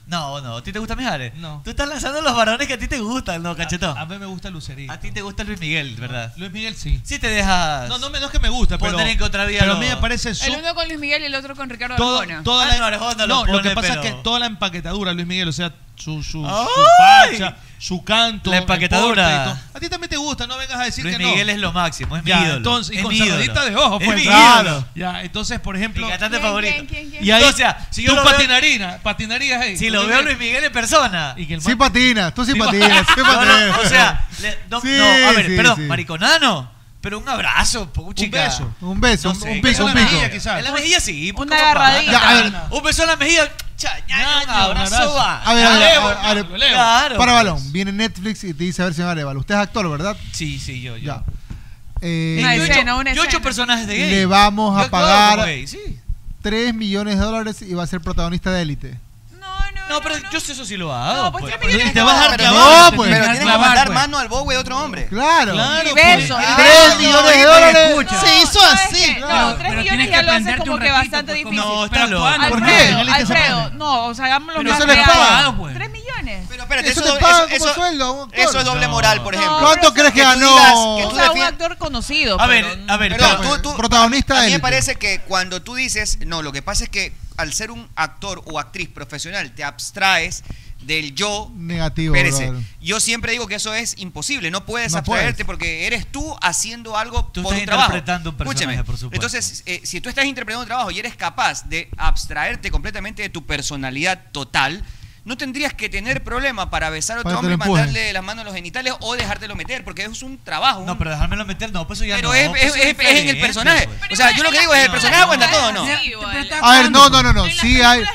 S7: No, no. ¿A ti te gusta Mijares?
S4: No.
S7: Tú estás lanzando los varones que a ti te gustan, no, cachetón.
S4: A mí me gusta Lucerito.
S7: A ti te gusta Luis Miguel, ¿verdad?
S4: Luis Miguel sí.
S7: Sí te dejas...
S4: No, no, me- no es que me gusta, pero.
S7: Poner en contravía
S4: Pero a
S7: lo-
S4: mí me parece
S20: El
S4: súper.
S20: uno con Luis Miguel y el otro con Ricardo
S4: Todo,
S20: Arjona.
S4: toda
S20: Ah,
S4: la,
S20: no, Arjona
S4: no, lo que
S7: pone,
S4: pasa
S7: pero-
S4: es que toda la empaquetadura, Luis Miguel, o sea, su, su, su
S7: ¡Ay!
S4: facha, su canto.
S7: La empaquetadura.
S4: el porte y todo. A ti también te gusta, no vengas a decir
S7: Luis
S4: que
S7: Miguel
S4: no.
S7: es lo máximo, es mi
S4: Ya,
S7: ídolo.
S4: entonces, y
S7: es
S4: con
S7: mi ídolo.
S4: saludita de ojo,
S7: es
S4: pues,
S7: mi
S4: claro.
S7: ídolo.
S4: Ya, entonces, por ejemplo.
S7: Mi cantante
S4: ¿Quién,
S7: favorito.
S4: quién, quién, quién?
S7: Y ahí, o sea, si yo
S4: tú
S7: lo veo,
S4: patinarina, patinarías ahí.
S7: si lo veo a Luis Miguel en persona. Y que
S13: Sí patinas, tú sí patinas, sí
S7: No, no,
S13: patinas.
S7: o sea, le- no,
S13: Sí,
S7: no, a ver,
S13: sí,
S7: perdón,
S13: sí.
S7: mariconano, pero un abrazo, po, chica.
S13: beso, un beso, un- un pico,
S7: en
S13: un
S7: la
S13: pico.
S7: mejilla, quizás. En la mejilla sí, pues,
S20: Una
S7: ¿cómo para?
S20: agarradita. Ya, a ver.
S7: Un beso en la mejilla, cha, ñaño, un abrazo, va.
S13: A ver, a ver,
S7: Dale,
S13: a ver, a ver,
S7: Claro. pues.
S13: Para balón, viene Netflix y te dice, a ver, señor Arevalo, usted es actor, ¿verdad?
S7: Sí, sí, yo, yo.
S13: Ya. Eh,
S7: Una escena, una yo he hecho personajes de gay.
S13: Le vamos
S7: Yo
S13: a
S7: actúo como
S13: pagar
S7: gay, sí.
S13: 3 millones de dólares y va a ser protagonista de élite.
S7: No, pero yo sé eso sí lo hago.
S6: No,
S7: pues,
S13: millones
S7: Y te
S13: no,
S7: vas a
S13: pero
S7: clavar,
S13: no,
S7: te
S13: pues.
S7: vas a
S6: Pero tienes que
S7: clavar,
S6: mandar
S7: pues.
S6: mano al bowie de otro hombre. Claro,
S13: Claro. Claro,
S6: pues.
S13: pues.
S20: ¿eh?
S6: Ah,
S13: Tres
S6: no,
S13: millones de
S6: escucha.
S13: dólares.
S6: Se hizo así.
S20: No, tres millones ya lo haces como que bastante difícil.
S6: No, está loco. ¿Por qué?
S20: Alfredo,
S6: Dale que se
S20: Alfredo, no, o sea, hagámoslo
S6: Pero
S20: más
S6: eso le
S20: real.
S6: paga, pues.
S20: Tres millones.
S6: Pero espérate,
S13: Eso
S6: eso,
S13: te
S6: doble-
S13: pagan
S6: eso-
S13: como
S6: eso-
S13: sueldo a un actor.
S6: eso es doble moral, por ejemplo.
S13: ¿Cuánto crees que ganó?
S6: que
S20: O
S6: tú
S20: sea, un
S6: defiendas-
S20: actor conocido.
S7: A
S20: pero-
S7: ver, a ver,
S6: Perdón,
S7: pero-
S6: tú- tú-
S13: protagonista
S6: A mí me
S13: élite.
S6: parece que cuando tú dices, no, lo que pasa es que al ser un actor o actriz profesional te abstraes del yo.
S13: Negativo,
S6: Espérese,
S13: brother.
S6: yo siempre digo que eso es imposible, no puedes
S13: No
S6: abstraerte porque eres tú haciendo algo
S7: Tú
S6: por
S7: estás
S6: un trabajo.
S7: interpretando un personaje,
S6: Escúchame,
S7: por supuesto.
S6: Entonces, eh, si tú estás interpretando un trabajo y eres capaz de abstraerte completamente de tu personalidad total, no tendrías que tener problema para besar a otro
S7: Para que
S6: hombre
S7: lo
S6: y
S7: empujen.
S6: mandarle las manos a los genitales o dejártelo meter, porque es un trabajo. un-
S7: No, pero dejármelo meter, no, pues eso ya
S6: pero
S7: no.
S6: es,
S7: pues
S6: es-
S7: eso
S6: es- es en el
S7: diferente,
S6: personaje.
S7: pues.
S6: O sea, yo lo que digo es el personaje aguanta todo, ¿no?
S13: A ver, no, no, no, no. Sí hay.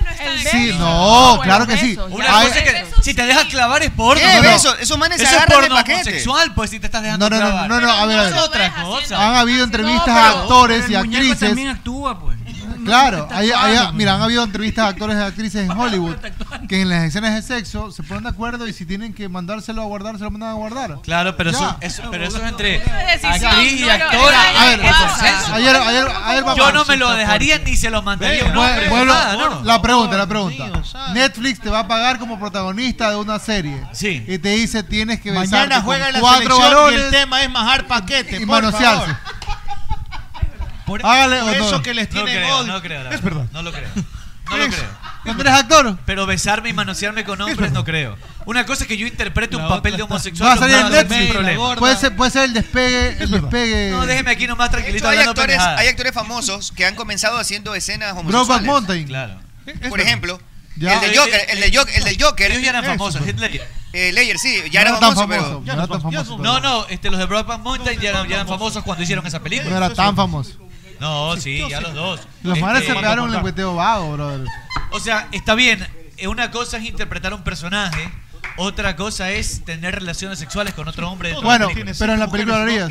S13: Sí, no, claro que sí.
S7: Una
S13: Hay-
S7: cosa es que si te dejas clavar es porno.
S13: ¿Qué?
S7: no, no.
S13: Eso- esos manes se
S7: Eso es
S13: agarran de
S7: porno
S13: paquete.
S7: homosexual, pues si te estás dejando
S13: No, no, no,
S7: clavar.
S13: no, no, a ver, a ver.
S7: Es otra cosa.
S13: Han habido entrevistas
S7: No,
S13: a
S7: pero-
S13: actores y
S7: pero el muñeco
S13: actrices.
S7: también
S10: actúa, pues.
S13: Claro,
S10: está
S13: hay,
S10: actuando,
S13: hay-
S10: pues.
S13: mira, han habido entrevistas a actores y actrices en Hollywood que en las escenas de sexo se ponen de acuerdo y si tienen que mandárselo a guardar, se lo mandan a guardar.
S7: Claro, pero
S13: Ya.
S7: eso, eso- pero eso es entre
S13: decisión,
S7: actriz y
S13: no lo-
S7: actora.
S13: A ver,
S7: Es consenso.
S13: ayer- ayer- ayer
S7: Yo
S13: vamos.
S7: no me lo dejaría ni se lo mandaría a un hombre.
S13: Vue- vuelvo-
S7: nada, no.
S13: la pregunta, la pregunta. Netflix te va a pagar como protagonista de una serie. Sí. Y te dice tienes que besarte
S4: Mañana
S13: con
S4: juega la
S13: cuatro
S4: selección
S13: varones
S4: y el tema es majar paquete.
S13: y
S4: por
S13: manosearse.
S4: favor. Por,
S13: Hágale
S4: por
S13: o no.
S4: eso que les
S7: No
S4: tienen
S7: creo,
S4: odio.
S7: no creo, la
S4: Es
S7: verdad.
S4: verdad.
S7: No lo creo. No lo
S4: Es-
S7: creo.
S13: ¿Cuando eres actor?
S7: Pero besarme y manosearme con hombres no creo. Una cosa es que yo interprete un papel de homosexual.
S13: Va a salir
S7: otra no,
S13: en
S7: no hay
S13: Netflix.
S7: problema.
S13: Puede ser, puede ser el despegue, el despegue.
S7: No, déjeme aquí nomás tranquilito
S6: hay
S7: hablando
S6: actores,
S7: pendejadas.
S6: hay actores famosos que han comenzado haciendo escenas
S13: Brokeback
S6: homosexuales.
S13: Mountain.
S7: Claro.
S6: Por ejemplo,
S13: Ya.
S6: el de Joker, el de Joker, el del Joker.
S7: Ellos ya eran famosos, Hitler.
S6: Eh, Ledger, sí, ya era famoso, pero
S13: no era tan famoso.
S7: No, no, este, los de Broadback Mountain ya eran, ya eran famosos cuando hicieron esa película.
S13: No era tan famoso.
S7: No, sí, ya los dos.
S13: Los
S7: Este,
S13: manes se pegaron un
S7: cuando-
S13: lengüeteo vago, brother.
S7: O sea, está bien. eh, Una cosa es interpretar a un personaje, otra cosa es tener relaciones sexuales con otro hombre. dentro de
S13: Bueno,
S7: la película.
S13: pero en la película lo harías.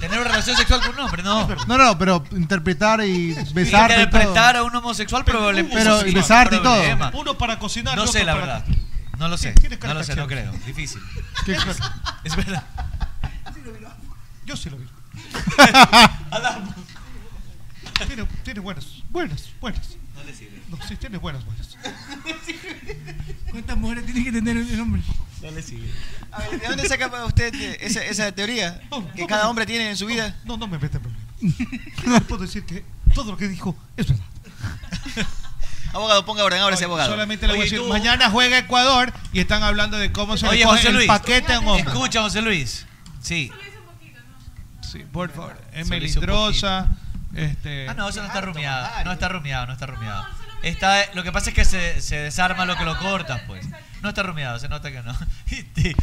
S7: Tener una relación sexual con un hombre, no.
S13: No, no, pero interpretar y besar.
S7: Interpretar a un homosexual, probable-
S13: Pero,
S7: homosexual,
S13: y besarte y todo.
S7: problema.
S4: Uno para cocinar.
S7: No
S4: y
S7: sé,
S4: otro
S7: la
S4: para-
S7: verdad. No lo sé.
S4: Tienes
S7: No lo sé, no creo.
S4: caracteres.
S7: Difícil.
S4: ¿Qué es?
S7: Es verdad.
S4: Yo sí lo vi. tiene, tiene buenas, buenas, buenas.
S7: No pues. le sirve.
S4: No, sí, tiene buenas, buenas.
S10: ¿Cuántas mujeres tiene que tener un hombre?
S7: Dale, sigue.
S6: ¿De dónde saca usted eh, esa, esa teoría que cada hombre tiene en su vida?
S8: No, no me meta en problemas. Puedo decir que todo lo que dijo es verdad.
S6: Abogado, ponga orden ahora ese abogado.
S8: Solamente le voy a decir, mañana juega Ecuador y están hablando de cómo se
S7: Oye,
S8: le coge
S7: José
S8: el
S7: Luis.
S8: paquete a un hombre.
S7: Escucha, José Luis. Sí.
S8: Sí, por favor. Es
S7: Solo hice un
S8: melindrosa.
S10: Eh,
S8: Este,
S7: Ah, no, eso no está rumiado. No está rumiado, no está rumiado. Está, lo que pasa es que se, se desarma lo que lo cortas, pues. No está rumiado, se nota que no. Y te-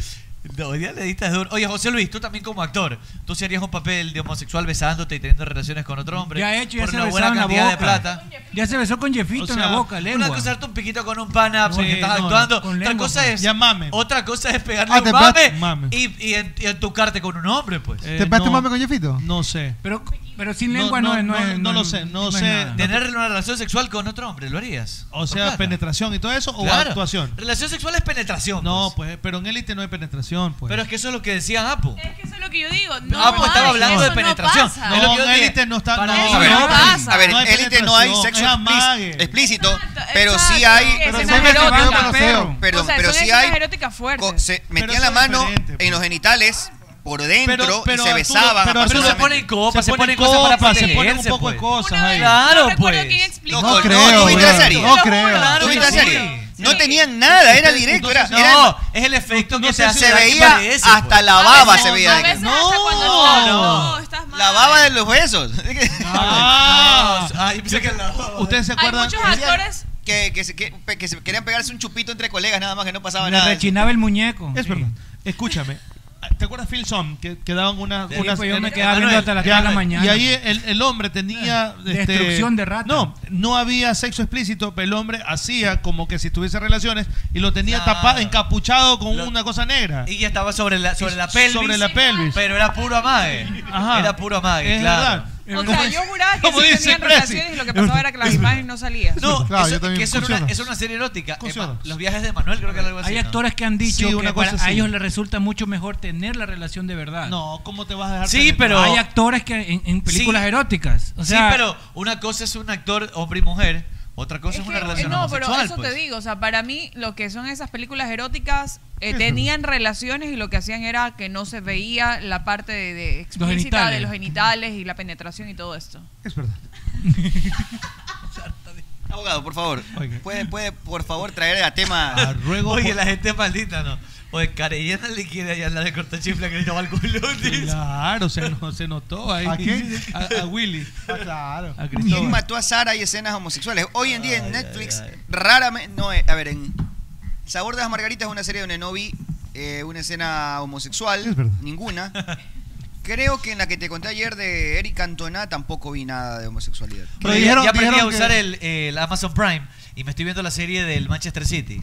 S7: no, Hoy día le diste duro. Oye, José Luis, tú también como actor, tú si harías un papel de homosexual besándote y teniendo relaciones con otro hombre.
S10: Ya he hecho, ya
S7: por
S10: se
S7: una
S10: besaba
S7: buena
S10: en la
S7: cantidad de
S10: boca.
S7: plata.
S10: Ya se besó con Jeffito
S7: O
S10: en
S7: sea,
S10: la boca, lengua.
S7: Una cosa es darte un piquito con un pana
S10: Sí,
S7: porque estás
S10: no,
S7: actuando.
S10: con
S7: otra
S10: lengua, pues.
S7: cosa es. Otra cosa es pegarle
S10: Ah,
S7: un
S10: te
S7: mame,
S10: pat- mame.
S7: Y, y, en- y entucarte con un hombre, pues.
S13: ¿Te pegaste mame con Jeffito?
S8: eh, No sé.
S10: Pero, pero sin lengua no, es- no, es-
S8: no lo sé, no
S10: es
S8: sé.
S10: nada.
S7: Tener una relación sexual con otro hombre, ¿lo harías?
S8: O sea, penetración y todo eso o
S7: Claro.
S8: actuación.
S7: Relación sexual es penetración.
S8: No, pues, pero en élite no hay penetración, pues.
S7: Pero es que eso es lo que decía Apu.
S6: Eh.
S9: Eso es lo que yo digo. No
S7: Apu estaba
S9: hay,
S7: hablando de
S9: eso
S7: penetración.
S9: No, pasa.
S7: Es lo que yo
S8: en
S7: dije.
S8: élite no está.
S7: Para
S8: no,
S7: eso
S8: a ver,
S7: no
S8: no
S7: pasa.
S6: A ver,
S7: No
S6: en
S7: hay
S6: élite no hay sexo
S7: penetración,
S8: es
S6: explí-
S8: amague.
S6: explícito, pero sí
S9: exacto,
S6: hay.
S9: que Pero escenas sí me eróticas, estimado para los perro. feos.
S6: Perdón,
S9: O sea,
S6: pero
S9: son
S6: sí
S9: escenas
S6: hay.
S9: eróticas fuertes.
S6: co- Se metían
S9: eso
S6: la
S9: es
S6: mano
S9: diferente,
S8: pues.
S6: en los genitales, por
S8: Oh,
S6: dentro, y se besaban. apasionadamente.
S7: copas,
S8: se
S7: se ponen
S8: ponen
S7: cosas para
S8: copas, se ponen un
S7: protegerse,
S8: poco de
S7: pues.
S8: cosas ahí.
S7: Claro, pues.
S6: No,
S8: No
S6: no,
S8: creo,
S6: no viste la
S8: bro.
S6: serie.
S8: No creo.
S6: ¿Tú viste la
S8: Sí.
S6: serie? No tenían nada, era directo. Era,
S7: No,
S6: era-
S7: es el efecto que
S6: se,
S7: se hace.
S6: se
S7: la-
S6: veía
S7: parece, pues.
S6: hasta la
S8: Ah,
S6: baba, se veía. de que-
S8: No,
S6: La baba de los huesos.
S8: Ah, yo pensé que la baba. ¿Ustedes se acuerdan?
S6: Decían Que, que, se- que- que se querían pegarse un chupito entre colegas, nada más que no pasaba
S10: Le
S6: nada.
S10: rechinaba el muñeco.
S8: Es verdad. Escúchame. ¿Te acuerdas Phil Som? Que, que daban una,
S10: Sí,
S8: unas-
S10: pues yo me
S8: eh,
S10: quedaba
S8: Manuel,
S10: viendo hasta las
S8: ya,
S10: tres de la mañana.
S8: Y ahí el, el hombre tenía... este,
S10: Destrucción de ratas.
S8: No, no había sexo explícito, pero el hombre hacía como que si tuviese relaciones y lo tenía
S7: Claro.
S8: tapado, encapuchado con una cosa negra.
S7: Y ya estaba sobre la, sobre la pelvis.
S8: Sobre la pelvis.
S7: Pero era puro amague.
S8: Ajá.
S7: Era puro amague,
S8: Es
S7: claro.
S20: O sea, yo juraba que
S7: Como
S20: sí
S7: dice
S20: tenían
S7: Prezi.
S20: relaciones y lo que pasaba era que las imágenes no salían.
S7: No,
S10: Claro, yo
S7: eso,
S10: también
S7: que eso era una,
S10: funciona.
S7: eso era una serie erótica. Eh, ma- los viajes de Manuel, creo que era algo así.
S10: Hay
S7: ¿no?
S10: actores que han dicho
S7: Sí,
S10: que
S7: una cosa
S10: para a
S7: así.
S10: ellos les resulta mucho mejor tener la relación de verdad.
S8: No, ¿cómo te vas a dejar?
S7: Sí, pero-
S10: Hay actores que en, en películas
S7: Sí.
S10: eróticas. O
S7: sí,
S10: sea,
S7: pero una cosa es un actor hombre y mujer, otra cosa es, una
S20: que,
S7: relación
S20: eh, No, pero
S7: homosexual.
S20: eso
S7: pues.
S20: te digo, o sea, para mí lo que son esas películas eróticas eh, tenían relaciones y lo que hacían era que no se veía la parte de, de explícita de
S10: genitales.
S20: los genitales y la penetración y todo esto.
S8: Es verdad.
S6: Abogado, por favor. ¿Puede, puede, por favor, traer a tema.
S7: Oye, la gente es maldita, ¿no? Oye, Carellana le quiere allá la de cortachifla que le estaba al culo.
S8: Claro, se, no- se notó Oh, ahí.
S7: ¿A quién?
S8: A, a Willy.
S6: claro.
S8: A Cristóbal.
S6: ¿Quién mató a Sara y escenas homosexuales? Hoy en día en Netflix, raramente. No, eh, a ver, en. Sabor de las Margaritas es una serie donde no vi eh, una escena homosexual. Ninguna. Creo que en la que te conté ayer de Eric Cantona tampoco vi nada de homosexualidad.
S7: Pero ya aprendí a usar el, el Amazon Prime y me estoy viendo la serie del Manchester City.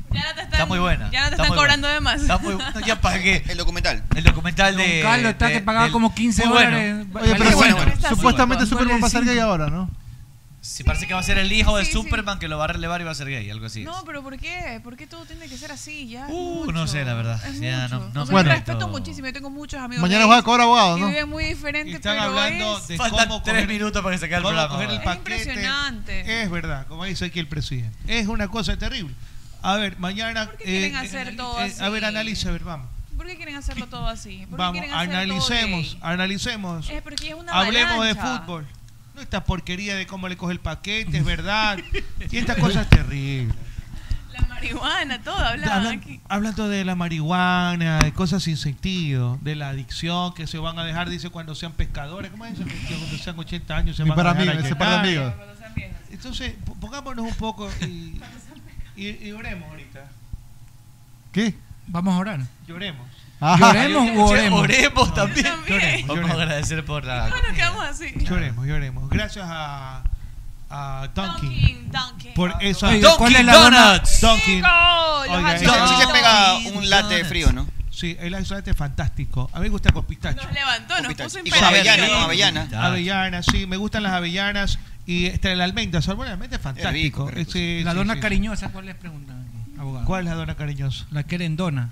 S7: está muy buena.
S9: ya no te
S7: Está muy
S9: están
S7: buena.
S9: cobrando de más.
S7: Está muy no, ya pagué.
S6: El documental.
S7: El documental de.
S10: Don Carlos, está
S7: eh, de-
S10: que pagaba
S7: del-
S10: como 15
S7: muy bueno.
S10: dólares.
S13: Oye, pero
S7: Muy
S13: bueno,
S7: bueno. Muy
S13: supuestamente
S7: bueno.
S13: Superman va a ser gay ahora, ¿no?
S7: Sí, parece que va a ser el hijo de Superman que lo va a relevar y va a ser gay, algo así.
S20: No, pero ¿por qué? ¿Por qué todo tiene que ser así? Ya.
S7: Uh, no sé, la verdad. Ya, no, no
S20: O sea,
S7: me
S20: yo
S7: meto.
S20: respeto muchísimo, yo tengo muchos amigos. gays
S13: Mañana juega Cobra Abogado,
S20: y
S13: ¿no?
S20: viven muy diferentes,
S8: Están
S20: pero
S8: hablando
S20: es
S8: de
S7: Faltan
S8: cómo
S7: tres
S8: coger-
S7: minutos para que se acabe el
S8: cómo
S7: programa,
S8: coger el
S7: ¿verdad?
S8: paquete.
S20: impresionante.
S8: Es verdad, como dice aquí el presidente. Es una cosa terrible. A ver, mañana. ¿Por
S20: qué quieren hacer todo
S8: A ver,
S20: así?
S8: analice, a ver, vamos.
S20: ¿Por qué quieren hacerlo todo así? ¿Por qué
S8: Vamos,
S20: quieren hacer todo
S8: analicemos,
S20: gay?
S8: analicemos.
S20: Es porque es una
S8: Hablemos de
S20: avalancha.
S8: fútbol. No esta porquería de cómo le coge el paquete, es verdad. y estas cosas terribles.
S9: La marihuana, todo hablaba
S8: Hablan-
S9: aquí.
S8: hablando de la marihuana, de cosas sin sentido, de la adicción que se van a dejar, dice, cuando sean pescadores. ¿Cómo es eso? Que Cuando sean 80 años se
S13: Mi
S8: van a
S13: para
S8: dejar
S13: amigos, ese
S8: ayunar.
S13: para amigos.
S8: Entonces, po- pongámonos un poco y, y, y oremos ahorita.
S13: ¿Qué?
S10: Vamos a orar.
S8: Lloremos.
S10: Ah.
S13: Ajá.
S10: Lloremos u oremos.
S7: Oremos también.
S8: Lloremos,
S7: Vamos a
S8: lloremos.
S7: agradecer por la.
S9: Bueno, quedamos así.
S8: Lloremos, lloremos. Gracias a, a Dunkin.
S9: Dunkin', Dunkin'.
S8: Por eso.
S10: Oiga, ¿cuál es la dona?
S8: Dunkin.
S9: Chicos, los
S8: Oiga,
S9: hot dogs.
S8: ese-
S9: Sí se pega
S6: un latte frío, ¿no?
S8: Sí, el ice latte es fantástico. A mí me gusta con pistacho.
S9: Nos levantó, nos puso
S6: Y con avellana, con avellana.
S8: Avellanas, sí, me gustan las avellanas. Y este, la almendra, salvo la almendra es
S10: rico,
S8: fantástico.
S10: rico,
S8: Eh, sí,
S10: La
S8: sí,
S10: dona
S8: sí.
S10: cariñosa, ¿cuál les preguntan? Abogado.
S8: ¿Cuál es la dona cariñosa?
S10: La querendona.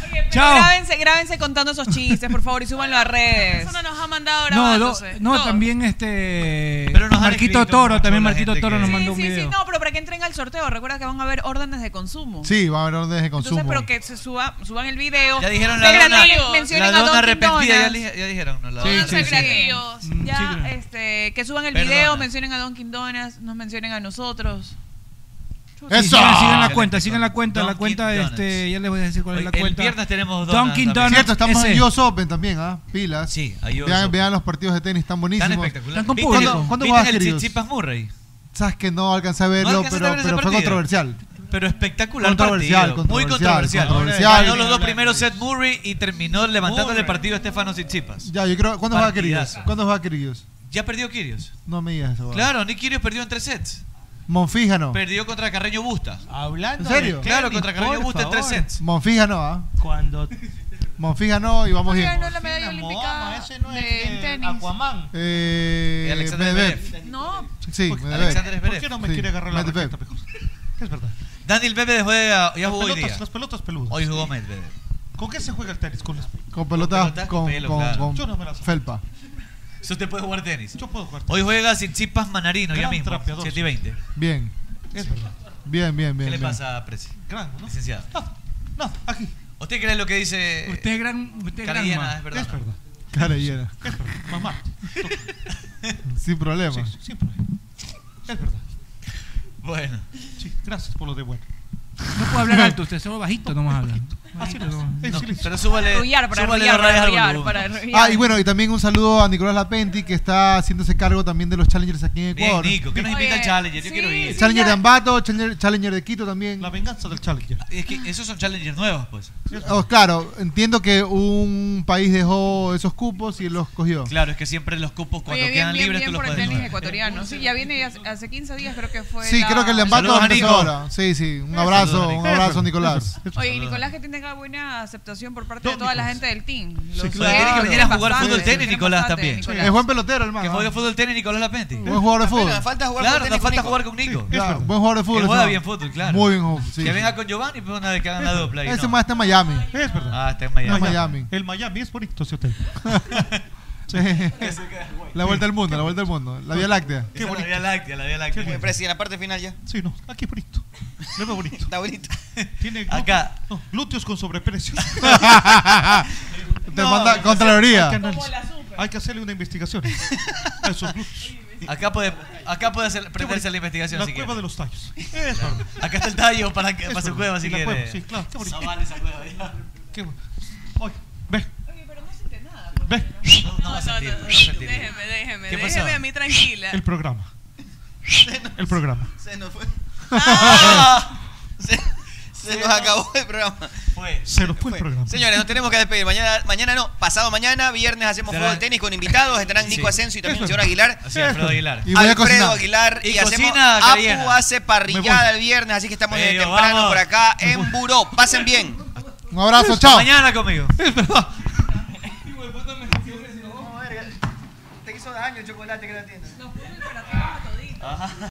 S20: Pero
S10: Chao.
S20: Grábense, grábense contando esos chistes, por favor, y súbanlo a redes.
S9: Eso no nos ha mandado ahora.
S10: No, do-
S9: grabándose.
S10: no,
S9: Todo.
S10: también este.
S7: Pero nos han
S10: Marquito
S7: escrito
S10: Toro,
S7: mucho
S10: también
S7: la
S10: Marquito
S7: gente
S10: Toro
S7: que-
S10: nos
S7: Sí,
S10: mandó un
S20: Sí,
S10: video.
S20: sí, no, pero para que entren al sorteo. Recuerda que van a haber órdenes de consumo.
S13: Sí, va a haber órdenes de consumo.
S20: Entonces, pero que se suba, suban el video.
S7: Ya dijeron la
S20: Tengan
S7: dona,
S20: amigos, mencionen
S7: la
S20: a
S7: dona
S20: Dunkin'
S7: arrepentida, ya,
S20: Donuts.
S7: li- ya dijeron. ¿no? La
S20: Sí,
S7: dona
S20: sí, sí.
S9: creativos.
S13: Mm,
S20: Ya,
S7: sí.
S20: este, que suban el
S7: Perdona.
S20: video, mencionen a Dunkin' Donuts, nos mencionen a nosotros.
S10: Sí, sigan, sigan
S7: Ah,
S10: la cuenta, sigan la cuenta, la cuenta, este, ya les voy a decir cuál es
S7: Oye,
S10: la
S7: el
S10: cuenta.
S7: viernes tenemos donas
S10: Dunkin'
S7: también.
S10: Donuts.
S13: Cierto, estamos
S10: ese.
S13: en US Open también, ¿ah? Pilas.
S7: Sí, hay US
S13: vean,
S7: Open.
S13: vean los partidos de tenis, están buenísimos.
S7: espectaculares.
S13: ¿Cuándo-
S7: ¿Viste-
S13: ¿Cuándo,
S7: viste
S13: vas,
S7: el
S13: queridos?
S7: Tsitsipas Murray?
S13: Sabes que no alcancé a verlo,
S7: alcanzaste a
S13: pero,
S7: ver ese
S13: pero fue
S7: partido.
S13: controversial.
S7: Pero espectacular
S13: Controversial,
S7: partido. Muy
S13: controversial,
S7: controversial.
S13: controversial.
S7: Ganó los dos primeros sets Murray y terminó levantándole el partido a Estefano Tsitsipas.
S13: Ya, yo creo. ¿Cuándo va, queridos?
S7: Partidazo.
S13: ¿Cuándo va, queridos?
S7: Ya perdió Kirios.
S13: No me digas eso.
S7: Claro, Nick Kyrgios perdió en tres sets.
S13: Monfíjano.
S7: Perdió contra Carreño Busta.
S13: ¿En
S7: Hablando
S13: serio?
S7: Claro, contra Carreño Busta en tres sets.
S13: Monfíjano, ¿ah? Cuando. Monfíjano y vamos bien.
S20: Ah, la medalla olímpica de- en tenis. Aquaman.
S13: Eh,
S7: Alexander
S13: Medvedev.
S20: No.
S13: Sí,
S7: Porque
S13: Medvedev.
S7: Alexander Zverev.
S13: ¿Por qué no me Sí, quiere agarrar la Medvedev. raqueta,
S7: Es verdad. Daniel Medvedev juega, ya
S8: Las
S7: jugó hoy
S8: pelotas-
S7: día.
S8: las pelotas peludas.
S7: Hoy jugó Medvedev.
S8: ¿Con qué se juega el tenis? Con las
S13: Con pelotas,
S7: pelotas con
S13: con,
S7: pelo,
S13: con-
S7: claro.
S13: con
S7: Yo no me las-
S13: felpa.
S7: Si usted puede jugar tenis. Yo puedo jugar Hoy juega Tsitsipas Manarino ya
S8: Gran
S7: mismo.
S8: trapeador.
S7: 7 y 20.
S13: Bien. Bien, bien, bien.
S7: ¿Qué le
S13: bien.
S7: pasa a Presi? Licenciado. No, no, aquí. ¿Usted cree lo que dice.
S10: Usted es gran- usted es gran
S7: Carillana,
S10: man.
S7: es verdad.
S10: Es
S7: verdad.
S13: Cara llena.
S8: Mamá.
S13: Sin problema.
S8: Sí, sin problema. Es verdad.
S7: Bueno.
S8: Sí, gracias por lo de bueno.
S10: No puede hablar alto usted, solo bajito nomás habla. Bajito nomás.
S8: No,
S7: pero súbale-
S20: Arrullar, para
S7: súbale
S20: arrullar,
S7: los rayas
S20: para
S7: al
S20: arrullar,
S7: volumen.
S20: para arrullar.
S13: Ah, y bueno, y también un saludo a Nicolás Lapenti, que está haciéndose cargo también de los Challengers aquí en
S7: Bien,
S13: Ecuador.
S7: Nico, ¿qué nos invita el Challenger? Yo quiero ir.
S13: El Challenger de Ambato, Challenger, Challenger de Quito también.
S8: La venganza del Challenger.
S7: Es que esos son Challengers nuevos, pues.
S13: Oh, claro, entiendo que un país dejó esos cupos y los cogió.
S7: Claro, es que siempre los cupos cuando
S20: Oye, bien,
S7: quedan
S20: bien,
S7: libres
S20: bien
S7: tú
S20: por
S7: los
S20: el
S7: puedes
S20: tenis
S7: mover.
S20: ecuatoriano. Sí, ya viene hace, hace 15 días, creo que fue.
S13: Sí,
S20: la-
S13: creo que el de Ambato
S7: Saludos a
S13: empezó
S7: Nico.
S13: ahora. Sí, sí, un
S7: Saludos a
S13: abrazo,
S7: Nico.
S13: un abrazo, Nicolás.
S20: Oye, y Nicolás que tiene acá buena aceptación por parte de toda la gente del team.
S7: Sí,
S20: Los
S7: claro.
S20: quieren,
S7: Tiene que venir a
S20: quieren
S7: jugar
S20: bastante,
S7: fútbol tenis,
S20: quieren
S7: Nicolás
S20: bastante,
S7: también.
S20: Nicolás.
S13: Es buen pelotero, hermano.
S7: Que juega fútbol tenis, Nicolás Lapenti.
S13: Buen jugador de fútbol.
S7: Apenas falta jugar
S13: Claro,
S7: con
S13: da
S7: tenis,
S13: falta
S7: falta jugar con Nico.
S13: Claro, buen jugador de fútbol,
S7: Que juega
S13: eso.
S7: bien fútbol, claro.
S13: Muy bien fútbol, sí,
S7: Que
S13: sí.
S7: venga con Giovanni, pues una vez que hagan la dupla. ahí,
S13: Ese
S7: ¿no?
S13: más está en Miami.
S8: Es verdad.
S7: Ah, está en Miami.
S8: El Miami es bonito ese hotel.
S13: la vuelta al mundo, la vuelta al mundo. La Vía Láctea.
S7: Esa es La Vía Láctea, la Vía Láctea.
S6: Oye, Presi, en la parte final ya.
S8: Sí, no, aquí es bonito. No es bonito.
S6: Está bonito.
S8: Tiene
S7: Acá.
S8: glúteos, no, glúteos con sobreprecio.
S13: Te manda Contraloría.
S8: Hay que, analizar. Hay que hacerle una investigación. A esos glúteos.
S7: Acá puede, acá puede hacer, prenderse la investigación
S8: La
S7: si
S8: cueva
S7: quiere.
S8: de los tallos. Es
S7: Claro.
S8: verdad.
S7: Acá está el tallo para, que-
S8: Es
S7: para su
S8: verdad.
S7: cueva si
S8: Y la
S7: quiere.
S8: cueva, sí, claro, qué bonito.
S7: Zavala esa cueva, ya.
S8: Qué bueno. Oye, ve. Ve.
S7: No, no va a sentir, no va a sentir.
S9: Déjeme, déjeme,
S7: ¿Qué pasó?
S9: déjeme a mí tranquila.
S8: El programa. El programa.
S6: Se nos fue.
S7: Ah.
S6: se, se nos acabó el programa.
S8: Se nos fue el programa.
S6: Señores, nos tenemos que despedir. Mañana, mañana no, pasado mañana, viernes hacemos
S7: Estarán-
S6: fútbol tenis con invitados. Estarán Nico Asensio y también el señor Aguilar.
S7: Así, Alfredo Aguilar.
S6: Y Alfredo Aguilar y,
S7: Y
S6: hacemos
S7: cocina
S6: Apu
S7: Carillana.
S6: hace parrillada
S7: Me
S6: el viernes, así que estamos desde
S7: Bello,
S6: temprano
S7: vamos.
S6: por acá en Buró. Pasen bien.
S13: Un abrazo, chao.
S7: Mañana conmigo.
S6: Te hizo daño el chocolate que la tienda.
S9: Nos fuimos para atrás todito.